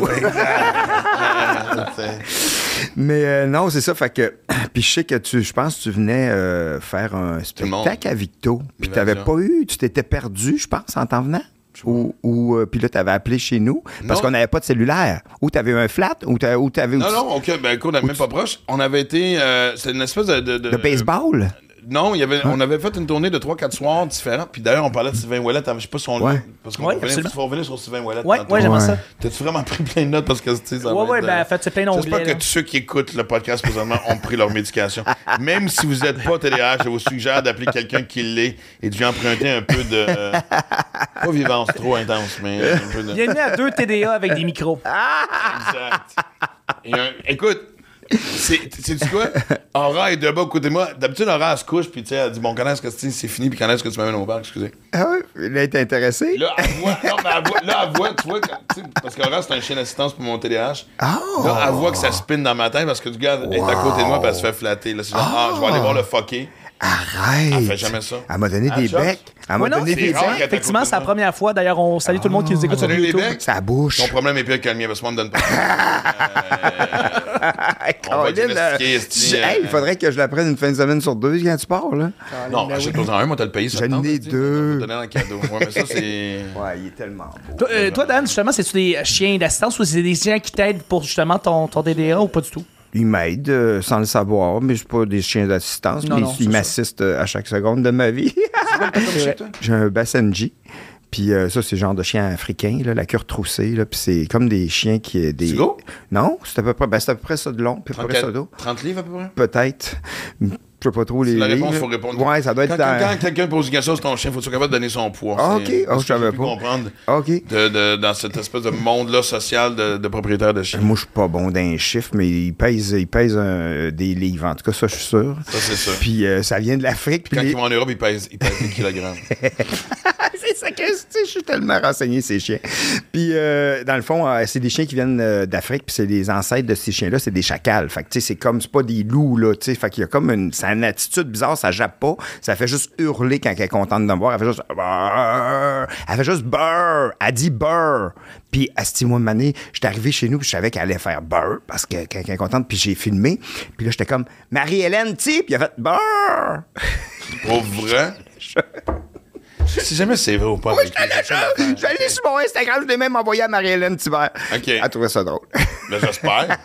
[SPEAKER 1] C'est-
[SPEAKER 6] Mais euh, non, c'est ça. Fait que. Puis je sais que tu. Je pense que tu venais euh, faire un
[SPEAKER 1] monde.
[SPEAKER 6] spectacle à Victo. Puis t'avais
[SPEAKER 1] Évasion.
[SPEAKER 6] pas eu. Tu t'étais perdu, je pense, en t'en venant. Ou, ou euh, puis là, t'avais appelé chez nous parce
[SPEAKER 1] Non.
[SPEAKER 6] qu'on n'avait pas de cellulaire. Ou t'avais eu un flat, ou t'avais. ou t'avais-
[SPEAKER 1] Non, non, ok, ben écoute, on est même pas proche. On avait été. euh, C'était une espèce de. De, de-
[SPEAKER 6] De
[SPEAKER 1] Euh,
[SPEAKER 6] baseball?
[SPEAKER 1] Non, il y avait, on avait fait une tournée de 3-4 soirs différents. Puis d'ailleurs, on parlait de Sylvain Ouellet. Je sais pas si on
[SPEAKER 6] Ouais.
[SPEAKER 1] Parce qu'on
[SPEAKER 2] Ouais,
[SPEAKER 1] revenait-
[SPEAKER 2] absolument.
[SPEAKER 1] faut revenir sur Sylvain Ouellet.
[SPEAKER 2] Ouais,
[SPEAKER 1] tantôt.
[SPEAKER 2] ouais, j'aimerais
[SPEAKER 6] Ouais.
[SPEAKER 2] ça.
[SPEAKER 1] T'as-tu vraiment pris plein de notes parce que tu sais, ça
[SPEAKER 2] Ouais,
[SPEAKER 1] va
[SPEAKER 2] ouais,
[SPEAKER 1] être,
[SPEAKER 2] ben,
[SPEAKER 1] euh,
[SPEAKER 2] faites plein d'onglets,
[SPEAKER 1] J'espère que
[SPEAKER 2] là.
[SPEAKER 1] tous ceux qui écoutent le podcast présentement ont pris leur médication. Même si vous n'êtes pas TDAH, je vous suggère d'appeler quelqu'un qui l'est et de lui emprunter un peu de. euh, pas vivance trop intense, mais un peu de.
[SPEAKER 2] Bienvenue à deux TDA avec des micros.
[SPEAKER 1] Ah,
[SPEAKER 2] Ah,
[SPEAKER 1] Exact. Et un- écoute, c'est tu quoi? Aura est debout à côté de moi. D'habitude, Aura, elle se couche, puis tu sais, elle dit Bon, quand est-ce que c'est c'est fini, puis quand est-ce que tu m'amènes au bar, excusez.
[SPEAKER 6] Ah oui, il a été intéressé.
[SPEAKER 1] Là, elle voit, non, mais elle voit, là, elle voit, tu vois, quand- tu sais, parce qu'Aura, c'est un chien d'assistance pour mon TDAH.
[SPEAKER 6] Ah!
[SPEAKER 1] Là, elle voit que ça spinne dans ma tête parce que du gars elle est à côté de moi, puis elle se fait flatter. Là, c'est genre, ah, je vais aller voir le fucké.
[SPEAKER 6] Arrête!
[SPEAKER 1] Elle fait jamais ça.
[SPEAKER 6] Elle m'a donné
[SPEAKER 1] Hein,
[SPEAKER 6] des
[SPEAKER 1] Chuck?
[SPEAKER 6] becs. Elle m'a
[SPEAKER 2] Ouais, non,
[SPEAKER 6] donné
[SPEAKER 1] c'est
[SPEAKER 6] des
[SPEAKER 1] rare
[SPEAKER 6] becs.
[SPEAKER 1] qu'elle est à
[SPEAKER 2] Effectivement,
[SPEAKER 1] côté de
[SPEAKER 2] c'est la
[SPEAKER 1] moi.
[SPEAKER 2] première fois. D'ailleurs, on salue tout le monde qui nous écoute sur
[SPEAKER 1] Ah. Salut les
[SPEAKER 2] YouTube.
[SPEAKER 1] becs.
[SPEAKER 6] Sa bouche.
[SPEAKER 1] Ton problème est pire que le mien, parce que moi, on me donne pas. on va
[SPEAKER 6] Colin, là,
[SPEAKER 1] diagnostiquer, esti,
[SPEAKER 6] j-
[SPEAKER 1] euh,
[SPEAKER 6] hey, il faudrait que je la prenne une fin de semaine sur deux quand tu pars, là.
[SPEAKER 1] Non, achète-toi-en un, moi, t'as le payé. ça
[SPEAKER 6] Ah, J'en
[SPEAKER 1] te tente,
[SPEAKER 6] ai
[SPEAKER 1] tu sais, Je
[SPEAKER 6] deux.
[SPEAKER 1] vais te donner un cadeau. Ouais, mais ça, c'est.
[SPEAKER 6] Ouais, il est tellement beau.
[SPEAKER 2] Toi, euh, toi, Dan, justement, c'est-tu des chiens d'assistance ou c'est des chiens qui t'aident pour justement ton, ton DDA ou pas du tout?
[SPEAKER 6] Il m'aide euh, sans le savoir, mais je suis pas des chiens d'assistance.
[SPEAKER 2] Non,
[SPEAKER 6] mais
[SPEAKER 2] non,
[SPEAKER 6] il
[SPEAKER 2] c'est
[SPEAKER 6] m'assiste euh, à chaque seconde de ma vie. J'ai un Basenji. Puis euh, ça, c'est le genre de chien africain, là, la cure troussée. Là, puis c'est comme des chiens qui... Des...
[SPEAKER 1] C'est gros?
[SPEAKER 6] Non, c'est à peu près, ben, c'est à peu près ça de long, puis à peu près ça d'eau.
[SPEAKER 1] 30 livres à peu près?
[SPEAKER 6] Peut-être. Je sais pas trop les.
[SPEAKER 1] C'est la
[SPEAKER 6] livres,
[SPEAKER 1] réponse,
[SPEAKER 6] là.
[SPEAKER 1] faut répondre.
[SPEAKER 6] Ouais, ça doit être.
[SPEAKER 1] Quand,
[SPEAKER 6] dans-
[SPEAKER 1] quand, quand quelqu'un pose une question sur ton chien, faut-tu être capable de donner son poids?
[SPEAKER 6] Ah, ok.
[SPEAKER 1] C'est-
[SPEAKER 6] Ah,
[SPEAKER 1] parce
[SPEAKER 6] je
[SPEAKER 1] que j'ai
[SPEAKER 6] savais
[SPEAKER 1] pu
[SPEAKER 6] pas.
[SPEAKER 1] comprendre
[SPEAKER 6] Ok.
[SPEAKER 1] de, de- dans cette espèce de monde-là social de, de propriétaire de chiens.
[SPEAKER 6] Euh, Moi, je suis pas bon d'un chiffre, mais il pèse, il pèse euh, des livres. En tout cas, ça, je suis sûr.
[SPEAKER 1] Ça, c'est sûr.
[SPEAKER 6] Puis euh, ça vient de l'Afrique.
[SPEAKER 1] Quand
[SPEAKER 6] puis les-
[SPEAKER 1] ils vont en Europe, ils pèsent, ils pèsent des kilogrammes.
[SPEAKER 6] c'est ça que je tu sais, je suis tellement renseigné, ces chiens. Puis, euh, dans le fond, euh, c'est des chiens qui viennent euh, d'Afrique, puis c'est les ancêtres de ces chiens-là, c'est des chacals. Fait que, tu sais, c'est comme, c'est pas des loups, là, tu sais. Fait qu'il y a comme une, ça a une attitude bizarre, ça jappe pas, ça fait juste hurler quand elle est contente de me voir, elle fait juste, Brrr. elle fait juste beurre, elle dit beurre. Puis, à ce moment donné, j'étais arrivé chez nous, puis je savais qu'elle allait faire beurre, parce que quand elle est contente, puis j'ai filmé, puis là, j'étais comme, Marie-Hélène, tu sais, puis elle a fait beurre.
[SPEAKER 1] Pour vrai? Si jamais c'est vrai ou pas.
[SPEAKER 6] Moi,
[SPEAKER 1] mais-
[SPEAKER 6] je l'ai- je- je l'ai sur mon Instagram, je l'ai même envoyé à Marie-Hélène Thibert.
[SPEAKER 1] OK.
[SPEAKER 6] Elle trouvait ça drôle.
[SPEAKER 1] Ben, j'espère.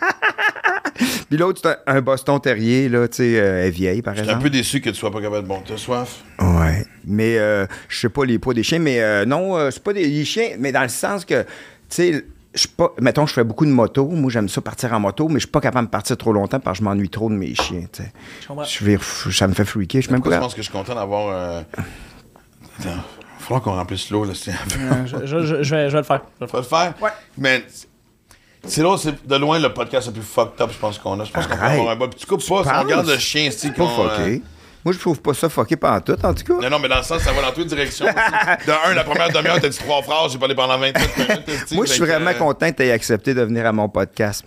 [SPEAKER 6] Puis l'autre, c'est un, un Boston Terrier, là, tu sais, euh, elle est vieille, par
[SPEAKER 1] J'étais un peu
[SPEAKER 6] exemple.
[SPEAKER 1] déçu que tu sois pas capable de monter. T'as soif?
[SPEAKER 6] Ouais. Mais euh, je sais pas les poids des chiens, mais euh, non, euh, c'est pas des les chiens, mais dans le sens que, tu sais, je suis pas. Mettons, je fais beaucoup de moto. Moi, j'aime ça partir en moto, mais je suis pas capable de partir trop longtemps parce que je m'ennuie trop de mes chiens, tu sais.
[SPEAKER 2] comprends.
[SPEAKER 6] Je vais ref- Ça me fait freaker. Je suis même
[SPEAKER 1] Pourquoi
[SPEAKER 6] pas.
[SPEAKER 1] je pense que je suis content d'avoir. euh, Attends, il va falloir qu'on remplisse l'eau, là. c'est-
[SPEAKER 2] Je, je- je- je vais, je vais le faire. Je vais le
[SPEAKER 1] Faut le faire? Ouais. Mais c'est là, c'est de loin le podcast le plus fucked up, je pense qu'on a. Je pense qu'on peut
[SPEAKER 6] Arrête.
[SPEAKER 1] avoir un bon. Puis tu coupes pas, si on
[SPEAKER 6] penses?
[SPEAKER 1] regarde le chien, c'est
[SPEAKER 6] Pas
[SPEAKER 1] euh,
[SPEAKER 6] fucké. Moi, je trouve pas ça fucké pendant tout, en tout cas.
[SPEAKER 1] Non, non, mais dans le sens, ça va dans toutes les directions. aussi. De un, la première demi-heure, t'as dit trois phrases, j'ai parlé pendant 25 minutes. t'as dit,
[SPEAKER 6] Moi, je suis
[SPEAKER 1] fait que,
[SPEAKER 6] vraiment
[SPEAKER 1] euh,
[SPEAKER 6] content que tu aies accepté de venir à mon podcast.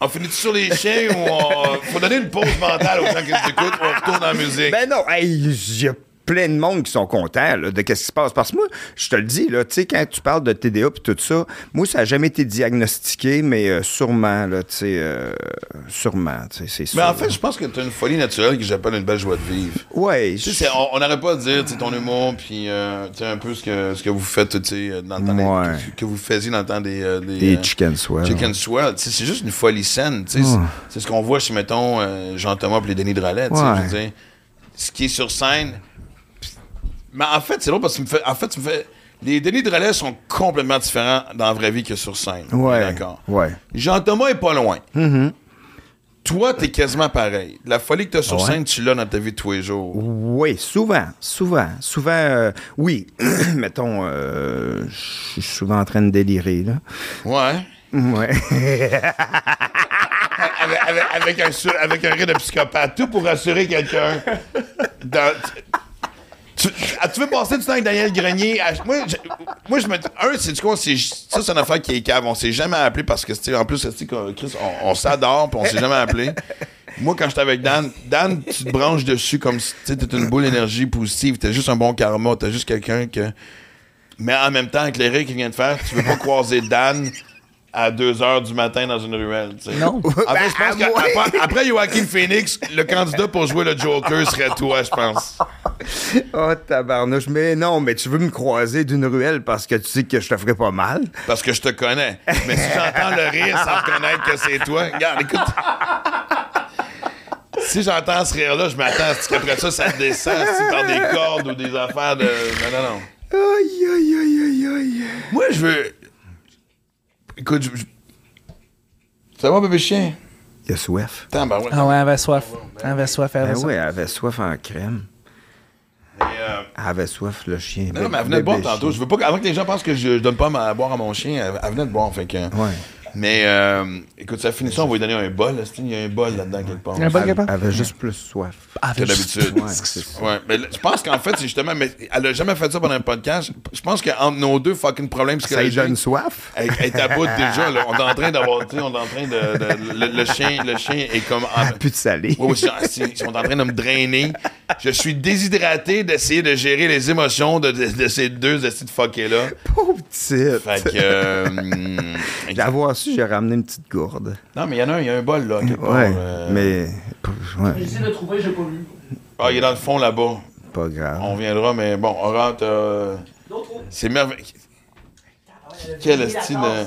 [SPEAKER 1] On finit sur les chiens ou on. Faut donner une pause mentale aux gens qui nous écoutent, on retourne en musique.
[SPEAKER 6] ben non, hey, il y a plein de monde qui sont contents là, de qu'est-ce qui se passe. Parce que moi, je te le dis, là, tu sais, quand tu parles de TDA et tout ça, moi, ça n'a jamais été diagnostiqué, mais euh, sûrement, là, tu sais, euh, sûrement, tu sais, c'est sûr.
[SPEAKER 1] Mais en fait, je pense que t'as une folie naturelle que j'appelle une belle joie de vivre.
[SPEAKER 6] ouais,
[SPEAKER 1] Tu
[SPEAKER 6] je-
[SPEAKER 1] sais, c'est- on on n'arrête pas à dire tu sais, ton humour, puis euh, tu sais, un peu ce que, ce que vous faites, tu sais, euh, dans le temps des-
[SPEAKER 6] Ouais.
[SPEAKER 1] que- que vous faisiez dans le temps des... euh, des,
[SPEAKER 6] Des
[SPEAKER 1] euh,
[SPEAKER 6] chicken swell.
[SPEAKER 1] Chicken swell. Tu sais, c'est juste une folie saine, tu sais. C'est- C'est ce qu'on voit chez, mettons, euh, Jean-Thomas et les Denis Drolet, tu sais,
[SPEAKER 6] Ouais.
[SPEAKER 1] je veux dire. Ce qui est sur scène... pis- Mais en fait, c'est drôle parce que tu me fais- en fait, tu me fais... Les Denis Drolet sont complètement différents dans la vraie vie que sur scène. On est
[SPEAKER 6] Ouais,
[SPEAKER 1] D'accord.
[SPEAKER 6] ouais. Mm-hmm.
[SPEAKER 1] Jean-Thomas est pas loin. Toi, t'es quasiment pareil. La folie que t'as sur scène, tu l'as dans ta vie de tous les jours.
[SPEAKER 6] Oui, souvent, souvent, souvent, euh, oui, mettons, euh, je suis souvent en train de délirer, là.
[SPEAKER 1] Ouais.
[SPEAKER 6] Ouais.
[SPEAKER 1] avec, avec- avec un, sur- avec un rire de psychopathe. Tout pour rassurer quelqu'un. Dans- tu, tu- ah, tu veux passer du temps avec Daniel Grenier? à- moi, je, moi, je me dis- Un, c'est du coup, c'est- ça, c'est une affaire qui est cave. On s'est jamais appelé parce que, tu sais, en plus, tu sais, qu'on- Chris, on, on s'adore puis on s'est jamais appelé. Moi, quand j'étais avec Dan, Dan, tu te branches dessus comme si tu étais une boule d'énergie positive. T'es juste un bon karma. T'es juste quelqu'un que. Mais en même temps, éclairé qui vient de faire, tu veux pas croiser Dan à 2 h du matin dans une ruelle. tu sais.
[SPEAKER 2] Non.
[SPEAKER 1] Après, Ah, je pense
[SPEAKER 6] Ben, à moi.
[SPEAKER 1] qu'après- après, Joaquin Phoenix, le candidat pour jouer le Joker serait toi, je pense.
[SPEAKER 6] Oh, tabarnouche. Mais non, mais tu veux me croiser d'une ruelle parce que tu sais que je te ferai pas mal.
[SPEAKER 1] Parce que je te connais. Mais si j'entends le rire sans reconnaître que c'est toi, regarde, écoute. Si j'entends ce rire-là, je m'attends à ce qu'après ça, ça descend si par des cordes ou des affaires de. Non, non, non.
[SPEAKER 6] Aïe, aïe, aïe, aïe, aïe.
[SPEAKER 1] Moi, je veux. Écoute, je. je- Ça va, bébé chien?
[SPEAKER 6] Il a soif.
[SPEAKER 1] Attends, ben ouais.
[SPEAKER 2] Ah ouais, elle avait soif. Elle avait soif, elle avait
[SPEAKER 6] Ben
[SPEAKER 2] soif.
[SPEAKER 6] oui, elle avait soif en crème.
[SPEAKER 1] Mais, euh,
[SPEAKER 6] Elle avait soif, le chien.
[SPEAKER 1] Non, non, mais elle venait de
[SPEAKER 6] Le
[SPEAKER 1] boire
[SPEAKER 6] bébé
[SPEAKER 1] tantôt. Je veux pas que- avant que les gens pensent que je, je donne pas ma- à boire à mon chien. Elle, elle venait de boire, fait que.
[SPEAKER 6] Ouais.
[SPEAKER 1] Mais euh, écoute, ça finit ça, on va lui donner un bol. là. C'est- Il y a un bol là-dedans quelque part.
[SPEAKER 2] Un bol
[SPEAKER 6] chien.
[SPEAKER 2] quelque part?
[SPEAKER 6] Elle avait juste plus soif.
[SPEAKER 2] Ah,
[SPEAKER 1] Que
[SPEAKER 2] elle avait
[SPEAKER 1] d'habitude.
[SPEAKER 6] Ouais, c'est ça.
[SPEAKER 1] Ouais, mais là, je pense qu'en fait, c'est justement, mais elle a jamais fait ça pendant un podcast. Je pense qu'entre nos deux fucking problèmes
[SPEAKER 6] Ça lui
[SPEAKER 1] psychologiques,
[SPEAKER 6] donne soif?
[SPEAKER 1] elle, elle est à bout déjà. Là. On est en train d'avoir, tu sais, on est en train de, de- le, le chien, le chien est comme. en-
[SPEAKER 6] Elle a plus de salé.
[SPEAKER 1] Oui, oui, c'est- ils sont en train de me drainer. Je suis déshydraté d'essayer de gérer les émotions de, de- de ces deux assis de fuckés-là.
[SPEAKER 6] Pauvre petite.
[SPEAKER 1] Fait que. euh, hum,
[SPEAKER 6] D'avoir su, j'ai ramené une petite gourde.
[SPEAKER 1] non, mais il y en a un, il y a un bol, là. quelque part,
[SPEAKER 6] Ouais,
[SPEAKER 1] euh.
[SPEAKER 6] mais... Ouais,
[SPEAKER 2] de trouver, j'ai pas vu.
[SPEAKER 1] Ah, il est dans le fond, là-bas.
[SPEAKER 6] pas grave.
[SPEAKER 1] On viendra, mais bon, Aurore, t'as- C'est merveilleux. Quel style. euh,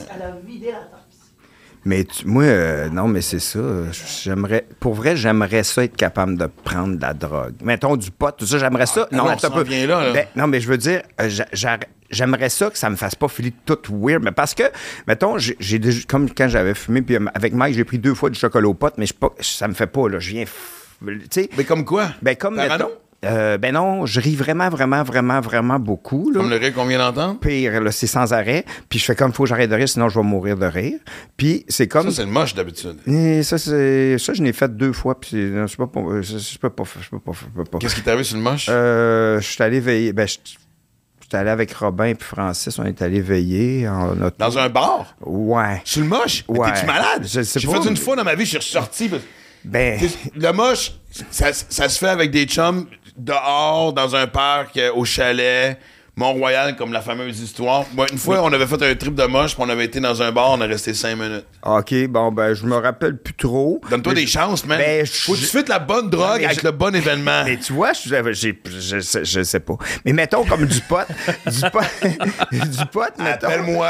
[SPEAKER 6] Mais tu- moi, euh, non, mais c'est ça. euh, J'aimerais... Pour vrai, j'aimerais ça être capable de prendre de la drogue. Mettons du pot, tout ça, j'aimerais ça.
[SPEAKER 1] non, Ah, on
[SPEAKER 6] attends
[SPEAKER 1] s'en
[SPEAKER 6] un peu.
[SPEAKER 1] vient là, là.
[SPEAKER 6] Ben, non, mais je veux dire, euh, j'a- j'a- j'aimerais ça que ça me fasse pas filer tout weird. Mais parce que, mettons, j'ai j'ai déjà- comme quand j'avais fumé, puis euh, avec Mike, j'ai pris deux fois du chocolat aux potes, mais je suis pas, ça me fait pas, là. Je viens. f- Tu sais.
[SPEAKER 1] Mais comme quoi?
[SPEAKER 6] Ben, comme.
[SPEAKER 1] Par
[SPEAKER 6] mettons-
[SPEAKER 1] Manon?
[SPEAKER 6] Euh, ben non, je ris vraiment, vraiment, vraiment, vraiment beaucoup. Là
[SPEAKER 1] Comme le rire qu'on vient d'entendre?
[SPEAKER 6] pire, là, c'est sans arrêt. Puis je fais comme, faut que j'arrête de rire, sinon je vais mourir de rire. Puis c'est comme...
[SPEAKER 1] Ça, c'est le moche d'habitude.
[SPEAKER 6] Eh, ça, c'est- ça, je l'ai fait deux fois, puis c'est- non, je peux pas... Je je peux pas... Je peux pas... Je peux pas.
[SPEAKER 1] Qu'est-ce qui t'est arrivé sur le moche?
[SPEAKER 6] Euh, je suis allé veiller... Ben, je je suis allé avec Robin et Francis, on est allé veiller en auto.
[SPEAKER 1] Dans un bar?
[SPEAKER 6] Ouais.
[SPEAKER 1] Sur le moche? Mais
[SPEAKER 6] Ouais.
[SPEAKER 1] T'es-tu malade?
[SPEAKER 6] Je sais
[SPEAKER 1] J'ai
[SPEAKER 6] pas,
[SPEAKER 1] fait une
[SPEAKER 6] mais-
[SPEAKER 1] fois dans ma vie, je suis ressorti. parce-
[SPEAKER 6] Ben...
[SPEAKER 1] T'sais, Le moche, ça, ça se fait avec des chums dehors, dans un parc, euh, au chalet. Mont-Royal, comme la fameuse histoire. Moi, une fois, on avait fait un trip de moche, puis on avait été dans un bar, on a resté cinq minutes.
[SPEAKER 6] OK, bon, ben, je me rappelle plus trop.
[SPEAKER 1] Donne-toi
[SPEAKER 6] Mais
[SPEAKER 1] des chances, man.
[SPEAKER 6] Ben, je-
[SPEAKER 1] Faut que tu fasses la bonne drogue
[SPEAKER 6] mais
[SPEAKER 1] avec
[SPEAKER 6] je-
[SPEAKER 1] le bon événement.
[SPEAKER 6] Mais tu vois, je, j'avais- j'ai- je, sais- je sais pas. Mais mettons comme du pot. du pot. du pot, mettons.
[SPEAKER 1] Appelle-moi.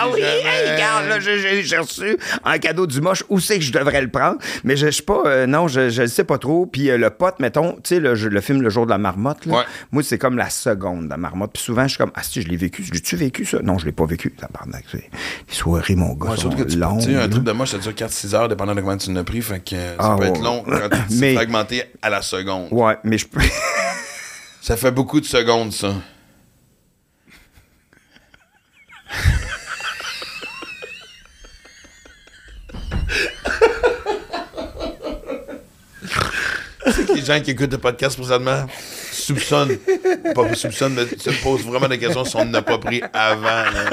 [SPEAKER 6] Ah
[SPEAKER 1] si
[SPEAKER 6] oui,
[SPEAKER 1] jamais.
[SPEAKER 6] hey, regarde, là, j'ai- j'ai j'ai reçu un cadeau du moche. Où c'est que je devrais le prendre? Mais je je sais pas, euh, non, je je le sais pas trop. Puis euh, le pote, mettons, tu sais, le, jeu- le film Le jour de la marmotte, là,
[SPEAKER 1] Ouais.
[SPEAKER 6] moi, c'est comme la seconde de la marmotte. Puis souvent, je suis comme, ah, si, je l'ai vécu. L'ai-tu vécu, ça? Non, je l'ai pas vécu. Ça part Les soirées, mon gars,
[SPEAKER 1] Ouais,
[SPEAKER 6] sont
[SPEAKER 1] surtout que tu peux-
[SPEAKER 6] longues,
[SPEAKER 1] tu sais, un
[SPEAKER 6] là.
[SPEAKER 1] trip de moche, ça dure 4-6 heures, dépendant de comment tu l'as pris. Fait que euh, ça
[SPEAKER 6] Ah,
[SPEAKER 1] peut être
[SPEAKER 6] ouais.
[SPEAKER 1] long quand tu
[SPEAKER 6] Mais-
[SPEAKER 1] mais... fragmenté à la seconde.
[SPEAKER 6] Ouais, mais je peux.
[SPEAKER 1] Ça fait beaucoup de secondes, ça. Tu sais que Les gens qui écoutent le podcast présentement soupçonnent, pas soupçonnent, mais se posent vraiment des questions si on n'a pas pris avant. là.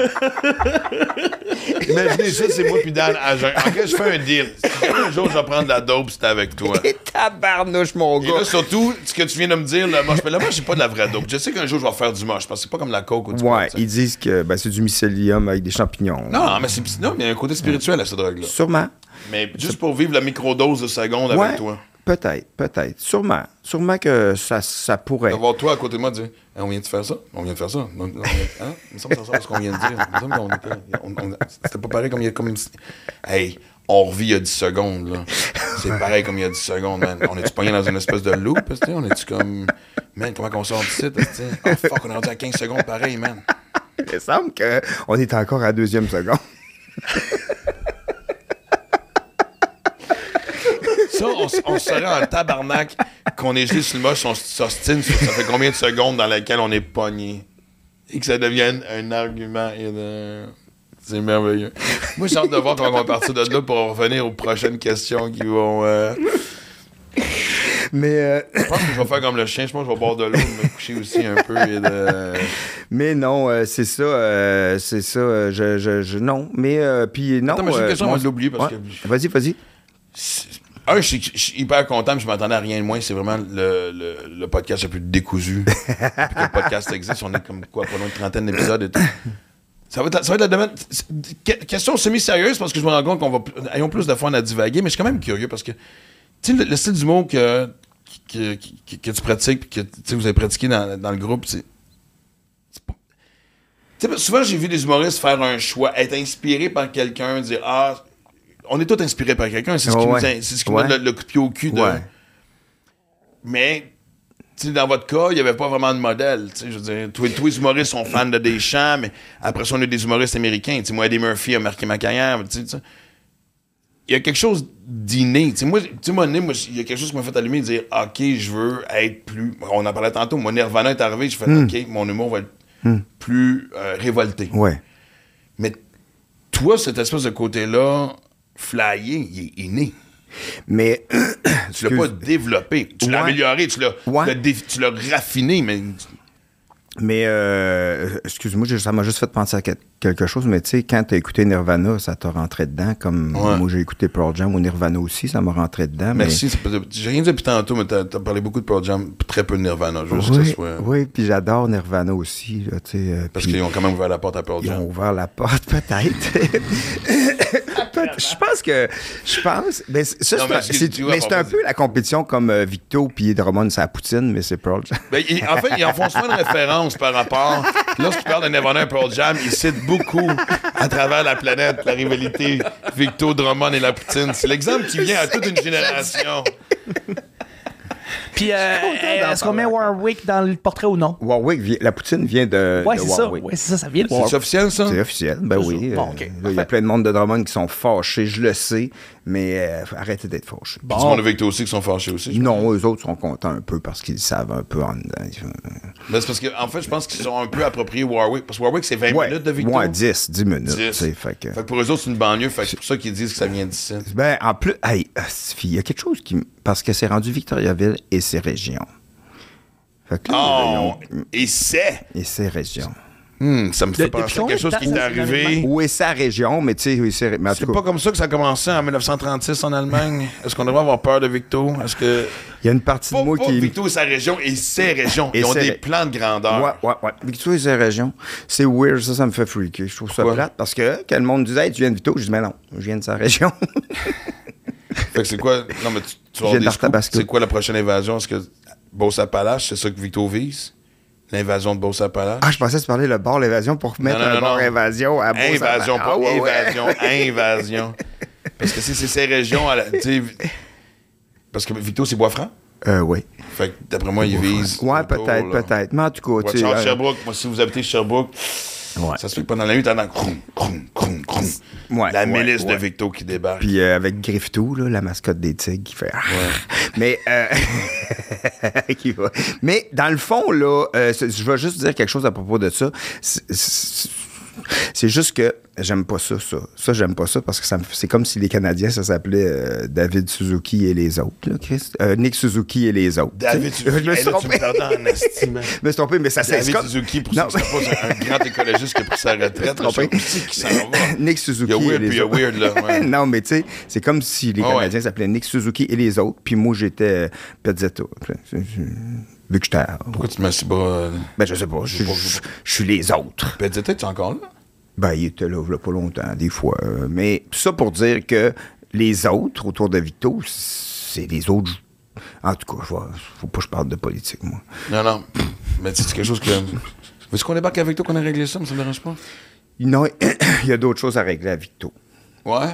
[SPEAKER 1] Imaginez ça, c'est moi puis Dan à jeun. Ok, je fais un deal. Si un jour je vais prendre la dope, c'est avec toi.
[SPEAKER 6] Et tabarnouche, mon
[SPEAKER 1] Et
[SPEAKER 6] gars.
[SPEAKER 1] là, surtout, ce que tu viens de me dire, le moche. Mais le moche, c'est pas de la vraie dope. Je sais qu'un jour, je vais faire du moche parce que c'est pas comme la coke ou du pot,
[SPEAKER 6] Ouais,
[SPEAKER 1] tu sais.
[SPEAKER 6] ils disent que ben, c'est du mycélium avec des champignons.
[SPEAKER 1] Non, mais c'est non, mais il y a un côté spirituel à cette drogue-là.
[SPEAKER 6] Sûrement.
[SPEAKER 1] Mais juste pour vivre la microdose de seconde
[SPEAKER 6] ouais,
[SPEAKER 1] avec toi.
[SPEAKER 6] Peut-être, peut-être. Sûrement. Sûrement que ça, ça pourrait.
[SPEAKER 1] D'avoir toi à côté de moi, dire Eh, On vient de faire ça, on vient de faire ça. On- on- hein? Il me semble que ça ressemble à ce qu'on vient de dire. Il me semble qu'on était- on- on- C'était pas pareil comme il y a comme. Hey, on revit il y a 10 secondes, là. C'est pareil comme il y a 10 secondes, man. On est-tu pogné dans une espèce de loop, tu sais? On est-tu comme. Man, comment qu'on sort d'ici, tu sais? Oh fuck, on est rendu à 15 secondes pareil, man.
[SPEAKER 6] Il me semble qu'on est encore à la deuxième seconde.
[SPEAKER 1] Ça, on, s- on serait en tabarnak qu'on est juste le moche, on s- s'ostine sur ça fait combien de secondes dans laquelle on est pogné. Et que ça devienne un argument et un- C'est merveilleux. Moi, j'ai hâte de voir comment on va partir de là pour revenir aux prochaines questions qui vont... euh,
[SPEAKER 6] Mais, euh,
[SPEAKER 1] Je pense que je vais faire comme le chien. Je pense que je vais boire de l'eau, me coucher aussi un peu et de...
[SPEAKER 6] mais non, euh, c'est ça. euh, c'est ça. euh, je, je, je- non, mais euh, puis non.
[SPEAKER 1] Attends, mais j'ai une
[SPEAKER 6] euh,
[SPEAKER 1] question, on
[SPEAKER 6] moi-
[SPEAKER 1] va l'oublier parce
[SPEAKER 6] Ouais.
[SPEAKER 1] que-
[SPEAKER 6] Vas-y, vas-y.
[SPEAKER 1] C'est- Un, je suis, je suis hyper content, mais je m'attendais à rien de moins. C'est vraiment le, le- le podcast le plus décousu. Depuis que le podcast existe, on est comme quoi, pas loin de trentaine d'épisodes et tout. Ça va être, la- ça va être la demande. c'est- que- Question semi-sérieuse, parce que je me rends compte qu'on va. pl- Ayons plus de fun à divaguer, mais je suis quand même curieux parce que. Tu sais, le, le style d'humour que, que, que, que tu pratiques, puis que tu sais, vous avez pratiqué dans, dans le groupe, c'est. c'est pas- Tu sais, parce que souvent, j'ai vu des humoristes faire un choix, être inspiré par quelqu'un, dire Ah, on est tous inspirés par quelqu'un, c'est ce qui,
[SPEAKER 6] Ouais.
[SPEAKER 1] nous, in- c'est ce qui nous
[SPEAKER 6] Ouais.
[SPEAKER 1] donne le, le coup de pied au cul. De...
[SPEAKER 6] Ouais.
[SPEAKER 1] Mais, tu sais, dans votre cas, il n'y avait pas vraiment de modèle. tu sais, Je veux dire, tous, tous les humoristes sont fans de Deschamps, mais après ça, on est des humoristes américains. Tu sais, moi, Eddie Murphy a marqué ma carrière. tu sais, tu sais. Il y a quelque chose d'inné. Tu sais, moi, tu sais, moi, né, moi, il y a quelque chose qui m'a fait allumer et dire OK, je veux être plus. On en parlait tantôt. Mon Nirvana est arrivé. Je fais
[SPEAKER 6] Hmm.
[SPEAKER 1] OK, mon humour va être plus euh, révolté.
[SPEAKER 6] Ouais.
[SPEAKER 1] Mais toi, cette espèce de côté-là, flyé, il est inné.
[SPEAKER 6] Mais.
[SPEAKER 1] Tu l'as pas développé. Tu l'as
[SPEAKER 6] Ouais.
[SPEAKER 1] amélioré, tu l'as
[SPEAKER 6] Ouais.
[SPEAKER 1] tu l'as dé- tu l'as raffiné, mais
[SPEAKER 6] Mais, euh, excuse-moi, j'ai- ça m'a juste fait penser à quel- quelque chose, mais tu sais, quand t'as écouté Nirvana, ça t'a rentré dedans, comme
[SPEAKER 1] Ouais.
[SPEAKER 6] moi j'ai écouté Pearl Jam ou Nirvana aussi, ça m'a rentré dedans. mais-
[SPEAKER 1] merci. c'est pas- J'ai rien dit depuis tantôt, mais t'as as parlé beaucoup de Pearl Jam, très peu de Nirvana. Je veux juste que ça
[SPEAKER 6] Oui,
[SPEAKER 1] soit-
[SPEAKER 6] oui, puis j'adore Nirvana aussi, là, tu sais. euh,
[SPEAKER 1] Parce
[SPEAKER 6] puis-
[SPEAKER 1] qu'ils ont quand même ouvert la porte à Pearl
[SPEAKER 6] Ils ont
[SPEAKER 1] Jam.
[SPEAKER 6] ouvert la porte, peut-être. Peut- je pense que. Je pense. Mais c- ça,
[SPEAKER 1] Non,
[SPEAKER 6] c'est
[SPEAKER 1] mais
[SPEAKER 6] un-
[SPEAKER 1] tu-
[SPEAKER 6] c'est
[SPEAKER 1] tu vois,
[SPEAKER 6] mais c'est un
[SPEAKER 1] vas-y.
[SPEAKER 6] peu la compétition comme euh, Victo puis Drummond, c'est la Poutine, mais c'est Pearl Jam.
[SPEAKER 1] Ben, ils- en fait, ils en font souvent une référence par rapport. Lorsqu'ils parlent de Nirvana et Pearl Jam, ils citent beaucoup à travers la planète la rivalité Victor Drummond et la Poutine. C'est l'exemple qui vient à toute une génération.
[SPEAKER 2] Puis, euh,
[SPEAKER 6] d'en
[SPEAKER 2] est-ce qu'on
[SPEAKER 6] parler.
[SPEAKER 2] met Warwick dans le portrait ou non?
[SPEAKER 6] Warwick, vient- la Poutine vient de.
[SPEAKER 2] Ouais,
[SPEAKER 6] de
[SPEAKER 2] c'est ça.
[SPEAKER 6] Warwick.
[SPEAKER 2] Ouais, c'est ça, ça vient. de-
[SPEAKER 1] C'est officiel, ça?
[SPEAKER 6] C'est officiel, ben oui.
[SPEAKER 2] Bon,
[SPEAKER 6] euh,
[SPEAKER 2] ok,
[SPEAKER 6] là, Il y
[SPEAKER 2] parfait.
[SPEAKER 6] a plein de monde de Drummond qui sont fâchés, je le sais, mais euh, arrêtez d'être fâchés.
[SPEAKER 1] Du monde avec toi aussi qui sont fâchés aussi. je
[SPEAKER 6] Non, eux autres sont contents un peu parce qu'ils savent un peu en dedans. Ils font- euh,
[SPEAKER 1] Mais c'est parce que, en fait, je pense qu'ils sont un peu appropriés Warwick. Parce que Warwick, c'est 20
[SPEAKER 6] Ouais,
[SPEAKER 1] minutes de victoire.
[SPEAKER 6] ouais, 10, 10 minutes. tu
[SPEAKER 1] 10.
[SPEAKER 6] sais, Fait que...
[SPEAKER 1] pour eux autres, c'est une banlieue. Fait que c'est pour ça qu'ils disent que ça vient d'ici.
[SPEAKER 6] Ben, en plus, hey, hostifie, il y a quelque chose qui. m- Parce que c'est rendu Victoriaville et ses régions. Fait que là,
[SPEAKER 1] Oh,
[SPEAKER 6] ils ont-
[SPEAKER 1] et c'est.
[SPEAKER 6] Et ses régions.
[SPEAKER 1] Hmm, ça me fait
[SPEAKER 2] De- depuis
[SPEAKER 1] penser à quelque
[SPEAKER 2] combien de
[SPEAKER 1] chose
[SPEAKER 2] temps
[SPEAKER 1] qui est
[SPEAKER 2] ça, c'est
[SPEAKER 1] arrivé.
[SPEAKER 6] Où est sa région, mais tu sais, oui, c'est. mais en
[SPEAKER 1] C'est
[SPEAKER 6] tout cas,
[SPEAKER 1] pas comme ça que ça a commencé en 1936 en Allemagne. Est-ce qu'on devrait avoir peur de Victo? Est-ce que.
[SPEAKER 6] il y a une partie
[SPEAKER 1] Pas,
[SPEAKER 6] de moi
[SPEAKER 1] pas
[SPEAKER 6] qui.
[SPEAKER 1] Victo et sa région et ses régions.
[SPEAKER 6] Et
[SPEAKER 1] Ils ont
[SPEAKER 6] ses-
[SPEAKER 1] des plans de grandeur.
[SPEAKER 6] Ouais, ouais, ouais. Victoire et sa région, c'est weird, ça, ça me fait freaker. Je trouve ça
[SPEAKER 1] Pourquoi?
[SPEAKER 6] plate parce que quand le monde disait, hey, tu viens de Vito, je dis, mais non, je viens de sa région.
[SPEAKER 1] Fait que c'est quoi. Non, mais tu, tu vas
[SPEAKER 6] J'ai
[SPEAKER 1] avoir
[SPEAKER 6] de
[SPEAKER 1] des scoops.
[SPEAKER 6] l'artabasco.
[SPEAKER 1] C'est quoi la prochaine invasion? Est-ce que Beauce-Appalaches, c'est ça que Victo vise? L'invasion de Beauce-Appalaches?
[SPEAKER 6] ah, je pensais que tu parlais le bord l'évasion pour mettre
[SPEAKER 1] non,
[SPEAKER 6] un
[SPEAKER 1] non,
[SPEAKER 6] bord
[SPEAKER 1] non.
[SPEAKER 6] évasion à Beauce-
[SPEAKER 1] Invasion,
[SPEAKER 6] Ah,
[SPEAKER 1] pas
[SPEAKER 6] ouais, ouais.
[SPEAKER 1] évasion, hein. invasion. Parce que c'est c'est ces régions. à la- tu sais, parce que Victo, c'est Bois-Franc.
[SPEAKER 6] Euh, oui.
[SPEAKER 1] Fait que d'après moi, ils visent.
[SPEAKER 6] Ouais,
[SPEAKER 1] autour,
[SPEAKER 6] peut-être,
[SPEAKER 1] là.
[SPEAKER 6] peut-être. Mais en tout cas,
[SPEAKER 1] Watch
[SPEAKER 6] tu sais.
[SPEAKER 1] out,
[SPEAKER 6] euh,
[SPEAKER 1] Sherbrooke. Moi, si vous habitez Sherbrooke,
[SPEAKER 6] Ouais.
[SPEAKER 1] ça se fait que pendant la nuit, t'entends croum, croum, croum, croum.
[SPEAKER 6] Ouais,
[SPEAKER 1] la
[SPEAKER 6] ouais,
[SPEAKER 1] milice
[SPEAKER 6] ouais.
[SPEAKER 1] de Victo qui débarque.
[SPEAKER 6] Puis euh, avec Griftou, là, la mascotte des tigres, qui fait. ah. Mais. euh, qui va. Mais dans le fond, là, euh, c'est- je veux juste dire quelque chose à propos de ça. C'est- C'est c'est juste que j'aime pas ça, ça. Ça, j'aime pas ça parce que ça me- c'est comme si les Canadiens, ça s'appelait euh, David Suzuki et les autres, là, Chris. Euh, Nick Suzuki et les autres.
[SPEAKER 1] David,
[SPEAKER 6] Tu
[SPEAKER 1] tu
[SPEAKER 6] sais, je me suis
[SPEAKER 1] Hey, là, tu
[SPEAKER 6] trompé.
[SPEAKER 1] me l'entends en estimant.
[SPEAKER 6] Je me suis trompé, mais ça c'est c'est
[SPEAKER 1] David
[SPEAKER 6] comme-
[SPEAKER 1] Suzuki, pour
[SPEAKER 6] Non,
[SPEAKER 1] ceux qui ne savent pas, c'est un grand écologiste qui a pris sa retraite.
[SPEAKER 6] trompé.
[SPEAKER 1] Je sais pas qui s'en va.
[SPEAKER 6] Ah, Nick Suzuki.
[SPEAKER 1] Il y a
[SPEAKER 6] et
[SPEAKER 1] Weird,
[SPEAKER 6] les
[SPEAKER 1] puis il y a
[SPEAKER 6] autres.
[SPEAKER 1] Weird, là. ouais.
[SPEAKER 6] non, mais tu sais, c'est comme si les
[SPEAKER 1] Ah ouais.
[SPEAKER 6] Canadiens s'appelaient Nick Suzuki et les autres, puis moi, j'étais euh, Pezzetto. Vu que j'étais.
[SPEAKER 1] Pourquoi tu te mets si bas? euh,
[SPEAKER 6] Ben, je sais pas, je
[SPEAKER 1] Je sais
[SPEAKER 6] je- je suis les autres.
[SPEAKER 1] Ben, dis-toi, tu es encore là?
[SPEAKER 6] Ben, il était là, là, pas longtemps, des fois. euh, Mais ça pour dire que les autres autour de Vito, c'est les autres. En tout cas, je vois, faut pas que je parle de politique, moi.
[SPEAKER 1] Non, non. Mais tu sais, c'est quelque chose que. Veux-tu qu'on débarque avec toi, qu'on a réglé ça, mais ça me dérange pas?
[SPEAKER 6] Non, il y a d'autres choses à régler à Vito.
[SPEAKER 1] Ouais. Comme.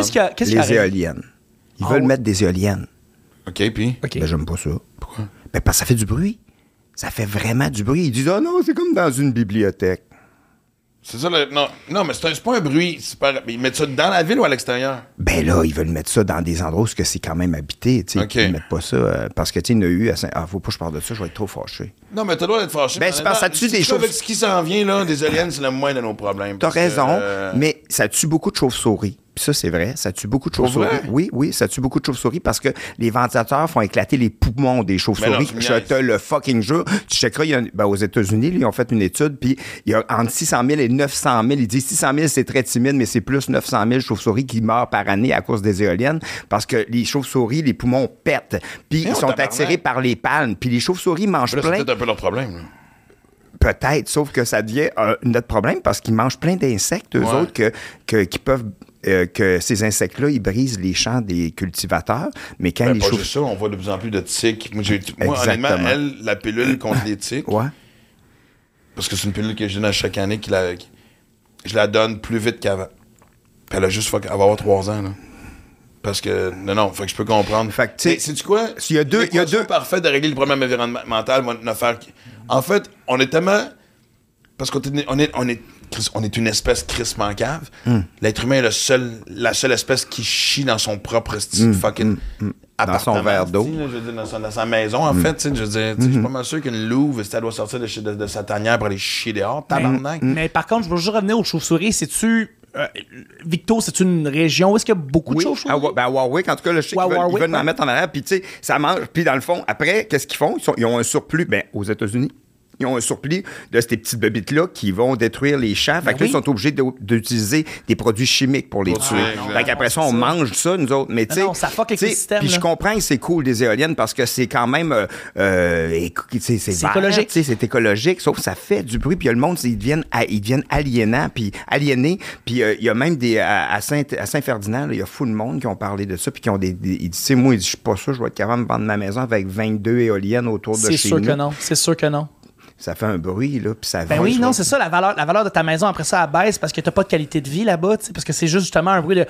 [SPEAKER 2] Qu'est-ce qu'il y a? Qu'est-ce qu'il y a
[SPEAKER 6] Les
[SPEAKER 2] arrivé?
[SPEAKER 6] éoliennes. Ils
[SPEAKER 2] Ah
[SPEAKER 6] veulent
[SPEAKER 2] ouais.
[SPEAKER 6] mettre des éoliennes.
[SPEAKER 1] OK, puis.
[SPEAKER 2] OK.
[SPEAKER 6] Ben, j'aime pas ça.
[SPEAKER 1] Pourquoi?
[SPEAKER 6] Ben, parce que ça fait du bruit. Ça fait vraiment du bruit. Ils disent, ah non, c'est comme dans une bibliothèque.
[SPEAKER 1] C'est ça, le... non. non, mais c'est un- c'est pas un bruit. c'est pas- Mais ils mettent ça dans la ville ou à l'extérieur?
[SPEAKER 6] Ben là, ils veulent mettre ça dans des endroits où c'est quand même habité. tu sais.
[SPEAKER 1] OK.
[SPEAKER 6] Ils mettent pas ça. euh, parce que, tu sais, il y en a eu à Saint. Ah, faut pas que je parle de ça, je vais être trop fâché.
[SPEAKER 1] Non, mais t'as le droit d'être fâché.
[SPEAKER 6] Ben, c'est parce que ça tue des
[SPEAKER 1] choses.
[SPEAKER 6] choses.
[SPEAKER 1] Avec ce qui s'en vient, là, des aliens, c'est le moins de nos problèmes.
[SPEAKER 6] T'as
[SPEAKER 1] Parce que,
[SPEAKER 6] raison,
[SPEAKER 1] euh,
[SPEAKER 6] mais ça tue beaucoup de chauves-souris. Puis ça, c'est vrai, ça tue beaucoup de
[SPEAKER 1] Pour vrai?
[SPEAKER 6] chauves-souris. Oui, oui, ça tue beaucoup de chauves-souris parce que les ventilateurs font éclater les poumons des
[SPEAKER 1] Mais Ben non,
[SPEAKER 6] chauves-souris.
[SPEAKER 1] tu me
[SPEAKER 6] Je
[SPEAKER 1] niaises.
[SPEAKER 6] te le fucking jure. Tu checkeras, il y a une- ben, aux États-Unis, là, ils ont fait une étude, puis il y a entre 600 000 et 900 000. Ils disent 600 000, c'est très timide, mais c'est plus 900 000 chauves-souris qui meurent par année à cause des éoliennes parce que les chauves-souris, les poumons pètent, puis
[SPEAKER 1] Mais
[SPEAKER 6] ils
[SPEAKER 1] on
[SPEAKER 6] sont
[SPEAKER 1] tabarnak. Ben
[SPEAKER 6] attirés par les palmes, puis les chauves-souris mangent
[SPEAKER 1] Là, c'est
[SPEAKER 6] plein.
[SPEAKER 1] peut-être un peu leur problème. là.
[SPEAKER 6] Peut-être, sauf que ça devient euh, notre problème parce qu'ils mangent plein d'insectes, eux
[SPEAKER 1] Ouais.
[SPEAKER 6] autres, que, que- qui peuvent. euh, que ces insectes-là, ils brisent les champs des cultivateurs, mais quand
[SPEAKER 1] Ben,
[SPEAKER 6] les
[SPEAKER 1] pas
[SPEAKER 6] chauves.
[SPEAKER 1] juste ça, on voit de plus en plus de tiques. Moi, j'ai- moi,
[SPEAKER 6] Exactement.
[SPEAKER 1] honnêtement, elle, la pilule contre les tiques,
[SPEAKER 6] Ouais.
[SPEAKER 1] parce que c'est une pilule que je donne à chaque année, qui la- qui- je la donne plus vite qu'avant. Puis elle a juste, fuck- elle va avoir trois ans, là. Parce que, non, non, fait que je peux comprendre.
[SPEAKER 6] Fait que, tu sais,
[SPEAKER 1] c'est-tu quoi?
[SPEAKER 6] s'il y a deux- il y a
[SPEAKER 1] L'équation
[SPEAKER 6] deux-
[SPEAKER 1] parfaite de régler le problème environnemental, va nous faire- En fait, on est tellement. Parce qu'on est, on est, on est, Chris- on est une espèce crissement cave.
[SPEAKER 6] Hmm.
[SPEAKER 1] L'être humain est le seul, la seule espèce qui chie dans son propre style
[SPEAKER 6] Hmm.
[SPEAKER 1] fucking. appartement,
[SPEAKER 6] son verre d'eau.
[SPEAKER 1] tu sais, là, Je veux dire, dans, son- dans sa maison,
[SPEAKER 2] Mm.
[SPEAKER 1] en fait. tu sais, Je veux dire, tu sais, je
[SPEAKER 2] Mm-hmm.
[SPEAKER 1] suis pas mal sûr qu'une louve, si elle doit sortir de, chez- de- de sa tanière pour aller chier
[SPEAKER 2] Mm-hmm.
[SPEAKER 1] dehors, tabarnak.
[SPEAKER 2] Ben, Mais par contre, je veux juste revenir aux chauves-souris. C'est-tu. euh, Victo, c'est une région où est-ce qu'il y a beaucoup
[SPEAKER 6] Oui,
[SPEAKER 2] de
[SPEAKER 6] à,
[SPEAKER 2] chauves-souris?
[SPEAKER 6] Wa- ben, à Warwick, en tout cas, là, je sais
[SPEAKER 2] Ouais,
[SPEAKER 6] qu'ils veulent, ils
[SPEAKER 2] Warwick,
[SPEAKER 6] veulent en
[SPEAKER 2] ouais.
[SPEAKER 6] mettre en arrière, puis tu sais, ça mange, puis dans le fond, après, qu'est-ce qu'ils font? Ils, sont- ils ont un surplus, ben, aux États-Unis, ils ont un surplus de ces petites bébites-là qui vont détruire les champs, fait que là,
[SPEAKER 2] Ben oui.
[SPEAKER 6] ils sont obligés d'au- d'utiliser des produits chimiques pour les tuer.
[SPEAKER 1] non,
[SPEAKER 6] fait qu'après ça, on mange ça, nous autres, mais tu sais...
[SPEAKER 2] non, ça fuck
[SPEAKER 6] tu sais,
[SPEAKER 2] l'écosystème,
[SPEAKER 6] Puis je
[SPEAKER 2] là.
[SPEAKER 6] comprends que c'est cool, des éoliennes, parce que c'est quand même... euh, euh, éco- tu sais, c'est vert,
[SPEAKER 2] écologique.
[SPEAKER 6] tu sais, c'est écologique, sauf que ça fait du bruit, puis il y a le monde, ils deviennent, a- ils deviennent aliénants, puis aliénés, puis euh, il y a même des... À, à Saint, à Saint-Ferdinand, là, il y a fou de monde qui ont parlé de ça, puis qui ont des... des- ils disent, tu sais, moi, ils disent, je suis pas sûr, je vais être capable de me vendre ma maison avec 22 éoliennes autour de chez
[SPEAKER 2] C'est sûr
[SPEAKER 6] nous.
[SPEAKER 2] que non. C'est sûr que non.
[SPEAKER 6] Ça fait un bruit, là, puis ça...
[SPEAKER 2] Ben
[SPEAKER 6] vole,
[SPEAKER 2] oui,
[SPEAKER 6] tu
[SPEAKER 2] non,
[SPEAKER 6] vois.
[SPEAKER 2] c'est ça, la valeur, la valeur de ta maison après ça, elle baisse parce que t'as pas de qualité de vie là-bas, tu sais, parce que c'est juste justement un bruit de.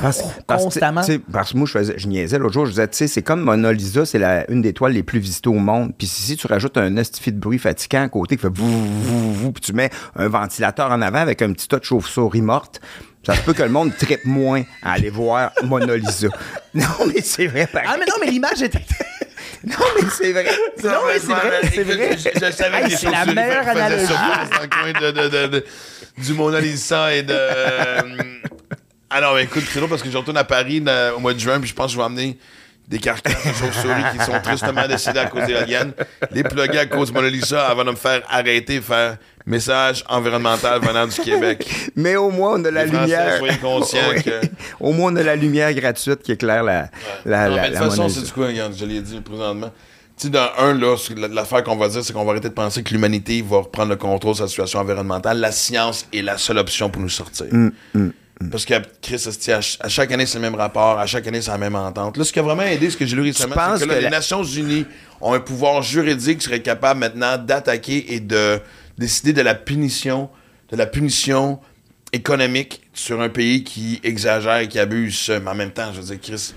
[SPEAKER 6] Parce, parce que,
[SPEAKER 2] constamment.
[SPEAKER 6] tu sais, parce que moi, je, faisais, je niaisais l'autre jour, je disais, tu sais, c'est comme Mona Lisa, c'est la- une des toiles les plus visitées au monde. Puis si, si tu rajoutes un estifi de bruit fatigant à côté qui fait vous, vous, vous, puis tu mets un ventilateur en avant avec un petit tas de chauve-souris morte, ça se peut que le monde trippe moins à aller voir Mona Lisa. Non, mais c'est vrai, pareil.
[SPEAKER 2] Ah, mais non, mais l'image était.
[SPEAKER 6] Non, mais c'est vrai. Non, mais c'est vrai, c'est vrai.
[SPEAKER 1] Je, je savais
[SPEAKER 2] Hey,
[SPEAKER 1] que les
[SPEAKER 2] c'est la
[SPEAKER 1] chauves-souris
[SPEAKER 2] meilleure
[SPEAKER 1] faisaient
[SPEAKER 2] analogie.
[SPEAKER 1] surface dans le coin de, de- de- de- du Mona Lisa et de. euh, Ah non, mais écoute, c'est drôle parce que je retourne à Paris euh, au mois de juin, puis je pense que je vais emmener des carcasses de chauves-souris qui sont tristement décédées à cause des aliens, les plugger à cause de Mona Lisa avant de me faire arrêter et faire. Message environnemental venant du Québec.
[SPEAKER 6] Mais au moins, on a la
[SPEAKER 1] Les Français,
[SPEAKER 6] lumière.
[SPEAKER 1] soyez conscients
[SPEAKER 6] Oui.
[SPEAKER 1] que-
[SPEAKER 6] Au moins, on a la lumière gratuite qui éclaire la, la,
[SPEAKER 1] Non,
[SPEAKER 6] la,
[SPEAKER 1] mais de toute
[SPEAKER 6] la
[SPEAKER 1] façon,
[SPEAKER 6] Mona
[SPEAKER 1] c'est
[SPEAKER 6] Lisa.
[SPEAKER 1] du coup, regarde, je l'ai dit présentement. Tu sais, dans un, là, sur la- l'affaire qu'on va dire, c'est qu'on va arrêter de penser que l'humanité va reprendre le contrôle de sa situation environnementale. La science est la seule option pour nous sortir.
[SPEAKER 6] Mm,
[SPEAKER 1] Parce que, Chris, hostie, à, ch- à chaque année, c'est le même rapport, à chaque année, c'est la même entente. Là, ce qui a vraiment aidé, ce que j'ai lu récemment,
[SPEAKER 6] penses
[SPEAKER 1] c'est que, là,
[SPEAKER 6] que
[SPEAKER 1] les
[SPEAKER 6] la-
[SPEAKER 1] Nations Unies ont un pouvoir juridique qui serait capable maintenant d'attaquer et de décider de la punition, de la punition économique sur un pays qui exagère et qui abuse. Mais en même temps, je veux dire, Chris,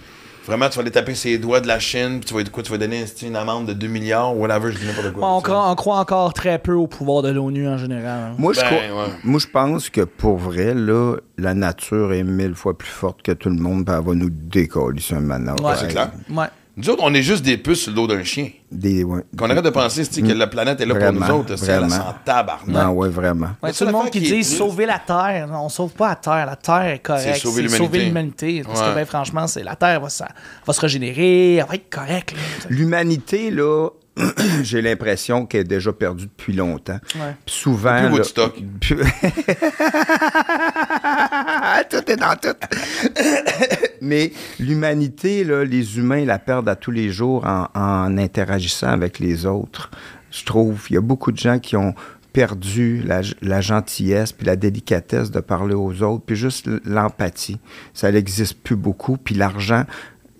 [SPEAKER 1] vraiment, tu vas aller taper ses doigts de la Chine, puis tu vas être quoi? Tu vas donner tu sais, une amende de 2 milliards, whatever, je dis n'importe quoi. tu
[SPEAKER 2] On
[SPEAKER 1] sais.
[SPEAKER 2] croit, on croit encore très peu au pouvoir de l'ONU en général. hein.
[SPEAKER 6] Moi, je
[SPEAKER 1] Ben,
[SPEAKER 6] crois-
[SPEAKER 1] ouais.
[SPEAKER 6] moi, je pense que pour vrai, là, la nature est mille fois plus forte que tout le monde, puis elle va nous décoller sur un maintenant.
[SPEAKER 2] Ouais.
[SPEAKER 1] c'est clair.
[SPEAKER 2] Ouais.
[SPEAKER 1] Nous autres, on est juste des puces sur le dos d'un chien.
[SPEAKER 6] Des, ouais.
[SPEAKER 1] Qu'on arrête de penser tu sais, que la planète est là
[SPEAKER 6] Mm. Vraiment,
[SPEAKER 1] pour nous autres. C'est à la
[SPEAKER 6] vraiment.
[SPEAKER 1] sans tabarnak.
[SPEAKER 6] Non, ouais, vraiment.
[SPEAKER 2] Ouais,
[SPEAKER 1] La
[SPEAKER 2] tout
[SPEAKER 1] seule
[SPEAKER 2] le monde
[SPEAKER 1] affaire
[SPEAKER 2] qui
[SPEAKER 1] qui est
[SPEAKER 2] dit
[SPEAKER 1] triste-
[SPEAKER 2] sauver la Terre, non, on sauve pas la Terre, la Terre est correcte.
[SPEAKER 1] C'est sauver l'humanité.
[SPEAKER 2] l'humanité. Parce que
[SPEAKER 1] Ouais.
[SPEAKER 2] ben, franchement, c'est la Terre va, se- va se régénérer, elle va être correcte. là.
[SPEAKER 6] L'humanité, là, j'ai l'impression qu'elle est déjà perdue depuis longtemps.
[SPEAKER 2] Ouais.
[SPEAKER 6] Puis Souvent.
[SPEAKER 1] Depuis
[SPEAKER 6] là-
[SPEAKER 1] Woodstock.
[SPEAKER 6] Puis- tout est dans tout. Mais l'humanité, là, les humains la perdent à tous les jours en, en interagissant avec les autres. Je trouve, il y a beaucoup de gens qui ont perdu la, la gentillesse puis la délicatesse de parler aux autres, puis juste l- l'empathie. Ça n'existe plus beaucoup. Puis l'argent,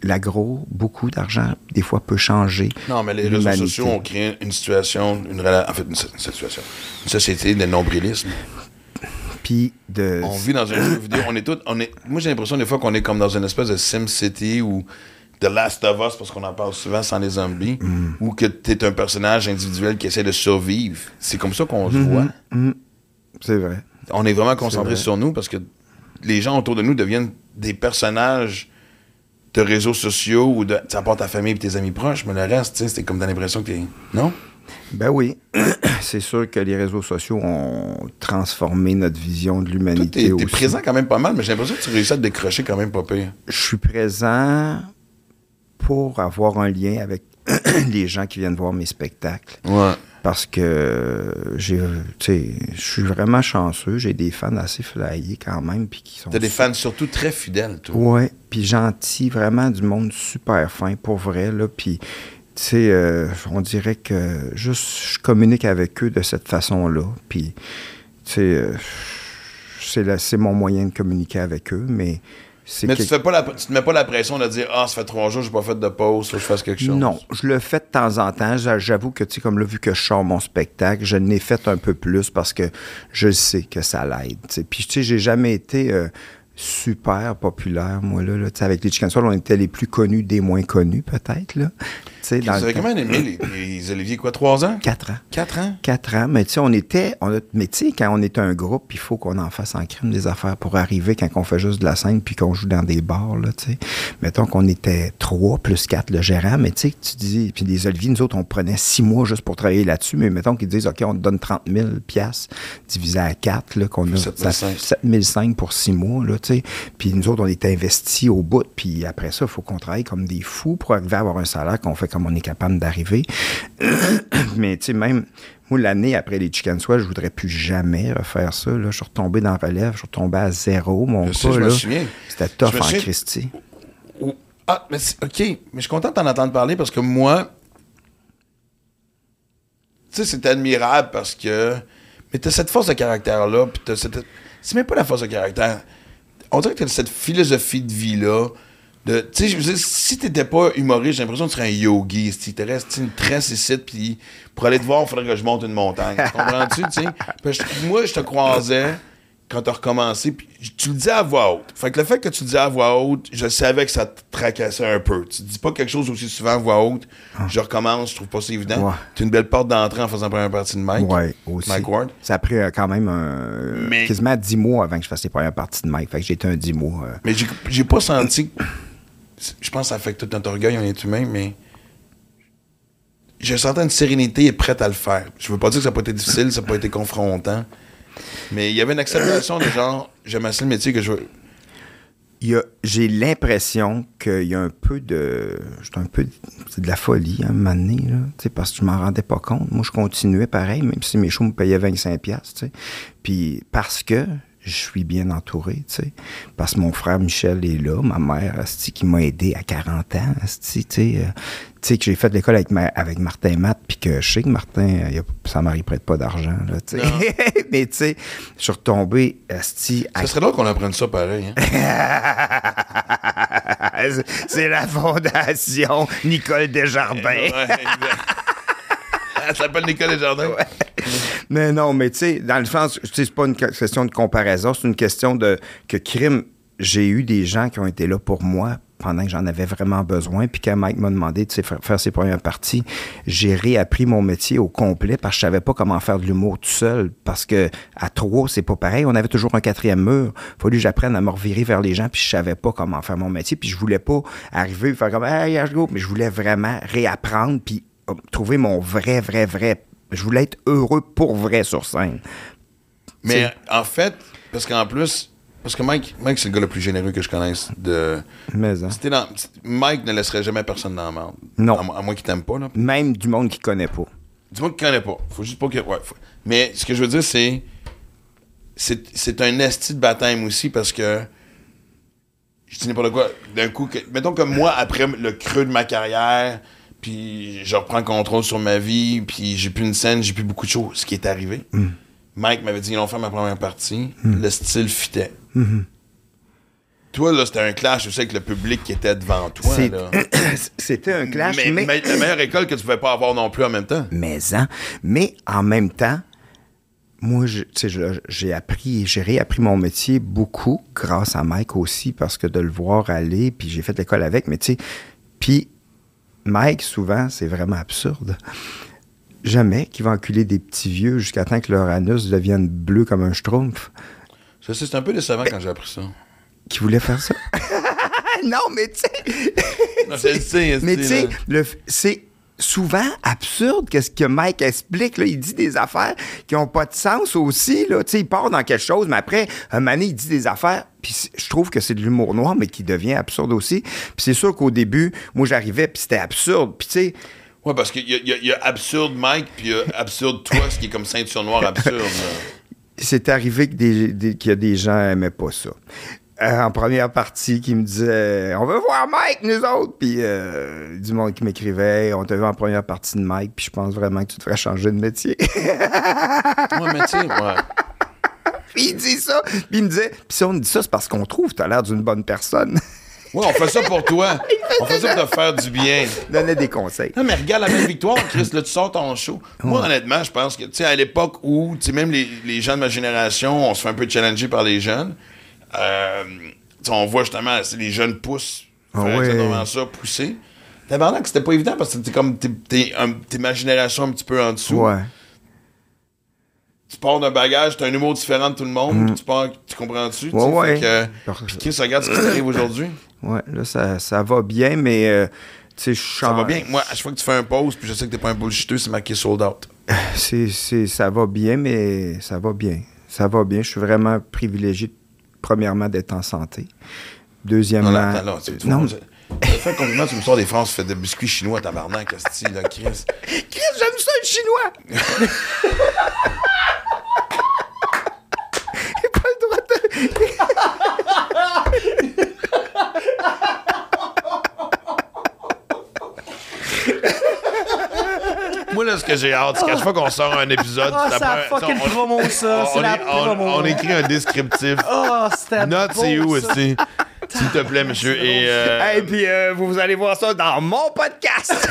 [SPEAKER 6] l'agro, beaucoup d'argent, des fois, peut changer.
[SPEAKER 1] Non, mais les réseaux
[SPEAKER 6] l'humanité.
[SPEAKER 1] sociaux ont créé une situation, une rela- en fait, une, so- une situation, une société de nombrilisme.
[SPEAKER 6] Puis de...
[SPEAKER 1] On vit dans un jeu vidéo, on est tous, on est, moi j'ai l'impression des fois qu'on est comme dans une espèce de Sim City ou The Last of Us, parce qu'on en parle souvent sans les zombies,
[SPEAKER 6] Mm.
[SPEAKER 1] ou que t'es un personnage individuel qui essaie de survivre. C'est comme ça qu'on se voit.
[SPEAKER 6] Mm-hmm. C'est vrai.
[SPEAKER 1] On est vraiment concentré sur nous parce que les gens autour de nous deviennent des personnages de réseaux sociaux ou de, ça part ta famille et tes amis proches, mais le reste, tu sais, c'est comme dans l'impression que t'es, non?
[SPEAKER 6] Ben oui, c'est sûr que les réseaux sociaux ont transformé notre vision de
[SPEAKER 1] Toi,
[SPEAKER 6] l'humanité
[SPEAKER 1] t'es, t'es
[SPEAKER 6] aussi.
[SPEAKER 1] présent quand même pas mal, mais j'ai l'impression que tu réussis à te décrocher quand même pas pire.
[SPEAKER 6] Je suis présent pour avoir un lien avec les gens qui viennent voir mes spectacles.
[SPEAKER 1] Ouais.
[SPEAKER 6] Parce que j'ai, tu sais, je suis vraiment chanceux. J'ai des fans assez flyés quand même, puis qui sont
[SPEAKER 1] T'as des fans surtout très fidèles, toi.
[SPEAKER 6] Ouais, puis gentil, vraiment du monde super fin, pour vrai, là, puis... Tu sais, euh, on dirait que juste je communique avec eux de cette façon-là. Puis, tu sais, euh, c'est la- c'est mon moyen de communiquer avec eux, mais c'est
[SPEAKER 1] Mais tu,
[SPEAKER 6] quelque-
[SPEAKER 1] te fais pas la, tu te mets pas la pression de dire Ah, ça fait trois jours, j'ai pas fait de pause, faut que je fasse quelque chose.
[SPEAKER 6] Non, je le fais de temps en temps. J'a- J'avoue que, tu sais, comme là, vu que je sors mon spectacle, je n'ai fait un peu plus parce que je sais que ça l'aide. tu sais. Puis, tu sais, j'ai jamais été euh, super populaire, moi, là. là. Tu sais, avec les Chicken Soul, on était les plus connus des moins connus, peut-être, là. Tu sais,
[SPEAKER 1] Vous
[SPEAKER 6] dans
[SPEAKER 1] avez
[SPEAKER 6] le
[SPEAKER 1] combien aimé les, les Olivier, quoi, trois ans?
[SPEAKER 6] 4 ans.
[SPEAKER 1] Hum. Quatre ans?
[SPEAKER 6] Quatre ans, mais tu sais, on était, on a- mais tu sais, quand on est un groupe, il faut qu'on en fasse en crime des affaires pour arriver quand on fait juste de la scène puis qu'on joue dans des bars, là, tu sais. Mettons qu'on était trois plus quatre, le gérant, mais tu sais, que tu dis, puis les Olivier, nous autres, on prenait six mois juste pour travailler là-dessus, mais mettons qu'ils disent, OK, on te donne 30 000 piastres divisé à quatre, là, qu'on a, ça
[SPEAKER 1] 7 500.
[SPEAKER 6] fait 7005 pour six mois, là, tu sais. Puis nous autres, on est investis au bout. Puis après ça, il faut qu'on travaille comme des fous pour arriver à avoir un salaire qu'on fait comme on est capable d'arriver. Mais tu sais, même, moi, l'année après les Chicken Swell, je voudrais plus jamais refaire ça, là. Je suis retombé dans la relève, je suis retombé à zéro, mon
[SPEAKER 1] Je
[SPEAKER 6] cas,
[SPEAKER 1] sais, je me
[SPEAKER 6] là.
[SPEAKER 1] souviens.
[SPEAKER 6] C'était tough
[SPEAKER 1] Je me
[SPEAKER 6] en
[SPEAKER 1] souviens-
[SPEAKER 6] Christie.
[SPEAKER 1] Ou- Ah, mais c'est- OK, mais je suis content de t'en entendre parler parce que moi, tu sais, c'est admirable parce que. Mais t'as cette force de caractère-là, puis t'as cette. C'est même pas la force de caractère. On dirait que t'as cette philosophie de vie-là. De, tu sais, je veux dire, si t'étais pas humoriste, j'ai l'impression que tu serais un yogi. Si tu restes une tresse ici, puis pour aller te voir, il faudrait que je monte une montagne. Tu comprends-tu, tu sais? Parce que Moi, je te croisais quand t'as recommencé, puis j- tu le dis à voix haute. Fait que le fait que tu le dis à voix haute, je savais que ça te tracassait un peu. Tu dis pas quelque chose aussi souvent à voix haute. Je recommence, je trouve pas ça évident.
[SPEAKER 6] Ouais.
[SPEAKER 1] T'as une belle porte d'entrée en faisant la première partie de Mike.
[SPEAKER 6] Ouais, aussi.
[SPEAKER 1] Mike Ward.
[SPEAKER 6] Ça a pris euh, quand même un-
[SPEAKER 1] Mais-
[SPEAKER 6] quasiment 10 mois avant que je fasse les premières parties de Mike. Fait que j'étais un 10 mois. euh,
[SPEAKER 1] Mais j'ai- j'ai pas senti. que- Je pense que ça affecte tout notre orgueil, on est humain, mais. Je sentais une sérénité et prête à le faire. Je veux pas dire que ça n'a pas été difficile, ça n'a pas été confrontant. Mais il y avait une acceptation de genre, j'aime assez le métier que je veux.
[SPEAKER 6] il y a- j'ai l'impression qu'il y a un peu de. j'étais un peu. C'est de la folie, à un moment donné, là, tu sais, parce que je m'en rendais pas compte. Moi, je continuais pareil, même si mes shows me payaient 25$, piastres, tu sais. Puis, parce que je suis bien entouré, tu sais. Parce que mon frère Michel est là, ma mère, asti, qui m'a aidé à 40 ans, asti, tu sais. euh, tu sais, que j'ai fait de l'école avec, ma- avec Martin Matt, puis que je sais que Martin, euh, il a- sa mère, il prête pas d'argent, là, tu sais. Mais, tu sais, je suis retombé, asti, à
[SPEAKER 1] Ça serait drôle qu'on apprenne ça pareil. hein.
[SPEAKER 6] c'est la fondation Nicole Desjardins.
[SPEAKER 1] Ouais, exact. Elle s'appelle Nicole Desjardins.
[SPEAKER 6] Mais non, mais tu sais, dans le sens, tu sais, c'est pas une question de comparaison, c'est une question de que crime. J'ai eu des gens qui ont été là pour moi pendant que j'en avais vraiment besoin. Puis quand Mike m'a demandé de faire faire ses premières parties, j'ai réappris mon métier au complet parce que je savais pas comment faire de l'humour tout seul. Parce que à trois, c'est pas pareil. On avait toujours un quatrième mur. Fallu que j'apprenne à me revirer vers les gens. Puis je savais pas comment faire mon métier. Puis je voulais pas arriver et faire comme Hey, here you go. Mais je voulais vraiment réapprendre puis euh, trouver mon vrai, vrai, vrai je voulais être heureux pour vrai sur scène.
[SPEAKER 1] Mais en fait, parce qu'en plus, parce que Mike, Mike c'est le gars le plus généreux que je connaisse. De...
[SPEAKER 6] Mais, hein.
[SPEAKER 1] Si t'es dans- Mike ne laisserait jamais personne dans la merde.
[SPEAKER 6] Non.
[SPEAKER 1] À, mo- à moins qu'il t'aime pas. Là.
[SPEAKER 6] Même du monde qui connaît pas.
[SPEAKER 1] Dis-moi qu'il connaît pas. Faut juste pas que. Ouais, faut- Mais ce que je veux dire, c'est. C'est c'est un esti de baptême aussi parce que. Je dis n'importe quoi. D'un coup, que- mettons que moi, après le creux de ma carrière, puis je reprends le contrôle sur ma vie, puis j'ai plus une scène, j'ai plus beaucoup de choses, ce qui est arrivé.
[SPEAKER 6] Mm.
[SPEAKER 1] Mike m'avait dit, ils ont fait ma première partie, le style fitait.
[SPEAKER 6] Mm-hmm.
[SPEAKER 1] Toi, là, c'était un clash aussi avec le public qui était devant toi.
[SPEAKER 6] C'est-
[SPEAKER 1] là.
[SPEAKER 6] C'était un clash,
[SPEAKER 1] mais,
[SPEAKER 6] mais...
[SPEAKER 1] mais la meilleure école que tu pouvais pas avoir non plus en même temps.
[SPEAKER 6] mais en, mais en même temps, moi, je- tu sais, je- j'ai appris, j'ai réappris mon métier beaucoup grâce à Mike aussi, parce que de le voir aller, puis j'ai fait l'école avec, mais tu sais, puis Mike, souvent, c'est vraiment absurde. Jamais qu'il va enculer des petits vieux jusqu'à temps que leur anus devienne bleu comme un schtroumpf.
[SPEAKER 1] Ça, c'est un peu décevant quand j'ai appris ça.
[SPEAKER 6] Qui voulait faire ça? non, mais tu sais,
[SPEAKER 1] Non, je le sais,
[SPEAKER 6] Mais tu sais,
[SPEAKER 1] là.
[SPEAKER 6] le f- c'est souvent absurde que ce que Mike explique. Là, il dit des affaires qui n'ont pas de sens aussi. Là. Tu sais, Il part dans quelque chose, mais après, un moment donné, il dit des affaires. Puis c- je trouve que c'est de l'humour noir, mais qui devient absurde aussi. Puis c'est sûr qu'au début, moi, j'arrivais, puis c'était absurde. Puis tu sais,
[SPEAKER 1] Ouais, parce qu'il y, a- il y a- il y a absurde Mike, puis il y a absurde toi, ce qui est comme ceinture noire absurde. là.
[SPEAKER 6] c'est arrivé que des, des- qu'il y a des gens n'aimaient pas ça. Euh, en première partie, qui me disaient On veut voir Mike, nous autres. Puis euh, du monde qui m'écrivait On t'a vu en première partie de Mike, puis je pense vraiment que tu devrais changer de métier.
[SPEAKER 1] Ouais, mais tu sais, ouais.
[SPEAKER 6] Puis il dit ça. Puis il me disait, puis si on dit ça, c'est parce qu'on trouve que t'as l'air d'une bonne personne.
[SPEAKER 1] Ouais, on fait ça pour toi. On fait ça pour te faire du bien.
[SPEAKER 6] Il Donnait des conseils.
[SPEAKER 1] Non, mais regarde la même victoire, Chris, là, tu sors ton show. Moi, honnêtement, je pense que, tu sais, à l'époque où, tu sais, même les, les gens de ma génération, on se fait un peu challenger par les jeunes, euh, tu sais, on voit justement, c'est les jeunes poussent,
[SPEAKER 6] Ah
[SPEAKER 1] faire
[SPEAKER 6] ouais.
[SPEAKER 1] exactement ça, pousser. Tabarnak, c'était pas évident parce que t'es comme, t'es, t'es un- t'es ma génération un petit peu en dessous.
[SPEAKER 6] Ouais.
[SPEAKER 1] tu pars d'un bagage, t'as un humour différent de tout le monde, puis tu pars, tu comprends-tu? tu
[SPEAKER 6] Mm. Ouais,
[SPEAKER 1] sais,
[SPEAKER 6] ouais.
[SPEAKER 1] fait que, puis Chris, regarde ce qui t'arrive aujourd'hui.
[SPEAKER 6] Ouais, là, ça, ça va bien, mais euh, tu sais, je
[SPEAKER 1] Ça va
[SPEAKER 6] change.
[SPEAKER 1] bien. Moi, à chaque fois que tu fais un pause, puis je sais que t'es pas un bullshiteux, c'est marqué sold out.
[SPEAKER 6] C'est, c'est- ça va bien, mais ça va bien. Ça va bien. Je suis vraiment privilégié, premièrement, d'être en santé. Deuxièmement.
[SPEAKER 1] Non, là, attends, là, tu tu
[SPEAKER 6] non,
[SPEAKER 1] vois, je- je fais un compliment, tu me sors des France, tu fais des biscuits chinois, tabarnak, esti, là, Chris.
[SPEAKER 6] Chris, j'aime ça, le chinois! J'ai pas le droit de.
[SPEAKER 1] Moi, là, ce que j'ai hâte, c'est qu'à chaque fois qu'on sort un épisode,
[SPEAKER 2] Ah,
[SPEAKER 1] ça
[SPEAKER 2] c'est la
[SPEAKER 1] prend-
[SPEAKER 2] fucking
[SPEAKER 1] on-
[SPEAKER 2] promo, ça. C'est
[SPEAKER 1] on-
[SPEAKER 2] la
[SPEAKER 1] on-
[SPEAKER 2] promo.
[SPEAKER 1] On écrit un descriptif.
[SPEAKER 2] Oh, c'était
[SPEAKER 1] Not
[SPEAKER 2] beau,
[SPEAKER 1] see you,
[SPEAKER 2] ça.
[SPEAKER 1] esti. S'il te plaît, monsieur. Et, euh,
[SPEAKER 6] Hey, puis euh, vous, vous allez voir ça dans mon podcast!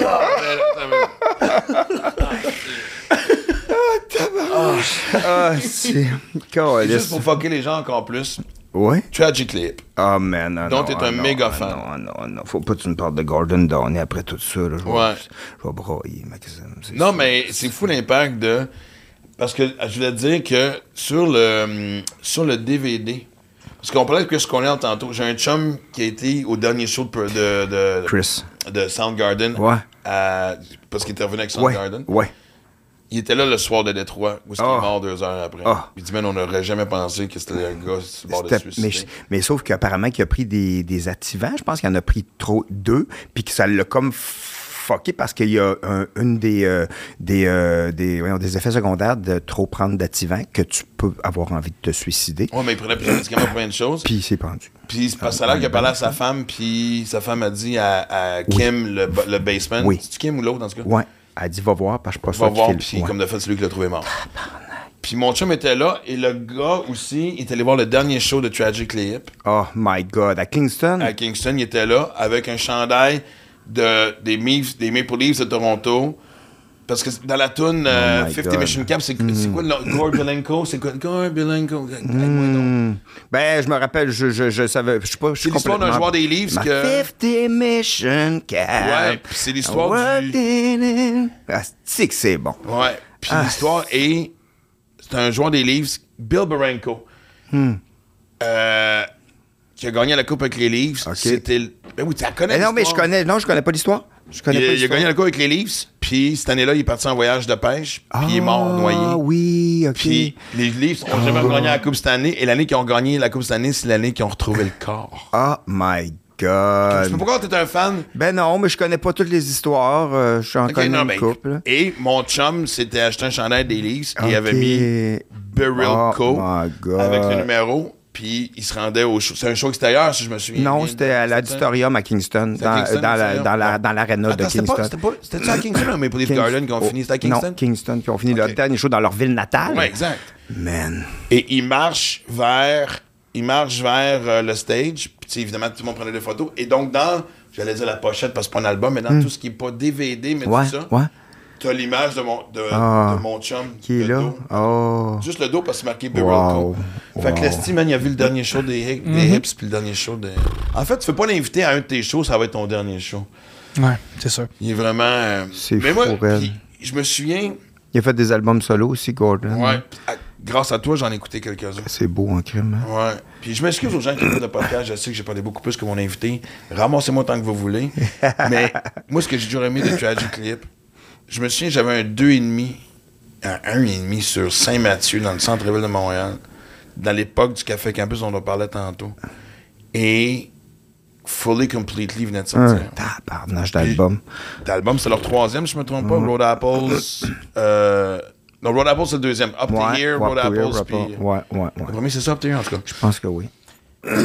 [SPEAKER 6] Ah, c'est.
[SPEAKER 1] Juste pour fucker les gens encore plus,
[SPEAKER 6] Ouais?
[SPEAKER 1] Tragic Lip.
[SPEAKER 6] Ah, man. ah,
[SPEAKER 1] Donc,
[SPEAKER 6] non,
[SPEAKER 1] t'es
[SPEAKER 6] ah,
[SPEAKER 1] un
[SPEAKER 6] non,
[SPEAKER 1] méga
[SPEAKER 6] ah,
[SPEAKER 1] fan.
[SPEAKER 6] Non, ah, non, ah, non. Faut pas que tu me parles de Gordon Downey après tout ça. Là. Je vais-
[SPEAKER 1] Ouais.
[SPEAKER 6] Je vais broyer, Maxime. c'est
[SPEAKER 1] Non,
[SPEAKER 6] ça.
[SPEAKER 1] mais c'est fou l'impact de. Parce que je voulais te dire que sur le, hum, sur le DVD, parce qu'on parlait de ce qu'on est tantôt, j'ai un chum qui a été au dernier show de, de, de-
[SPEAKER 6] Chris.
[SPEAKER 1] de Soundgarden
[SPEAKER 6] Ouais.
[SPEAKER 1] à- parce qu'il était revenu avec
[SPEAKER 6] Ouais.
[SPEAKER 1] Soundgarden.
[SPEAKER 6] Ouais.
[SPEAKER 1] Il était là le soir de Détroit, où est-ce qu'il
[SPEAKER 6] Ah.
[SPEAKER 1] est mort deux heures après.
[SPEAKER 6] Ah.
[SPEAKER 1] Il dit, man, on n'aurait jamais pensé que c'était un gars sur le bord de
[SPEAKER 6] C'était- Mais,
[SPEAKER 1] suicide.
[SPEAKER 6] mais sauf qu'apparemment qu'il a pris des, des activants, je pense qu'il en a pris trop deux, puis que ça l'a comme fucké parce qu'il y a un- une des, euh, des, euh, des, voyons, des effets secondaires de trop prendre d'activants que tu peux avoir envie de te suicider.
[SPEAKER 1] Ouais, mais il prenait plusieurs médicaments pour plein de choses.
[SPEAKER 6] Puis il s'est pendu.
[SPEAKER 1] Puis c'est parce que ça a l'air qu'il a parlé à sa femme, puis sa femme a dit à, à Kim, le, ba- le basement.
[SPEAKER 6] Oui.
[SPEAKER 1] C'est Kim ou l'autre, en tout cas?
[SPEAKER 6] Ouais. Elle dit va voir parce que je suis
[SPEAKER 1] va
[SPEAKER 6] pas
[SPEAKER 1] voir, puis
[SPEAKER 6] sûr qu'il filme. Ouais.
[SPEAKER 1] comme de fait, celui qui l'a trouvé mort. Puis mon chum était là, et le gars aussi, il est allé voir le dernier show de Tragic Hip
[SPEAKER 6] Oh my God. À Kingston?
[SPEAKER 1] à Kingston. Il était là avec un chandail de, des, Leafs- des Maple Leafs de Toronto. Parce que dans la toune euh,
[SPEAKER 6] Oh my
[SPEAKER 1] 50
[SPEAKER 6] God. Hmm.
[SPEAKER 1] Mission Cap, c'est c'est quoi le nom? Gore Belenko? C'est quoi? Gore Belenko. Aide-moi donc.
[SPEAKER 6] Ben, je me rappelle, je, je, je savais. Je suis pas. je suis
[SPEAKER 1] C'est l'histoire d'un
[SPEAKER 6] complètement-
[SPEAKER 1] joueur des Leafs
[SPEAKER 6] Ma
[SPEAKER 1] que-
[SPEAKER 6] 50 mission cap.
[SPEAKER 1] Ouais, puis c'est l'histoire
[SPEAKER 6] Working
[SPEAKER 1] du-
[SPEAKER 6] in- Ah, c'est que c'est bon.
[SPEAKER 1] Ouais. Puis
[SPEAKER 6] Ah.
[SPEAKER 1] l'histoire est. C'est un joueur des Leafs, Bill Baranko,
[SPEAKER 6] Hmm.
[SPEAKER 1] euh, qui a gagné la Coupe avec les Leafs.
[SPEAKER 6] Ok.
[SPEAKER 1] C'était. le- Ben oui, tu la connais.
[SPEAKER 6] Mais non, mais je
[SPEAKER 1] l'histoire.
[SPEAKER 6] connais. Non, je connais pas l'histoire. Je connais
[SPEAKER 1] Il,
[SPEAKER 6] pas
[SPEAKER 1] il a
[SPEAKER 6] l'histoire.
[SPEAKER 1] gagné la Coupe avec les Leafs, puis cette année-là, il est parti en voyage de pêche, puis il est mort,
[SPEAKER 6] Ah
[SPEAKER 1] noyé.
[SPEAKER 6] oui, ok. Ah.
[SPEAKER 1] Puis les Leafs n'ont jamais gagné la Coupe cette année, et l'année qu'ils ont gagné la Coupe cette année, c'est l'année qu'ils ont retrouvé le corps.
[SPEAKER 6] Oh my
[SPEAKER 1] Je sais pas
[SPEAKER 6] God.
[SPEAKER 1] pourquoi t'es un fan.
[SPEAKER 6] Ben non, mais je connais pas toutes les histoires. euh, je suis en
[SPEAKER 1] Ok,
[SPEAKER 6] connais
[SPEAKER 1] non,
[SPEAKER 6] une
[SPEAKER 1] ben,
[SPEAKER 6] couple. là.
[SPEAKER 1] Et mon chum s'était acheté un chandail des Leafs et il avait
[SPEAKER 6] Ok.
[SPEAKER 1] mis Beryl
[SPEAKER 6] Oh
[SPEAKER 1] Co.
[SPEAKER 6] my God.
[SPEAKER 1] avec le numéro. Puis il se rendait au show. C'est un show extérieur, si je me souviens.
[SPEAKER 6] Non,
[SPEAKER 1] bien.
[SPEAKER 6] c'était à
[SPEAKER 1] C'était-
[SPEAKER 6] l'auditorium à Kingston,
[SPEAKER 1] C'était à
[SPEAKER 6] dans,
[SPEAKER 1] Kingston,
[SPEAKER 6] dans la-
[SPEAKER 1] l'auditorium?
[SPEAKER 6] dans la-
[SPEAKER 1] Non.
[SPEAKER 6] dans l'arena de
[SPEAKER 1] Attends, c'était
[SPEAKER 6] Kingston.
[SPEAKER 1] pas- c'était pas- C'était-tu à Kingston ou à Maple Leaf
[SPEAKER 6] Kings-
[SPEAKER 1] Garden qu'on
[SPEAKER 6] Oh,
[SPEAKER 1] finit? C'était à Kingston?
[SPEAKER 6] Non, Kingston, qui ont fini
[SPEAKER 1] Ok.
[SPEAKER 6] leur dernier show dans leur ville natale.
[SPEAKER 1] Ouais, exact.
[SPEAKER 6] Man.
[SPEAKER 1] Et il marche vers, il marche vers euh, le stage. Puis tu sais, évidemment, tout le monde prenait des photos. Et donc, dans, j'allais dire la pochette parce que c'est pas un album, mais dans tout ce qui est pas DVD, mais
[SPEAKER 6] Hmm. Ouais,
[SPEAKER 1] tout ça,
[SPEAKER 6] ouais.
[SPEAKER 1] t'as l'image de mon, de,
[SPEAKER 6] Ah.
[SPEAKER 1] de mon chum.
[SPEAKER 6] Qui est
[SPEAKER 1] le
[SPEAKER 6] là.
[SPEAKER 1] dos.
[SPEAKER 6] Oh.
[SPEAKER 1] Juste le dos parce que c'est marqué Bill
[SPEAKER 6] Wow.
[SPEAKER 1] Fait que
[SPEAKER 6] Wow.
[SPEAKER 1] l'esti, man, il a vu le dernier show des, Hi- des Hips puis le dernier show des. En fait, tu peux pas l'inviter à un de tes shows, ça va être ton dernier show.
[SPEAKER 2] Ouais, c'est sûr.
[SPEAKER 1] Il est vraiment. euh,
[SPEAKER 6] C'est
[SPEAKER 1] Mais moi,
[SPEAKER 6] fou, raide.
[SPEAKER 1] puis je me souviens,
[SPEAKER 6] Il a fait des albums solo aussi, Gordon.
[SPEAKER 1] ouais, à- grâce à toi, j'en ai écouté quelques-uns.
[SPEAKER 6] C'est beau en crime. hein?
[SPEAKER 1] Ouais. Puis je m'excuse aux gens qui écoutent le podcast, je sais que j'ai parlé beaucoup plus que mon invité. Ramassez-moi tant que vous voulez. Mais moi, ce que j'ai toujours aimé de Tragic Clip, je me souviens, j'avais un 2,5, un 1,5 sur Saint-Mathieu, dans le centre-ville de Montréal, dans l'époque du Café Campus dont on parlait tantôt. Et Fully Completely venait de
[SPEAKER 6] Un
[SPEAKER 1] sortir.
[SPEAKER 6] tabarnage d'album.
[SPEAKER 1] L'album, c'est leur troisième, si je me trompe
[SPEAKER 6] Hum.
[SPEAKER 1] pas. Road Apples. euh, Non, Road Apples, c'est le deuxième. Up to Here,
[SPEAKER 6] ouais,
[SPEAKER 1] Road
[SPEAKER 6] Up to Here,
[SPEAKER 1] Apples.
[SPEAKER 6] Road
[SPEAKER 1] puis- euh,
[SPEAKER 6] Apples. Ouais, ouais,
[SPEAKER 1] Le
[SPEAKER 6] ouais.
[SPEAKER 1] premier, c'est ça, Up to Here, en tout cas.
[SPEAKER 6] Je pense que oui.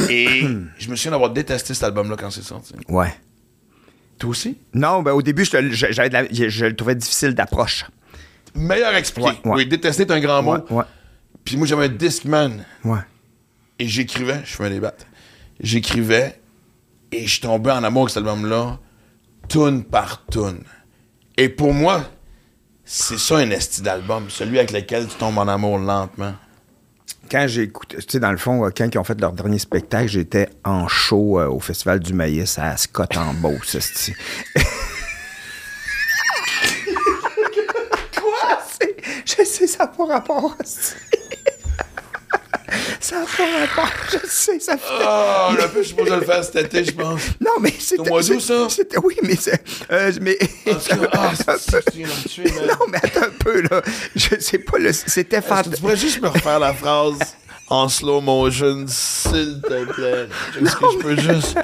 [SPEAKER 1] Et je me souviens d'avoir détesté cet album-là quand c'est sorti.
[SPEAKER 6] Ouais.
[SPEAKER 1] Toi aussi?
[SPEAKER 6] Non, ben au début, je, te- je- j'avais de la- je- je le trouvais difficile d'approche.
[SPEAKER 1] Meilleur expliqué.
[SPEAKER 6] Ouais, ouais.
[SPEAKER 1] Oui, détester est un grand mot.
[SPEAKER 6] Ouais, ouais,
[SPEAKER 1] Puis moi, j'avais un Discman.
[SPEAKER 6] ouais.
[SPEAKER 1] Et j'écrivais, je me débatte. J'écrivais et je tombais en amour avec cet album-là, tune par tune. Et pour moi, c'est ça un esti d'album, celui avec lequel tu tombes en amour lentement.
[SPEAKER 6] Quand j'ai écouté, tu sais, dans le fond, euh, quand ils ont fait leur dernier spectacle, j'étais en show euh, au Festival du Maïs à Scott en Beauce. esti. Quoi? C'est- Je sais, ça n'a pas rapport. esti. ça n'a pas rapport, je sais, ça fait.
[SPEAKER 1] Ah, le peu, je suppose de le faire cet été, je pense.
[SPEAKER 6] Non, mais c'était.
[SPEAKER 1] mois d'août,
[SPEAKER 6] c'est-
[SPEAKER 1] ça?
[SPEAKER 6] c'était- Oui, mais. c'est- euh, mais
[SPEAKER 1] En tout cas, ah,
[SPEAKER 6] Un
[SPEAKER 1] c'est-
[SPEAKER 6] peu-
[SPEAKER 1] tu viens de me tuer, man.
[SPEAKER 6] Non, mais attends un peu, là. Je sais pas, le... c'était
[SPEAKER 1] Est-ce que tu
[SPEAKER 6] fantastique.
[SPEAKER 1] pourrais juste me refaire la phrase en slow motion, s'il te plaît? Est-ce que je peux juste.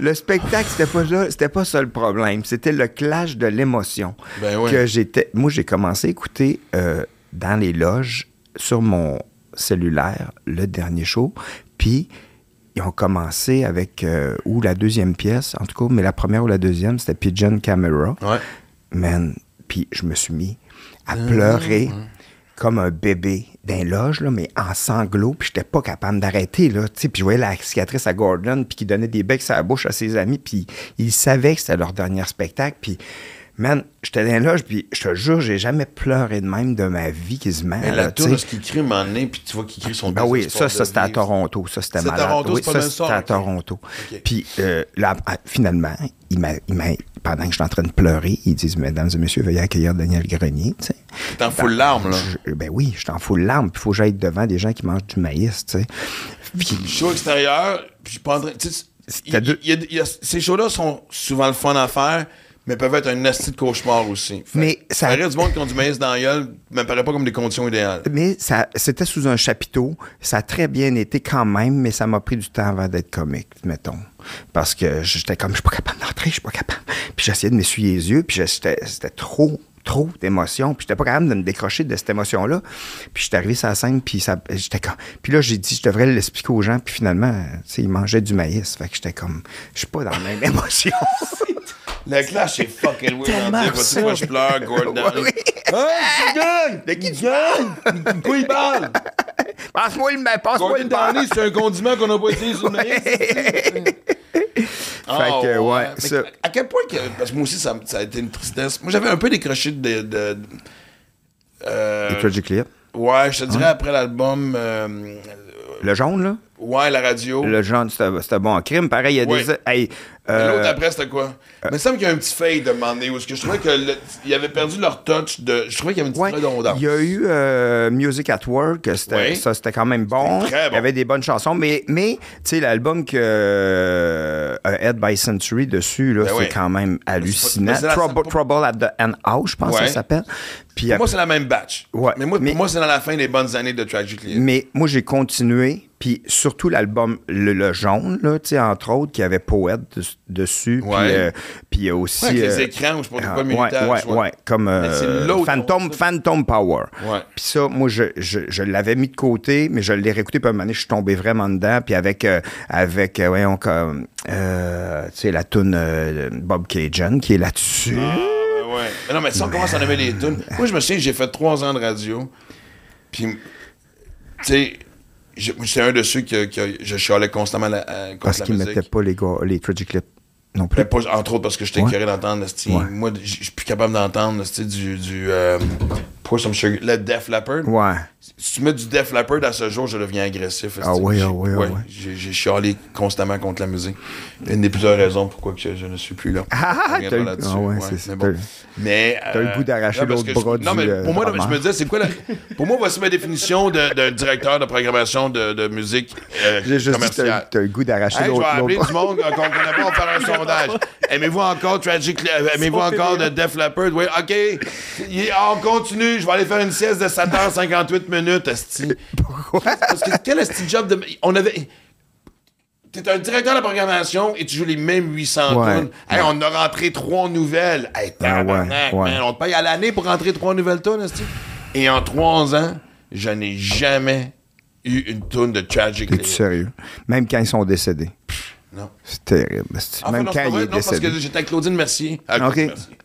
[SPEAKER 6] Le spectacle, c'était pas, là- c'était pas ça le problème. C'était le clash de l'émotion.
[SPEAKER 1] Ben ouais.
[SPEAKER 6] Que j'étais. Moi, j'ai commencé à écouter euh, dans les loges, sur mon cellulaire, le dernier show. Puis, ils ont commencé avec. euh, ou la deuxième pièce, en tout cas, mais la première ou la deuxième, c'était Pigeon Camera.
[SPEAKER 1] Ouais.
[SPEAKER 6] Man, puis je me suis mis à pleurer
[SPEAKER 1] Ah,
[SPEAKER 6] comme un bébé d'un loge, là, mais en sanglots, puis j'étais pas capable d'arrêter, là, tu sais, puis je voyais la cicatrice à Gordon, puis qui donnait des becs à la bouche à ses amis, puis ils savaient que c'était leur dernier spectacle, puis, man, j'étais dans la loge, puis je te jure, j'ai jamais pleuré de même de ma vie, quasiment,
[SPEAKER 1] Mais
[SPEAKER 6] Ben là,
[SPEAKER 1] la
[SPEAKER 6] tu
[SPEAKER 1] tour de
[SPEAKER 6] sais.
[SPEAKER 1] ce qu'il crie, m'en est, puis tu vois qu'il crie son
[SPEAKER 6] Ben oui, ça, ça c'était à Toronto. Ça, c'était
[SPEAKER 1] C'est à
[SPEAKER 6] malade.
[SPEAKER 1] Toronto,
[SPEAKER 6] Oui,
[SPEAKER 1] c'est pas
[SPEAKER 6] ça,
[SPEAKER 1] dans le
[SPEAKER 6] c'était
[SPEAKER 1] sort,
[SPEAKER 6] à
[SPEAKER 1] ok.
[SPEAKER 6] Toronto.
[SPEAKER 1] Ok.
[SPEAKER 6] Puis euh, là, à- finalement, il m'a, il m'a- pendant que je suis en train de pleurer, ils disent Mesdames et messieurs, veuillez accueillir Daniel Grenier. Tu sais.
[SPEAKER 1] T'es en full larmes, là.
[SPEAKER 6] Je- ben oui, je suis en full larmes. Puis il faut que j'aille devant des gens qui mangent du maïs. Tu sais. Puis,
[SPEAKER 1] Show extérieur, puis je suis pas en train. Tu sais,
[SPEAKER 6] C'était
[SPEAKER 1] il-
[SPEAKER 6] deux-
[SPEAKER 1] il y a- il y a- ces shows-là sont souvent le fun à faire, mais peuvent être un nasty de cauchemar aussi. Fait
[SPEAKER 6] Mais
[SPEAKER 1] que
[SPEAKER 6] ça-
[SPEAKER 1] Le reste du monde qui ont du maïs dans la gueule m'apparaît pas comme des conditions idéales.
[SPEAKER 6] Mais ça, c'était sous un chapiteau. Ça a très bien été quand même, mais ça m'a pris du temps avant d'être comique, mettons. Parce que j'étais comme, je suis pas capable d'entrer, je suis pas capable. Puis j'essayais de m'essuyer les yeux, puis j'étais- c'était trop, trop d'émotions. Puis j'étais pas capable de me décrocher de cette émotion-là. Puis j'étais arrivé sur la scène, puis ça, j'étais comme... Puis là, j'ai dit, je devrais l'expliquer aux gens. Puis finalement, tu sais, ils mangeaient du maïs. Fait que j'étais comme, je suis pas dans la même émotion.
[SPEAKER 1] Le clash est fucking weird. hein,
[SPEAKER 2] tellement
[SPEAKER 1] Andy. Vois-tu pourquoi je pleure, Gordon?
[SPEAKER 6] Oui.
[SPEAKER 1] Hey, tu gagnes!
[SPEAKER 6] De qui tu
[SPEAKER 1] gagnes? Quoi il parle?
[SPEAKER 6] Passe-moi le ma- passe-moi
[SPEAKER 1] Gordon
[SPEAKER 6] le pain.
[SPEAKER 1] Downey, c'est un condiment qu'on n'a pas utilisé sur le maïs.
[SPEAKER 6] Fait
[SPEAKER 1] Ah,
[SPEAKER 6] que, ouais,
[SPEAKER 1] Mais
[SPEAKER 6] ça-
[SPEAKER 1] À quel point que- Parce que moi aussi, ça, me- ça a été une tristesse. Moi, j'avais un peu décroché de. de- euh,
[SPEAKER 6] Et Tragic Hein? Clip.
[SPEAKER 1] ouais, je te dirais après l'album. euh,
[SPEAKER 6] Le jaune, là?
[SPEAKER 1] ouais, la radio.
[SPEAKER 6] Le jaune, c'était c'était bon en crime. Pareil, il y a
[SPEAKER 1] Oui.
[SPEAKER 6] des. Hey, euh,
[SPEAKER 1] L'autre après, c'était quoi? Mais il me semble qu'il y a un petit fade de Mandé où est-ce que je trouvais qu'ils avaient perdu leur touch de. Je trouvais qu'il y avait une petite
[SPEAKER 6] ouais,
[SPEAKER 1] redondance.
[SPEAKER 6] il y a eu euh, Music at Work, c'était-
[SPEAKER 1] Ouais.
[SPEAKER 6] ça c'était quand même bon.
[SPEAKER 1] C'était très bon.
[SPEAKER 6] Il y avait des bonnes chansons, mais, mais tu sais, l'album que euh, Head by Century dessus, là,
[SPEAKER 1] Ben
[SPEAKER 6] c'est
[SPEAKER 1] ouais.
[SPEAKER 6] quand même hallucinant.
[SPEAKER 1] Mais c'est la-
[SPEAKER 6] Trouble, Trouble at the End House, je pense
[SPEAKER 1] Ouais.
[SPEAKER 6] que ça s'appelle.
[SPEAKER 1] Pour
[SPEAKER 6] Puis
[SPEAKER 1] moi,
[SPEAKER 6] après-
[SPEAKER 1] c'est la même batch.
[SPEAKER 6] Ouais,
[SPEAKER 1] mais moi,
[SPEAKER 6] mais-
[SPEAKER 1] pour moi, c'est dans la fin des bonnes années de Tragically.
[SPEAKER 6] Mais moi, j'ai continué, puis surtout l'album Le, Le Jaune, là, tu sais, entre autres, qui avait Poète des- dessus, puis,
[SPEAKER 1] Ouais.
[SPEAKER 6] euh, puis aussi...
[SPEAKER 1] Ouais, avec les
[SPEAKER 6] euh,
[SPEAKER 1] écrans, je sais pas
[SPEAKER 6] ah,
[SPEAKER 1] pourquoi le
[SPEAKER 6] ouais,
[SPEAKER 1] militage,
[SPEAKER 6] ouais,
[SPEAKER 1] ouais.
[SPEAKER 6] ouais, comme
[SPEAKER 1] Mais c'est
[SPEAKER 6] euh,
[SPEAKER 1] l'autre,
[SPEAKER 6] Phantom,
[SPEAKER 1] ça.
[SPEAKER 6] Phantom Power.
[SPEAKER 1] Ouais.
[SPEAKER 6] Puis ça, moi, je, je, je l'avais mis de côté, mais je l'ai réécouté, puis à un moment donné, je suis tombé vraiment dedans, puis avec, euh, avec euh, voyons, comme, euh, tu sais, la toune euh, Bob Cajun, qui est là-dessus.
[SPEAKER 1] Ah, ouais. Mais non, mais ça, on commence à nommer les tunes. Moi, je me souviens, j'ai fait trois ans de radio. Puis, tu sais, je- moi, j'étais un de ceux que, que je chialais constamment la, à- contre
[SPEAKER 6] parce
[SPEAKER 1] la
[SPEAKER 6] qu'ils
[SPEAKER 1] musique.
[SPEAKER 6] mettaient pas les, gars, les Tragic Clips non
[SPEAKER 1] Ben,
[SPEAKER 6] plus.
[SPEAKER 1] pas- entre autres parce que j'étais
[SPEAKER 6] Ouais.
[SPEAKER 1] écœuré d'entendre, esti.
[SPEAKER 6] Ouais.
[SPEAKER 1] moi, j- je suis plus capable d'entendre esti, du, du euh, Pour Some Sugar, le Def Leppard.
[SPEAKER 6] Ouais.
[SPEAKER 1] Si tu mets du Def Leppard à ce jour, je deviens agressif. esti.
[SPEAKER 6] Ah oui,
[SPEAKER 1] J'ai-
[SPEAKER 6] ah oui, ah
[SPEAKER 1] ouais,
[SPEAKER 6] oui.
[SPEAKER 1] J'ai j'ai chialé constamment contre la musique. Une des plusieurs raisons pourquoi que je, je ne suis plus là.
[SPEAKER 6] Ah,
[SPEAKER 1] On reviendra
[SPEAKER 6] t'as eu-
[SPEAKER 1] là-dessus,
[SPEAKER 6] ah ouais, c'est ça,
[SPEAKER 1] mais bon.
[SPEAKER 6] t'as eu-
[SPEAKER 1] Mais,
[SPEAKER 6] t'as eu le
[SPEAKER 1] euh,
[SPEAKER 6] goût d'arracher
[SPEAKER 1] non, parce
[SPEAKER 6] l'autre
[SPEAKER 1] que je-
[SPEAKER 6] bras
[SPEAKER 1] Non,
[SPEAKER 6] du,
[SPEAKER 1] mais
[SPEAKER 6] euh,
[SPEAKER 1] pour moi, non, mais je
[SPEAKER 6] roman.
[SPEAKER 1] me disais, c'est quoi la... Pour moi, voici ma définition de, de directeur de programmation de, de musique euh,
[SPEAKER 6] J'ai juste dit, t'as
[SPEAKER 1] commerciale.
[SPEAKER 6] t'as le goût d'arracher
[SPEAKER 1] Hey, je vais
[SPEAKER 6] l'autre.
[SPEAKER 1] appeler
[SPEAKER 6] l'autre-
[SPEAKER 1] du monde euh, qu'on connaît pas, on va faire un sondage. Aimez-vous encore Tragic euh, Aimez-vous encore de Def Leppard? Oui, OK. Il est- on continue. Je vais aller faire une sieste de 7h58 minutes, esti. Pourquoi? Parce que quel esti job de... On avait... T'es un directeur de programmation et tu joues les mêmes 800
[SPEAKER 6] Ouais. Ah
[SPEAKER 1] tonnes. Hey, on a rentré trois nouvelles. Hey, tabarnak,
[SPEAKER 6] ouais, ouais.
[SPEAKER 1] man, On te paye à l'année pour rentrer trois nouvelles tonnes, esti. Et en trois ans, je n'ai jamais eu une tonne de Tragic
[SPEAKER 6] T'es-tu
[SPEAKER 1] Leppard.
[SPEAKER 6] sérieux? Même quand ils sont décédés.
[SPEAKER 1] Non.
[SPEAKER 6] C'est terrible. c'est-
[SPEAKER 1] Ah,
[SPEAKER 6] Même
[SPEAKER 1] non, c'est
[SPEAKER 6] quand
[SPEAKER 1] pas
[SPEAKER 6] il
[SPEAKER 1] vrai,
[SPEAKER 6] est
[SPEAKER 1] non, parce
[SPEAKER 6] décédé.
[SPEAKER 1] que j'étais avec Claudine Mercier. Ah,
[SPEAKER 6] Ok.
[SPEAKER 1] Claudine Mercier.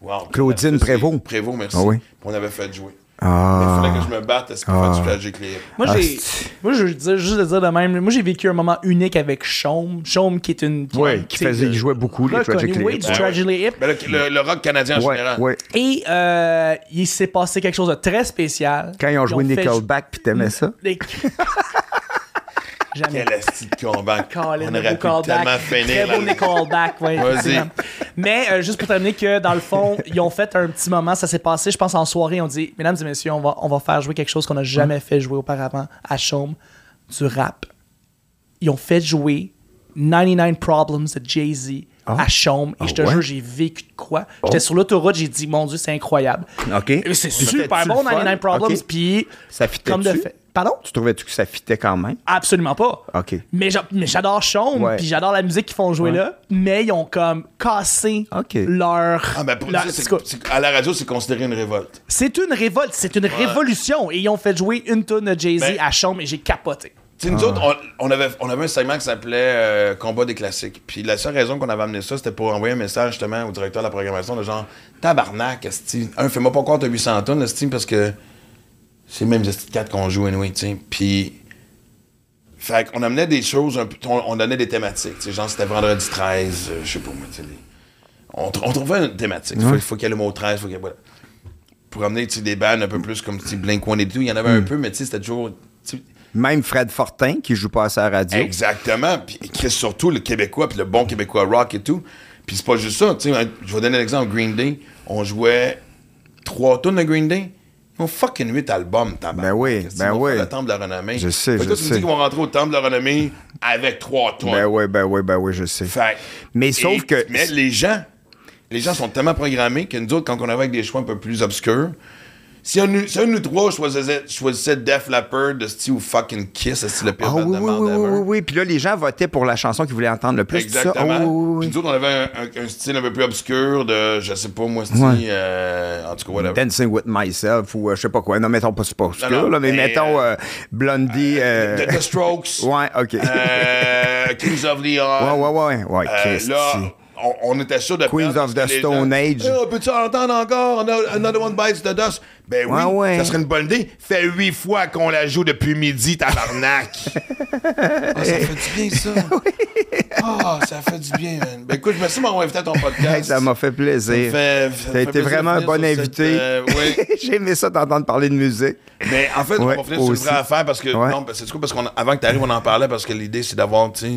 [SPEAKER 1] Wow.
[SPEAKER 6] Claudine
[SPEAKER 1] Merci.
[SPEAKER 6] Prévost.
[SPEAKER 1] Prévost, merci.
[SPEAKER 6] Ah oui.
[SPEAKER 1] On avait fait jouer.
[SPEAKER 6] Ah.
[SPEAKER 1] Mais Il fallait que je me batte à ce qu'on fasse du tragic les...
[SPEAKER 2] Moi,
[SPEAKER 6] Ah,
[SPEAKER 2] j'ai,
[SPEAKER 6] c'est-
[SPEAKER 2] moi, je veux dire- juste de dire de même, moi, j'ai vécu un moment unique avec Chaume. Chaume, qui est une. qui-
[SPEAKER 6] Ouais, qui
[SPEAKER 2] tu sais,
[SPEAKER 6] faisait- il
[SPEAKER 2] euh,
[SPEAKER 6] jouait beaucoup, les
[SPEAKER 2] reconnue,
[SPEAKER 6] Tragically
[SPEAKER 2] oui,
[SPEAKER 6] Hip.
[SPEAKER 2] du
[SPEAKER 6] Ouais, ouais.
[SPEAKER 2] Tragically Hip.
[SPEAKER 1] Ben, le, le- le rock canadien en
[SPEAKER 6] Ouais,
[SPEAKER 1] général.
[SPEAKER 6] ouais.
[SPEAKER 2] Et euh, il s'est passé quelque chose de très spécial.
[SPEAKER 6] Quand ils ont Mm. joué
[SPEAKER 2] fait-
[SPEAKER 6] Nickelback, puis t'aimais ça?
[SPEAKER 2] Les- Jamais.
[SPEAKER 1] Quel esti de combat.
[SPEAKER 2] Colin,
[SPEAKER 1] On
[SPEAKER 2] le
[SPEAKER 1] aurait
[SPEAKER 2] beau
[SPEAKER 1] pu
[SPEAKER 2] callback.
[SPEAKER 1] tellement finir.
[SPEAKER 2] Très beau
[SPEAKER 1] là.
[SPEAKER 2] callback, oui.
[SPEAKER 1] Vas-y.
[SPEAKER 2] effectivement. Mais euh, juste pour terminer que, dans le fond, ils ont fait un petit moment, ça s'est passé, je pense, en soirée, on dit, mesdames et messieurs, on va, on va faire jouer quelque chose qu'on
[SPEAKER 1] Hein?
[SPEAKER 2] n'a jamais fait jouer auparavant à Chaume, du rap. Ils ont fait jouer 99 Problems de Jay-Z
[SPEAKER 1] Ah.
[SPEAKER 2] à Chaume, et je te
[SPEAKER 6] ouais?
[SPEAKER 2] jure, j'ai vécu de quoi.
[SPEAKER 1] Oh.
[SPEAKER 2] J'étais sur l'autoroute, j'ai dit, mon Dieu, c'est incroyable.
[SPEAKER 6] OK.
[SPEAKER 2] Et C'est super
[SPEAKER 6] C'était-tu le
[SPEAKER 2] bon,
[SPEAKER 6] fun?
[SPEAKER 2] 99 Problems,
[SPEAKER 6] OK.
[SPEAKER 2] puis...
[SPEAKER 6] Ça fitait-tu?
[SPEAKER 2] Comme de fait. Pardon?
[SPEAKER 6] Tu trouvais-tu que ça fitait quand même?
[SPEAKER 2] Absolument pas.
[SPEAKER 6] OK.
[SPEAKER 2] Mais j'a- mais j'adore Chaume,
[SPEAKER 6] Ouais.
[SPEAKER 2] puis j'adore la musique qu'ils font jouer là, mais ils ont comme cassé
[SPEAKER 6] OK.
[SPEAKER 2] leur.
[SPEAKER 1] Ah, ben, pour
[SPEAKER 2] leur-
[SPEAKER 1] dire,
[SPEAKER 2] c'est
[SPEAKER 1] c'est-
[SPEAKER 2] quoi?
[SPEAKER 1] c'est- à la radio, c'est considéré une révolte.
[SPEAKER 2] C'est une révolte, c'est une révolution. Et ils ont fait jouer une tonne de Jay-Z
[SPEAKER 1] Ben-
[SPEAKER 2] à Chaume et j'ai capoté.
[SPEAKER 1] Tu sais, nous autres, on, on avait, on avait un segment qui s'appelait euh, Combat des classiques. Puis la seule raison qu'on avait amené ça, c'était pour envoyer un message justement au directeur de la programmation de genre Tabarnak, esti. Un, fais-moi pas croire que t'as 800 tonnes, esti, parce que c'est même esti de 4 qu'on joue, anyway, tu sais. Puis. Fait qu'on amenait des choses, un peu, on, on donnait des thématiques. tu sais, genre, c'était vendredi 13, euh, je sais pas, moi, tu sais. les- On, tr- on trouvait une thématique. Faut, faut qu'il y ait le mot 13, faut qu'il y ait. voilà pour amener tu sais, des bandes un peu plus comme tu sais, Blink One et tout. Il y en avait un peu, mais tu sais, c'était toujours. tu sais,
[SPEAKER 6] Même Fred Fortin, qui joue pas assez à la radio.
[SPEAKER 1] Exactement. Puis que surtout le Québécois, puis le bon Québécois rock et tout. Puis c'est pas juste ça. tu sais, hein, je vais donner l'exemple Green Day. On jouait trois tonnes de Green Day. Ils ont fucking huit albums, tabac.
[SPEAKER 6] Ben oui,
[SPEAKER 1] Qu'est-ce
[SPEAKER 6] ben
[SPEAKER 1] qu'ils vont
[SPEAKER 6] oui.
[SPEAKER 1] faire, Le Temple de la Renommée.
[SPEAKER 6] Je
[SPEAKER 1] Fait
[SPEAKER 6] sais,
[SPEAKER 1] que
[SPEAKER 6] je
[SPEAKER 1] toi, tu me
[SPEAKER 6] sais.
[SPEAKER 1] dis qu'ils vont rentrer au Temple de la Renommée avec trois tonnes.
[SPEAKER 6] Ben oui, ben oui, ben oui, je sais.
[SPEAKER 1] Fait-
[SPEAKER 6] Mais sauf que-
[SPEAKER 1] Mais les gens les gens sont tellement programmés que nous autres, quand on avait avec des choix un peu plus obscurs, si un, de nous- si un de nous trois choisissait, choisissait Def Leppard, de style ou fucking Kiss, c'est le pire
[SPEAKER 6] Ah
[SPEAKER 1] band de
[SPEAKER 6] oui, oui, oui,
[SPEAKER 1] merde
[SPEAKER 6] oui,
[SPEAKER 1] ever.
[SPEAKER 6] oui, oui. Puis là, les gens votaient pour la chanson qu'ils voulaient entendre le plus. tout ça.
[SPEAKER 1] Exactement.
[SPEAKER 6] Oh, oui, oui, oui.
[SPEAKER 1] Puis nous autres, on avait un, un- un style un peu plus obscur de, je sais pas, moi, style,
[SPEAKER 6] Ouais.
[SPEAKER 1] euh, en tout cas, whatever.
[SPEAKER 6] Dancing with myself ou euh, je sais pas quoi. Non, mettons pas pas obscur,
[SPEAKER 1] Non, non,
[SPEAKER 6] là, mais,
[SPEAKER 1] mais,
[SPEAKER 6] mettons euh, Blondie. euh,
[SPEAKER 1] The, The Strokes.
[SPEAKER 6] ouais, ok.
[SPEAKER 1] euh, Kings of Leon.
[SPEAKER 6] ouais, ouais, ouais, ouais.
[SPEAKER 1] Euh,
[SPEAKER 6] Christy.
[SPEAKER 1] là, on, on était sûr de
[SPEAKER 6] Queens
[SPEAKER 1] perdre parce
[SPEAKER 6] of the
[SPEAKER 1] que les
[SPEAKER 6] Stone
[SPEAKER 1] gens,
[SPEAKER 6] Age.
[SPEAKER 1] Eh, Peux-tu entendre encore Ano- Another One Bites the Dust? Ben oui,
[SPEAKER 6] Ouais, ouais.
[SPEAKER 1] ça serait une bonne idée. Fait huit fois qu'on la joue depuis midi, tabarnak. Ah, ça fait du bien, ça. Ah, ça fait du bien, man. Ben écoute, merci de m'avoir invité à ton podcast.
[SPEAKER 6] Hey, ça m'a fait plaisir.
[SPEAKER 1] Fait- ça
[SPEAKER 6] T'as
[SPEAKER 1] fait
[SPEAKER 6] été
[SPEAKER 1] plaisir
[SPEAKER 6] vraiment
[SPEAKER 1] de
[SPEAKER 6] un
[SPEAKER 1] venir
[SPEAKER 6] bon
[SPEAKER 1] sur cette,
[SPEAKER 6] invité.
[SPEAKER 1] euh, oui.
[SPEAKER 6] J'ai aimé ça t'entendre parler de musique.
[SPEAKER 1] Mais en fait,
[SPEAKER 6] Ouais,
[SPEAKER 1] on va finir sur une
[SPEAKER 6] aussi.
[SPEAKER 1] vraie affaire parce que.
[SPEAKER 6] Ouais.
[SPEAKER 1] Non, parce que c'est cool parce qu'avant que tu arrives, on en parlait parce que l'idée, c'est d'avoir. Tu sais, tu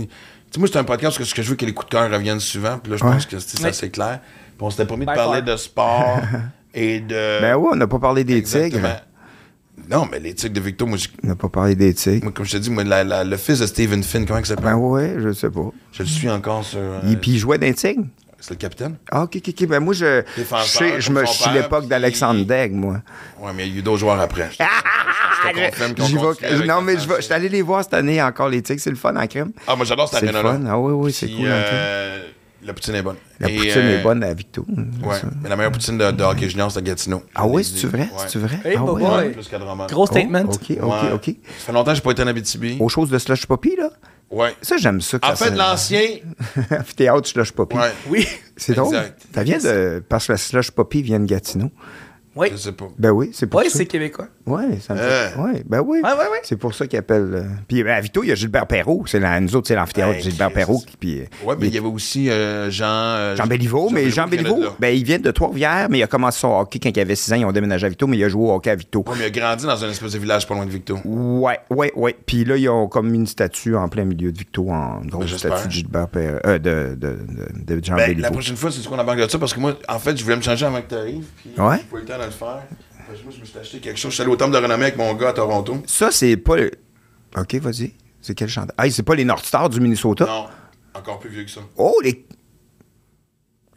[SPEAKER 1] sais, moi, c'est un podcast que ce que je veux, que les coups de cœur reviennent souvent. Puis là, je pense que c'est ça,
[SPEAKER 2] Oui.
[SPEAKER 1] c'est clair. Puis on s'était promis de
[SPEAKER 2] By
[SPEAKER 1] parler
[SPEAKER 2] far.
[SPEAKER 1] de sport et de.
[SPEAKER 6] Ben ouais, on n'a pas parlé des
[SPEAKER 1] Exactement.
[SPEAKER 6] tigres.
[SPEAKER 1] Non, mais les tigres de Victo, moi, je-
[SPEAKER 6] On n'a pas parlé des tigres.
[SPEAKER 1] moi, comme je te dis, moi, la- la- le fils de Stephen Finn, comment il s'appelle
[SPEAKER 6] Ben ouais, je sais pas.
[SPEAKER 1] Je le suis encore sur. euh,
[SPEAKER 6] Et puis il jouait d'un tigre?
[SPEAKER 1] c'est le capitaine
[SPEAKER 6] Ah, ok, ok, ok. Ben moi, je,
[SPEAKER 1] Défenseur,
[SPEAKER 6] je, sais- je
[SPEAKER 1] comme
[SPEAKER 6] me
[SPEAKER 1] son
[SPEAKER 6] je suis
[SPEAKER 1] père,
[SPEAKER 6] l'époque
[SPEAKER 1] puis-
[SPEAKER 6] d'Alexandre Degg, moi.
[SPEAKER 1] Ouais, mais il y a eu d'autres joueurs après. Je te- je te confirme qu'on
[SPEAKER 6] J'y vais-
[SPEAKER 1] continue avec
[SPEAKER 6] non,
[SPEAKER 1] la
[SPEAKER 6] mais je vais- je
[SPEAKER 1] franchise.
[SPEAKER 6] suis allé les voir cette année encore, les tigres. C'est le fun en crème.
[SPEAKER 1] Ah, moi, j'adore cette
[SPEAKER 6] C'est le
[SPEAKER 1] arena-là.
[SPEAKER 6] fun. Ah oui, oui, c'est
[SPEAKER 1] Puis,
[SPEAKER 6] cool en crème.
[SPEAKER 1] euh, La poutine est bonne.
[SPEAKER 6] La
[SPEAKER 1] Et,
[SPEAKER 6] poutine
[SPEAKER 1] euh,
[SPEAKER 6] est bonne à Victo.
[SPEAKER 1] Ouais,
[SPEAKER 6] ça.
[SPEAKER 1] mais la meilleure poutine de, de hockey junior, c'est à Gatineau.
[SPEAKER 6] Ah oui,
[SPEAKER 1] oui,
[SPEAKER 6] c'est-tu vrai? C'est-tu vrai?
[SPEAKER 2] Hey,
[SPEAKER 6] ah
[SPEAKER 2] bah
[SPEAKER 6] ouais,
[SPEAKER 2] ouais.
[SPEAKER 6] ouais.
[SPEAKER 1] Plus qu'à Drummond.
[SPEAKER 2] Gros statement.
[SPEAKER 6] OK, OK,
[SPEAKER 1] Ouais.
[SPEAKER 6] OK.
[SPEAKER 1] Ça fait longtemps que j'ai pas été en Abitibi.
[SPEAKER 6] Aux choses de Slush Poppy, là.
[SPEAKER 1] Ouais.
[SPEAKER 6] Ça, j'aime ça. que
[SPEAKER 1] En
[SPEAKER 6] ça
[SPEAKER 1] fait,
[SPEAKER 6] se-
[SPEAKER 1] l'ancien.
[SPEAKER 6] Amphithéâtre Slush Poppy.
[SPEAKER 1] Ouais.
[SPEAKER 2] Oui.
[SPEAKER 6] C'est drôle.
[SPEAKER 1] Exact.
[SPEAKER 6] Ça vient de... Parce que la Slush Poppy vient de Gatineau.
[SPEAKER 2] Oui.
[SPEAKER 1] Je sais pas.
[SPEAKER 6] Ben oui, c'est pour
[SPEAKER 2] Oui,
[SPEAKER 6] ça.
[SPEAKER 2] c'est québécois.
[SPEAKER 6] Ouais, ça me fait-
[SPEAKER 1] Euh.
[SPEAKER 6] ouais, ben oui.
[SPEAKER 2] Ouais, ouais, ouais.
[SPEAKER 6] C'est pour ça qu'ils appellent. euh, Puis ben, à Vito, il y a Gilbert Perrault. C'est la- nous autres, c'est l'amphithéâtre
[SPEAKER 1] Hey,
[SPEAKER 6] Gilbert
[SPEAKER 1] Ben, Christ.
[SPEAKER 6] Perrault. qui- Puis, euh,
[SPEAKER 1] Ouais, mais il
[SPEAKER 6] il-
[SPEAKER 1] y avait aussi euh, Jean. euh,
[SPEAKER 6] Jean Béliveau, mais Jean Béliveau,
[SPEAKER 1] Canada.
[SPEAKER 6] ben, il vient de Trois-Rivières, mais il a commencé son hockey quand il avait 6 ans. Ils ont déménagé à Vito, mais il a joué au hockey à Vito.
[SPEAKER 1] Ouais, mais il a grandi dans un espèce de village pas loin de Victo.
[SPEAKER 6] Ouais, ouais, ouais. Puis là, ils ont comme une statue en plein milieu de Victo, en une grosse
[SPEAKER 1] j'espère.
[SPEAKER 6] statue de Gilbert Perrault, euh, de, de, de, de Jean
[SPEAKER 1] Ben,
[SPEAKER 6] Béliveau.
[SPEAKER 1] la prochaine fois, c'est ce qu'on embarque de ça parce que moi, en fait, je voulais me changer avant que tu arrives. Puis
[SPEAKER 6] Ouais.
[SPEAKER 1] J'ai pas eu le temps de le faire. Parce que moi, je me suis acheté quelque chose. Je suis allé au temple de renommée avec mon gars à Toronto.
[SPEAKER 6] Ça, c'est pas. le- OK, vas-y. C'est quel chanteur? Ah, c'est pas les North Stars du Minnesota?
[SPEAKER 1] Non, encore plus vieux que ça.
[SPEAKER 6] Oh, les.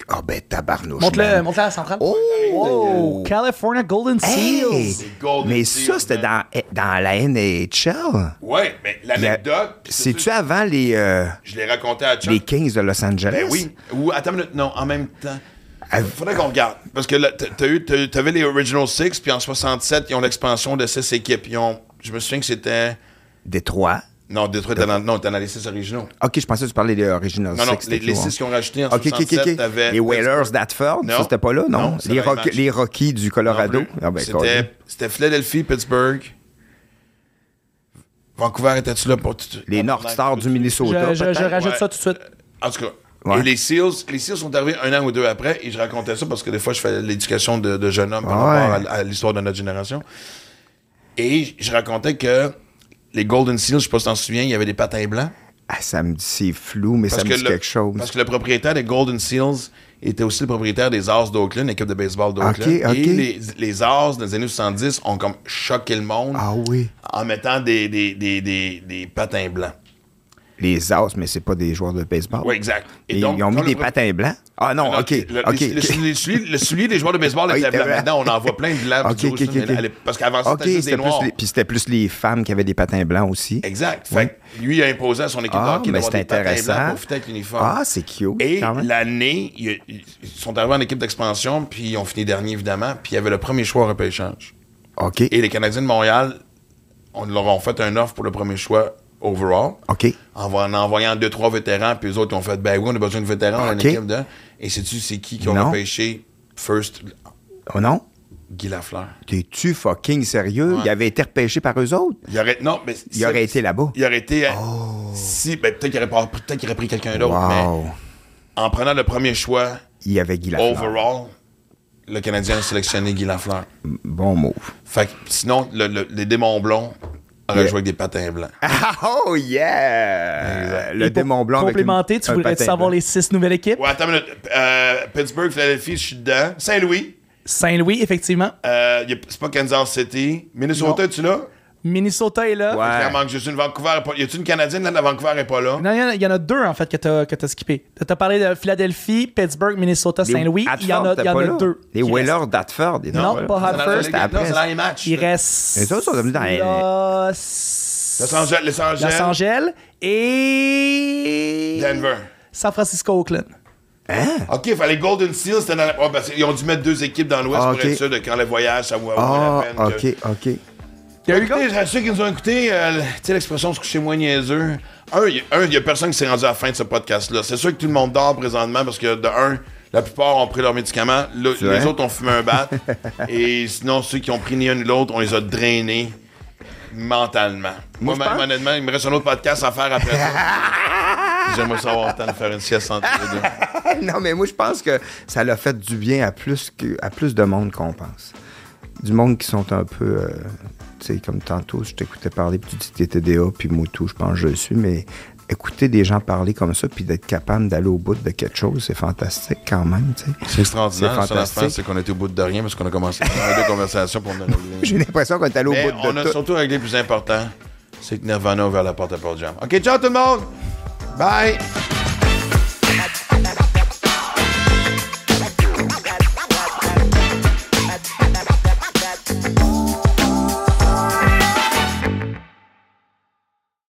[SPEAKER 6] Ah, ben, tabarnouche.
[SPEAKER 2] Monte-le
[SPEAKER 6] man.
[SPEAKER 2] monte à la centrale.
[SPEAKER 6] Oh!
[SPEAKER 2] Wow, California Golden
[SPEAKER 6] Hey!
[SPEAKER 2] Seals.
[SPEAKER 1] Golden
[SPEAKER 6] Mais
[SPEAKER 1] Seals,
[SPEAKER 6] ça, c'était dans,
[SPEAKER 1] man.
[SPEAKER 6] dans la NHL.
[SPEAKER 1] Ouais, mais l'anecdote. puis c'est
[SPEAKER 6] C'est-tu
[SPEAKER 1] ça,
[SPEAKER 6] avant les, euh,
[SPEAKER 1] Je l'ai raconté à Chuck.
[SPEAKER 6] les Kings de Los Angeles?
[SPEAKER 1] Ben oui. Ou attends une minute, non, en même temps.
[SPEAKER 6] Ah,
[SPEAKER 1] Faudrait qu'on regarde. Parce que là, t'as- t'as eu- t'as- t'avais les Original Six, puis en 67, ils ont l'expansion de six équipes. Ils ont, je me souviens que c'était.
[SPEAKER 6] Détroit.
[SPEAKER 1] Non, Detroit, t'es dans, non, t'es dans les six originaux.
[SPEAKER 6] OK, je pensais que tu parlais des Original
[SPEAKER 1] Non, non,
[SPEAKER 6] Six,
[SPEAKER 1] les,
[SPEAKER 6] t'es
[SPEAKER 1] les
[SPEAKER 6] chaud, hein.
[SPEAKER 1] six qui ont rajouté en
[SPEAKER 6] OK, OK,
[SPEAKER 1] 67,
[SPEAKER 6] OK,
[SPEAKER 1] t'avais.
[SPEAKER 6] Les Whalers d'Atford,
[SPEAKER 1] Non.
[SPEAKER 6] ça, c'était pas là, non?
[SPEAKER 1] Non, c'est
[SPEAKER 6] les,
[SPEAKER 1] dans les
[SPEAKER 6] Rock-
[SPEAKER 1] matchs.
[SPEAKER 6] les Rockies du Colorado.
[SPEAKER 1] Non plus.
[SPEAKER 6] Ah, ben,
[SPEAKER 1] C'était-
[SPEAKER 6] cool.
[SPEAKER 1] C'était Philadelphie, Pittsburgh. Vancouver, étais-tu là pour. tout-
[SPEAKER 6] les North Stars du Minnesota.
[SPEAKER 2] Je, je- je
[SPEAKER 6] peut-être?
[SPEAKER 2] rajoute
[SPEAKER 1] Ben, Ouais. Euh,
[SPEAKER 2] ça tout de suite.
[SPEAKER 1] En tout cas.
[SPEAKER 6] Ouais.
[SPEAKER 1] Et les SEALs, les SEALs sont arrivés un an ou deux après, et je racontais ça parce que des fois, je fais l'éducation de, de jeunes hommes par
[SPEAKER 6] Ouais.
[SPEAKER 1] rapport à, à l'histoire de notre génération. Et je- je racontais que les Golden SEALs, je sais pas si t'en souviens, il y avait des patins blancs.
[SPEAKER 6] Ah, ça me dit, c'est flou, mais ça me dit
[SPEAKER 1] le,
[SPEAKER 6] quelque chose.
[SPEAKER 1] parce que le propriétaire des Golden Seals était aussi le propriétaire des Ars d'Oakland, l'équipe de baseball d'Oakland.
[SPEAKER 6] Ok, ok.
[SPEAKER 1] Et les, les Ars des années 70 ont comme choqué le monde
[SPEAKER 6] Ah oui.
[SPEAKER 1] en mettant des, des, des, des, des patins blancs.
[SPEAKER 6] Les As, mais c'est pas des joueurs de baseball.
[SPEAKER 1] Oui, exact. Et
[SPEAKER 6] Et
[SPEAKER 1] donc,
[SPEAKER 6] ils ont mis
[SPEAKER 1] quand
[SPEAKER 6] des
[SPEAKER 1] le-
[SPEAKER 6] patins blancs. Ah non,
[SPEAKER 1] Non,
[SPEAKER 6] OK,
[SPEAKER 1] le-
[SPEAKER 6] OK.
[SPEAKER 1] les- le, soulier- le soulier, le soulier des joueurs de baseball
[SPEAKER 6] Ah, il
[SPEAKER 1] était
[SPEAKER 6] était
[SPEAKER 1] blanc.
[SPEAKER 6] blanc.
[SPEAKER 1] Maintenant, on en voit plein de blancs.
[SPEAKER 6] OK,
[SPEAKER 1] plutôt,
[SPEAKER 6] OK,
[SPEAKER 1] ça,
[SPEAKER 6] OK,
[SPEAKER 1] mais
[SPEAKER 6] OK.
[SPEAKER 1] elle- Parce qu'avant ça,
[SPEAKER 6] OK,
[SPEAKER 1] c'était juste des
[SPEAKER 6] c'était plus
[SPEAKER 1] noirs.
[SPEAKER 6] les- Puis c'était plus les femmes qui avaient des patins blancs aussi.
[SPEAKER 1] Exact.
[SPEAKER 6] Ouais.
[SPEAKER 1] Fait que lui, il a imposé à son équipe
[SPEAKER 6] Ah,
[SPEAKER 1] de hockey
[SPEAKER 6] mais
[SPEAKER 1] d'avoir
[SPEAKER 6] c'est
[SPEAKER 1] des patins blancs
[SPEAKER 6] intéressant.
[SPEAKER 1] pour fitter avec l'uniforme.
[SPEAKER 6] Ah, c'est cute.
[SPEAKER 1] Et
[SPEAKER 6] quand même.
[SPEAKER 1] l'année, il y a- ils sont arrivés en équipe d'expansion, puis ils ont fini dernier, évidemment, puis il y avait le premier choix au repêchage.
[SPEAKER 6] OK,
[SPEAKER 1] Et les Canadiens de Montréal, on leur a fait un offre pour le premier choix overall,
[SPEAKER 6] OK.
[SPEAKER 1] en, va- en envoyant deux, trois vétérans, puis les autres ils ont fait, ben oui, on a besoin de vétérans, on a une
[SPEAKER 6] Ok.
[SPEAKER 1] équipe de. Et sais-tu, c'est qui qui ont
[SPEAKER 6] Non.
[SPEAKER 1] repêché first
[SPEAKER 6] Oh non?
[SPEAKER 1] Guy Lafleur?
[SPEAKER 6] T'es-tu fucking sérieux?
[SPEAKER 1] Ouais.
[SPEAKER 6] Il avait été repêché par eux autres?
[SPEAKER 1] Il aurait, non, mais
[SPEAKER 6] Il aurait été là-bas. Oh.
[SPEAKER 1] Il aurait été. euh, Si, ben, peut-être qu'il aurait, pas- peut-être qu'il aurait pris quelqu'un d'autre, mais
[SPEAKER 6] Wow.
[SPEAKER 1] en prenant le premier choix
[SPEAKER 6] Il y avait Guy Lafleur.
[SPEAKER 1] overall, le Canadien a sélectionné Guy Lafleur.
[SPEAKER 6] Bon move.
[SPEAKER 1] Fait que sinon, le- le- les démons blonds auraient
[SPEAKER 6] Yeah.
[SPEAKER 1] joué avec des patins blancs.
[SPEAKER 6] Oh yeah!
[SPEAKER 1] Exact.
[SPEAKER 6] Le
[SPEAKER 2] Et pour
[SPEAKER 6] démon blanc
[SPEAKER 2] Complémenter,
[SPEAKER 6] avec une-
[SPEAKER 2] tu
[SPEAKER 6] un
[SPEAKER 2] voudrais
[SPEAKER 6] patin
[SPEAKER 2] savoir
[SPEAKER 6] blanc.
[SPEAKER 2] les six nouvelles équipes.
[SPEAKER 1] Ouais, attends une minute. Euh, Pittsburgh, Philadelphie, je suis dedans. Saint-Louis,
[SPEAKER 2] Saint-Louis, effectivement.
[SPEAKER 1] euh, y a- c'est pas Kansas City. Minnesota, tu là?
[SPEAKER 2] Minnesota est là.
[SPEAKER 6] Ouais.
[SPEAKER 1] Clairement que je suis une Vancouver. est pas- Y a-tu une Canadienne là, de la Vancouver est pas là?
[SPEAKER 2] Non, il y en a- il y, en a deux, en fait, que t'as, que t'as skippé. T'as parlé de Philadelphie, Pittsburgh, Minnesota,
[SPEAKER 6] Les
[SPEAKER 2] Saint-Louis. Il y en a, il y
[SPEAKER 6] Hartford,
[SPEAKER 2] en
[SPEAKER 6] t'es
[SPEAKER 2] a
[SPEAKER 6] pas là.
[SPEAKER 2] deux.
[SPEAKER 6] Les
[SPEAKER 2] qui restent.
[SPEAKER 6] Whalers d'Hartford. ils
[SPEAKER 2] Non,
[SPEAKER 6] sont
[SPEAKER 2] pas
[SPEAKER 1] C'est dans la-
[SPEAKER 2] Hartford,
[SPEAKER 1] c'est dans
[SPEAKER 6] après.
[SPEAKER 1] la match.
[SPEAKER 2] Il reste.
[SPEAKER 6] Les autres sont devenus dans les-
[SPEAKER 2] Los...
[SPEAKER 1] Los Angeles, Los Angeles,
[SPEAKER 2] Los Angeles et.
[SPEAKER 1] Denver.
[SPEAKER 2] San Francisco, Oakland.
[SPEAKER 6] Hein?
[SPEAKER 1] OK, il fallait Golden Seals. c'était dans la- Ah, ouais, parce qu'ils ont dû mettre deux équipes dans l'Ouest
[SPEAKER 6] Ah,
[SPEAKER 1] pour
[SPEAKER 6] ok.
[SPEAKER 1] être sûr de quand le voyage, ça vaut vaut
[SPEAKER 6] Ah,
[SPEAKER 1] la peine. que-
[SPEAKER 6] OK, OK.
[SPEAKER 1] Écoutez, je ceux qui nous ont écouté, euh, tu sais, l'expression se coucher moins niaiseux. Un, il n'y a personne qui s'est rendu à la fin de ce podcast-là. C'est sûr que tout le monde dort présentement parce que, de un, la plupart ont pris leurs médicaments. Le-
[SPEAKER 6] vrai?
[SPEAKER 1] les autres ont fumé un bat. et sinon, ceux qui ont pris ni un ni l'autre, on les a drainés mentalement. Moi, même, honnêtement, il me reste un autre podcast à faire après ça. J'aimerais savoir le temps de faire une sieste entre les deux.
[SPEAKER 6] non, mais moi, je pense que ça l'a fait du bien à plus, que, à plus de monde qu'on pense. Du monde qui sont un peu. euh, tu sais, comme tantôt, je t'écoutais parler, puis tu dis que t'es TDA, puis moi, tout, je pense que je le suis, mais écouter des gens parler comme ça, puis d'être capable d'aller au bout de quelque chose, c'est fantastique quand même, tu sais.
[SPEAKER 1] C'est extraordinaire.
[SPEAKER 6] C'est
[SPEAKER 1] La seule affaire,
[SPEAKER 6] fantastique.
[SPEAKER 1] c'est qu'on était au bout de rien parce qu'on a commencé à faire deux conversations pour nous régler.
[SPEAKER 6] J'ai l'impression qu'on est allé au
[SPEAKER 1] Mais
[SPEAKER 6] bout
[SPEAKER 1] on
[SPEAKER 6] de
[SPEAKER 1] a
[SPEAKER 6] tout.
[SPEAKER 1] surtout réglé le plus important, c'est que Nirvana a ouvert la porte à Pearl Jam. OK, ciao tout le monde! Bye!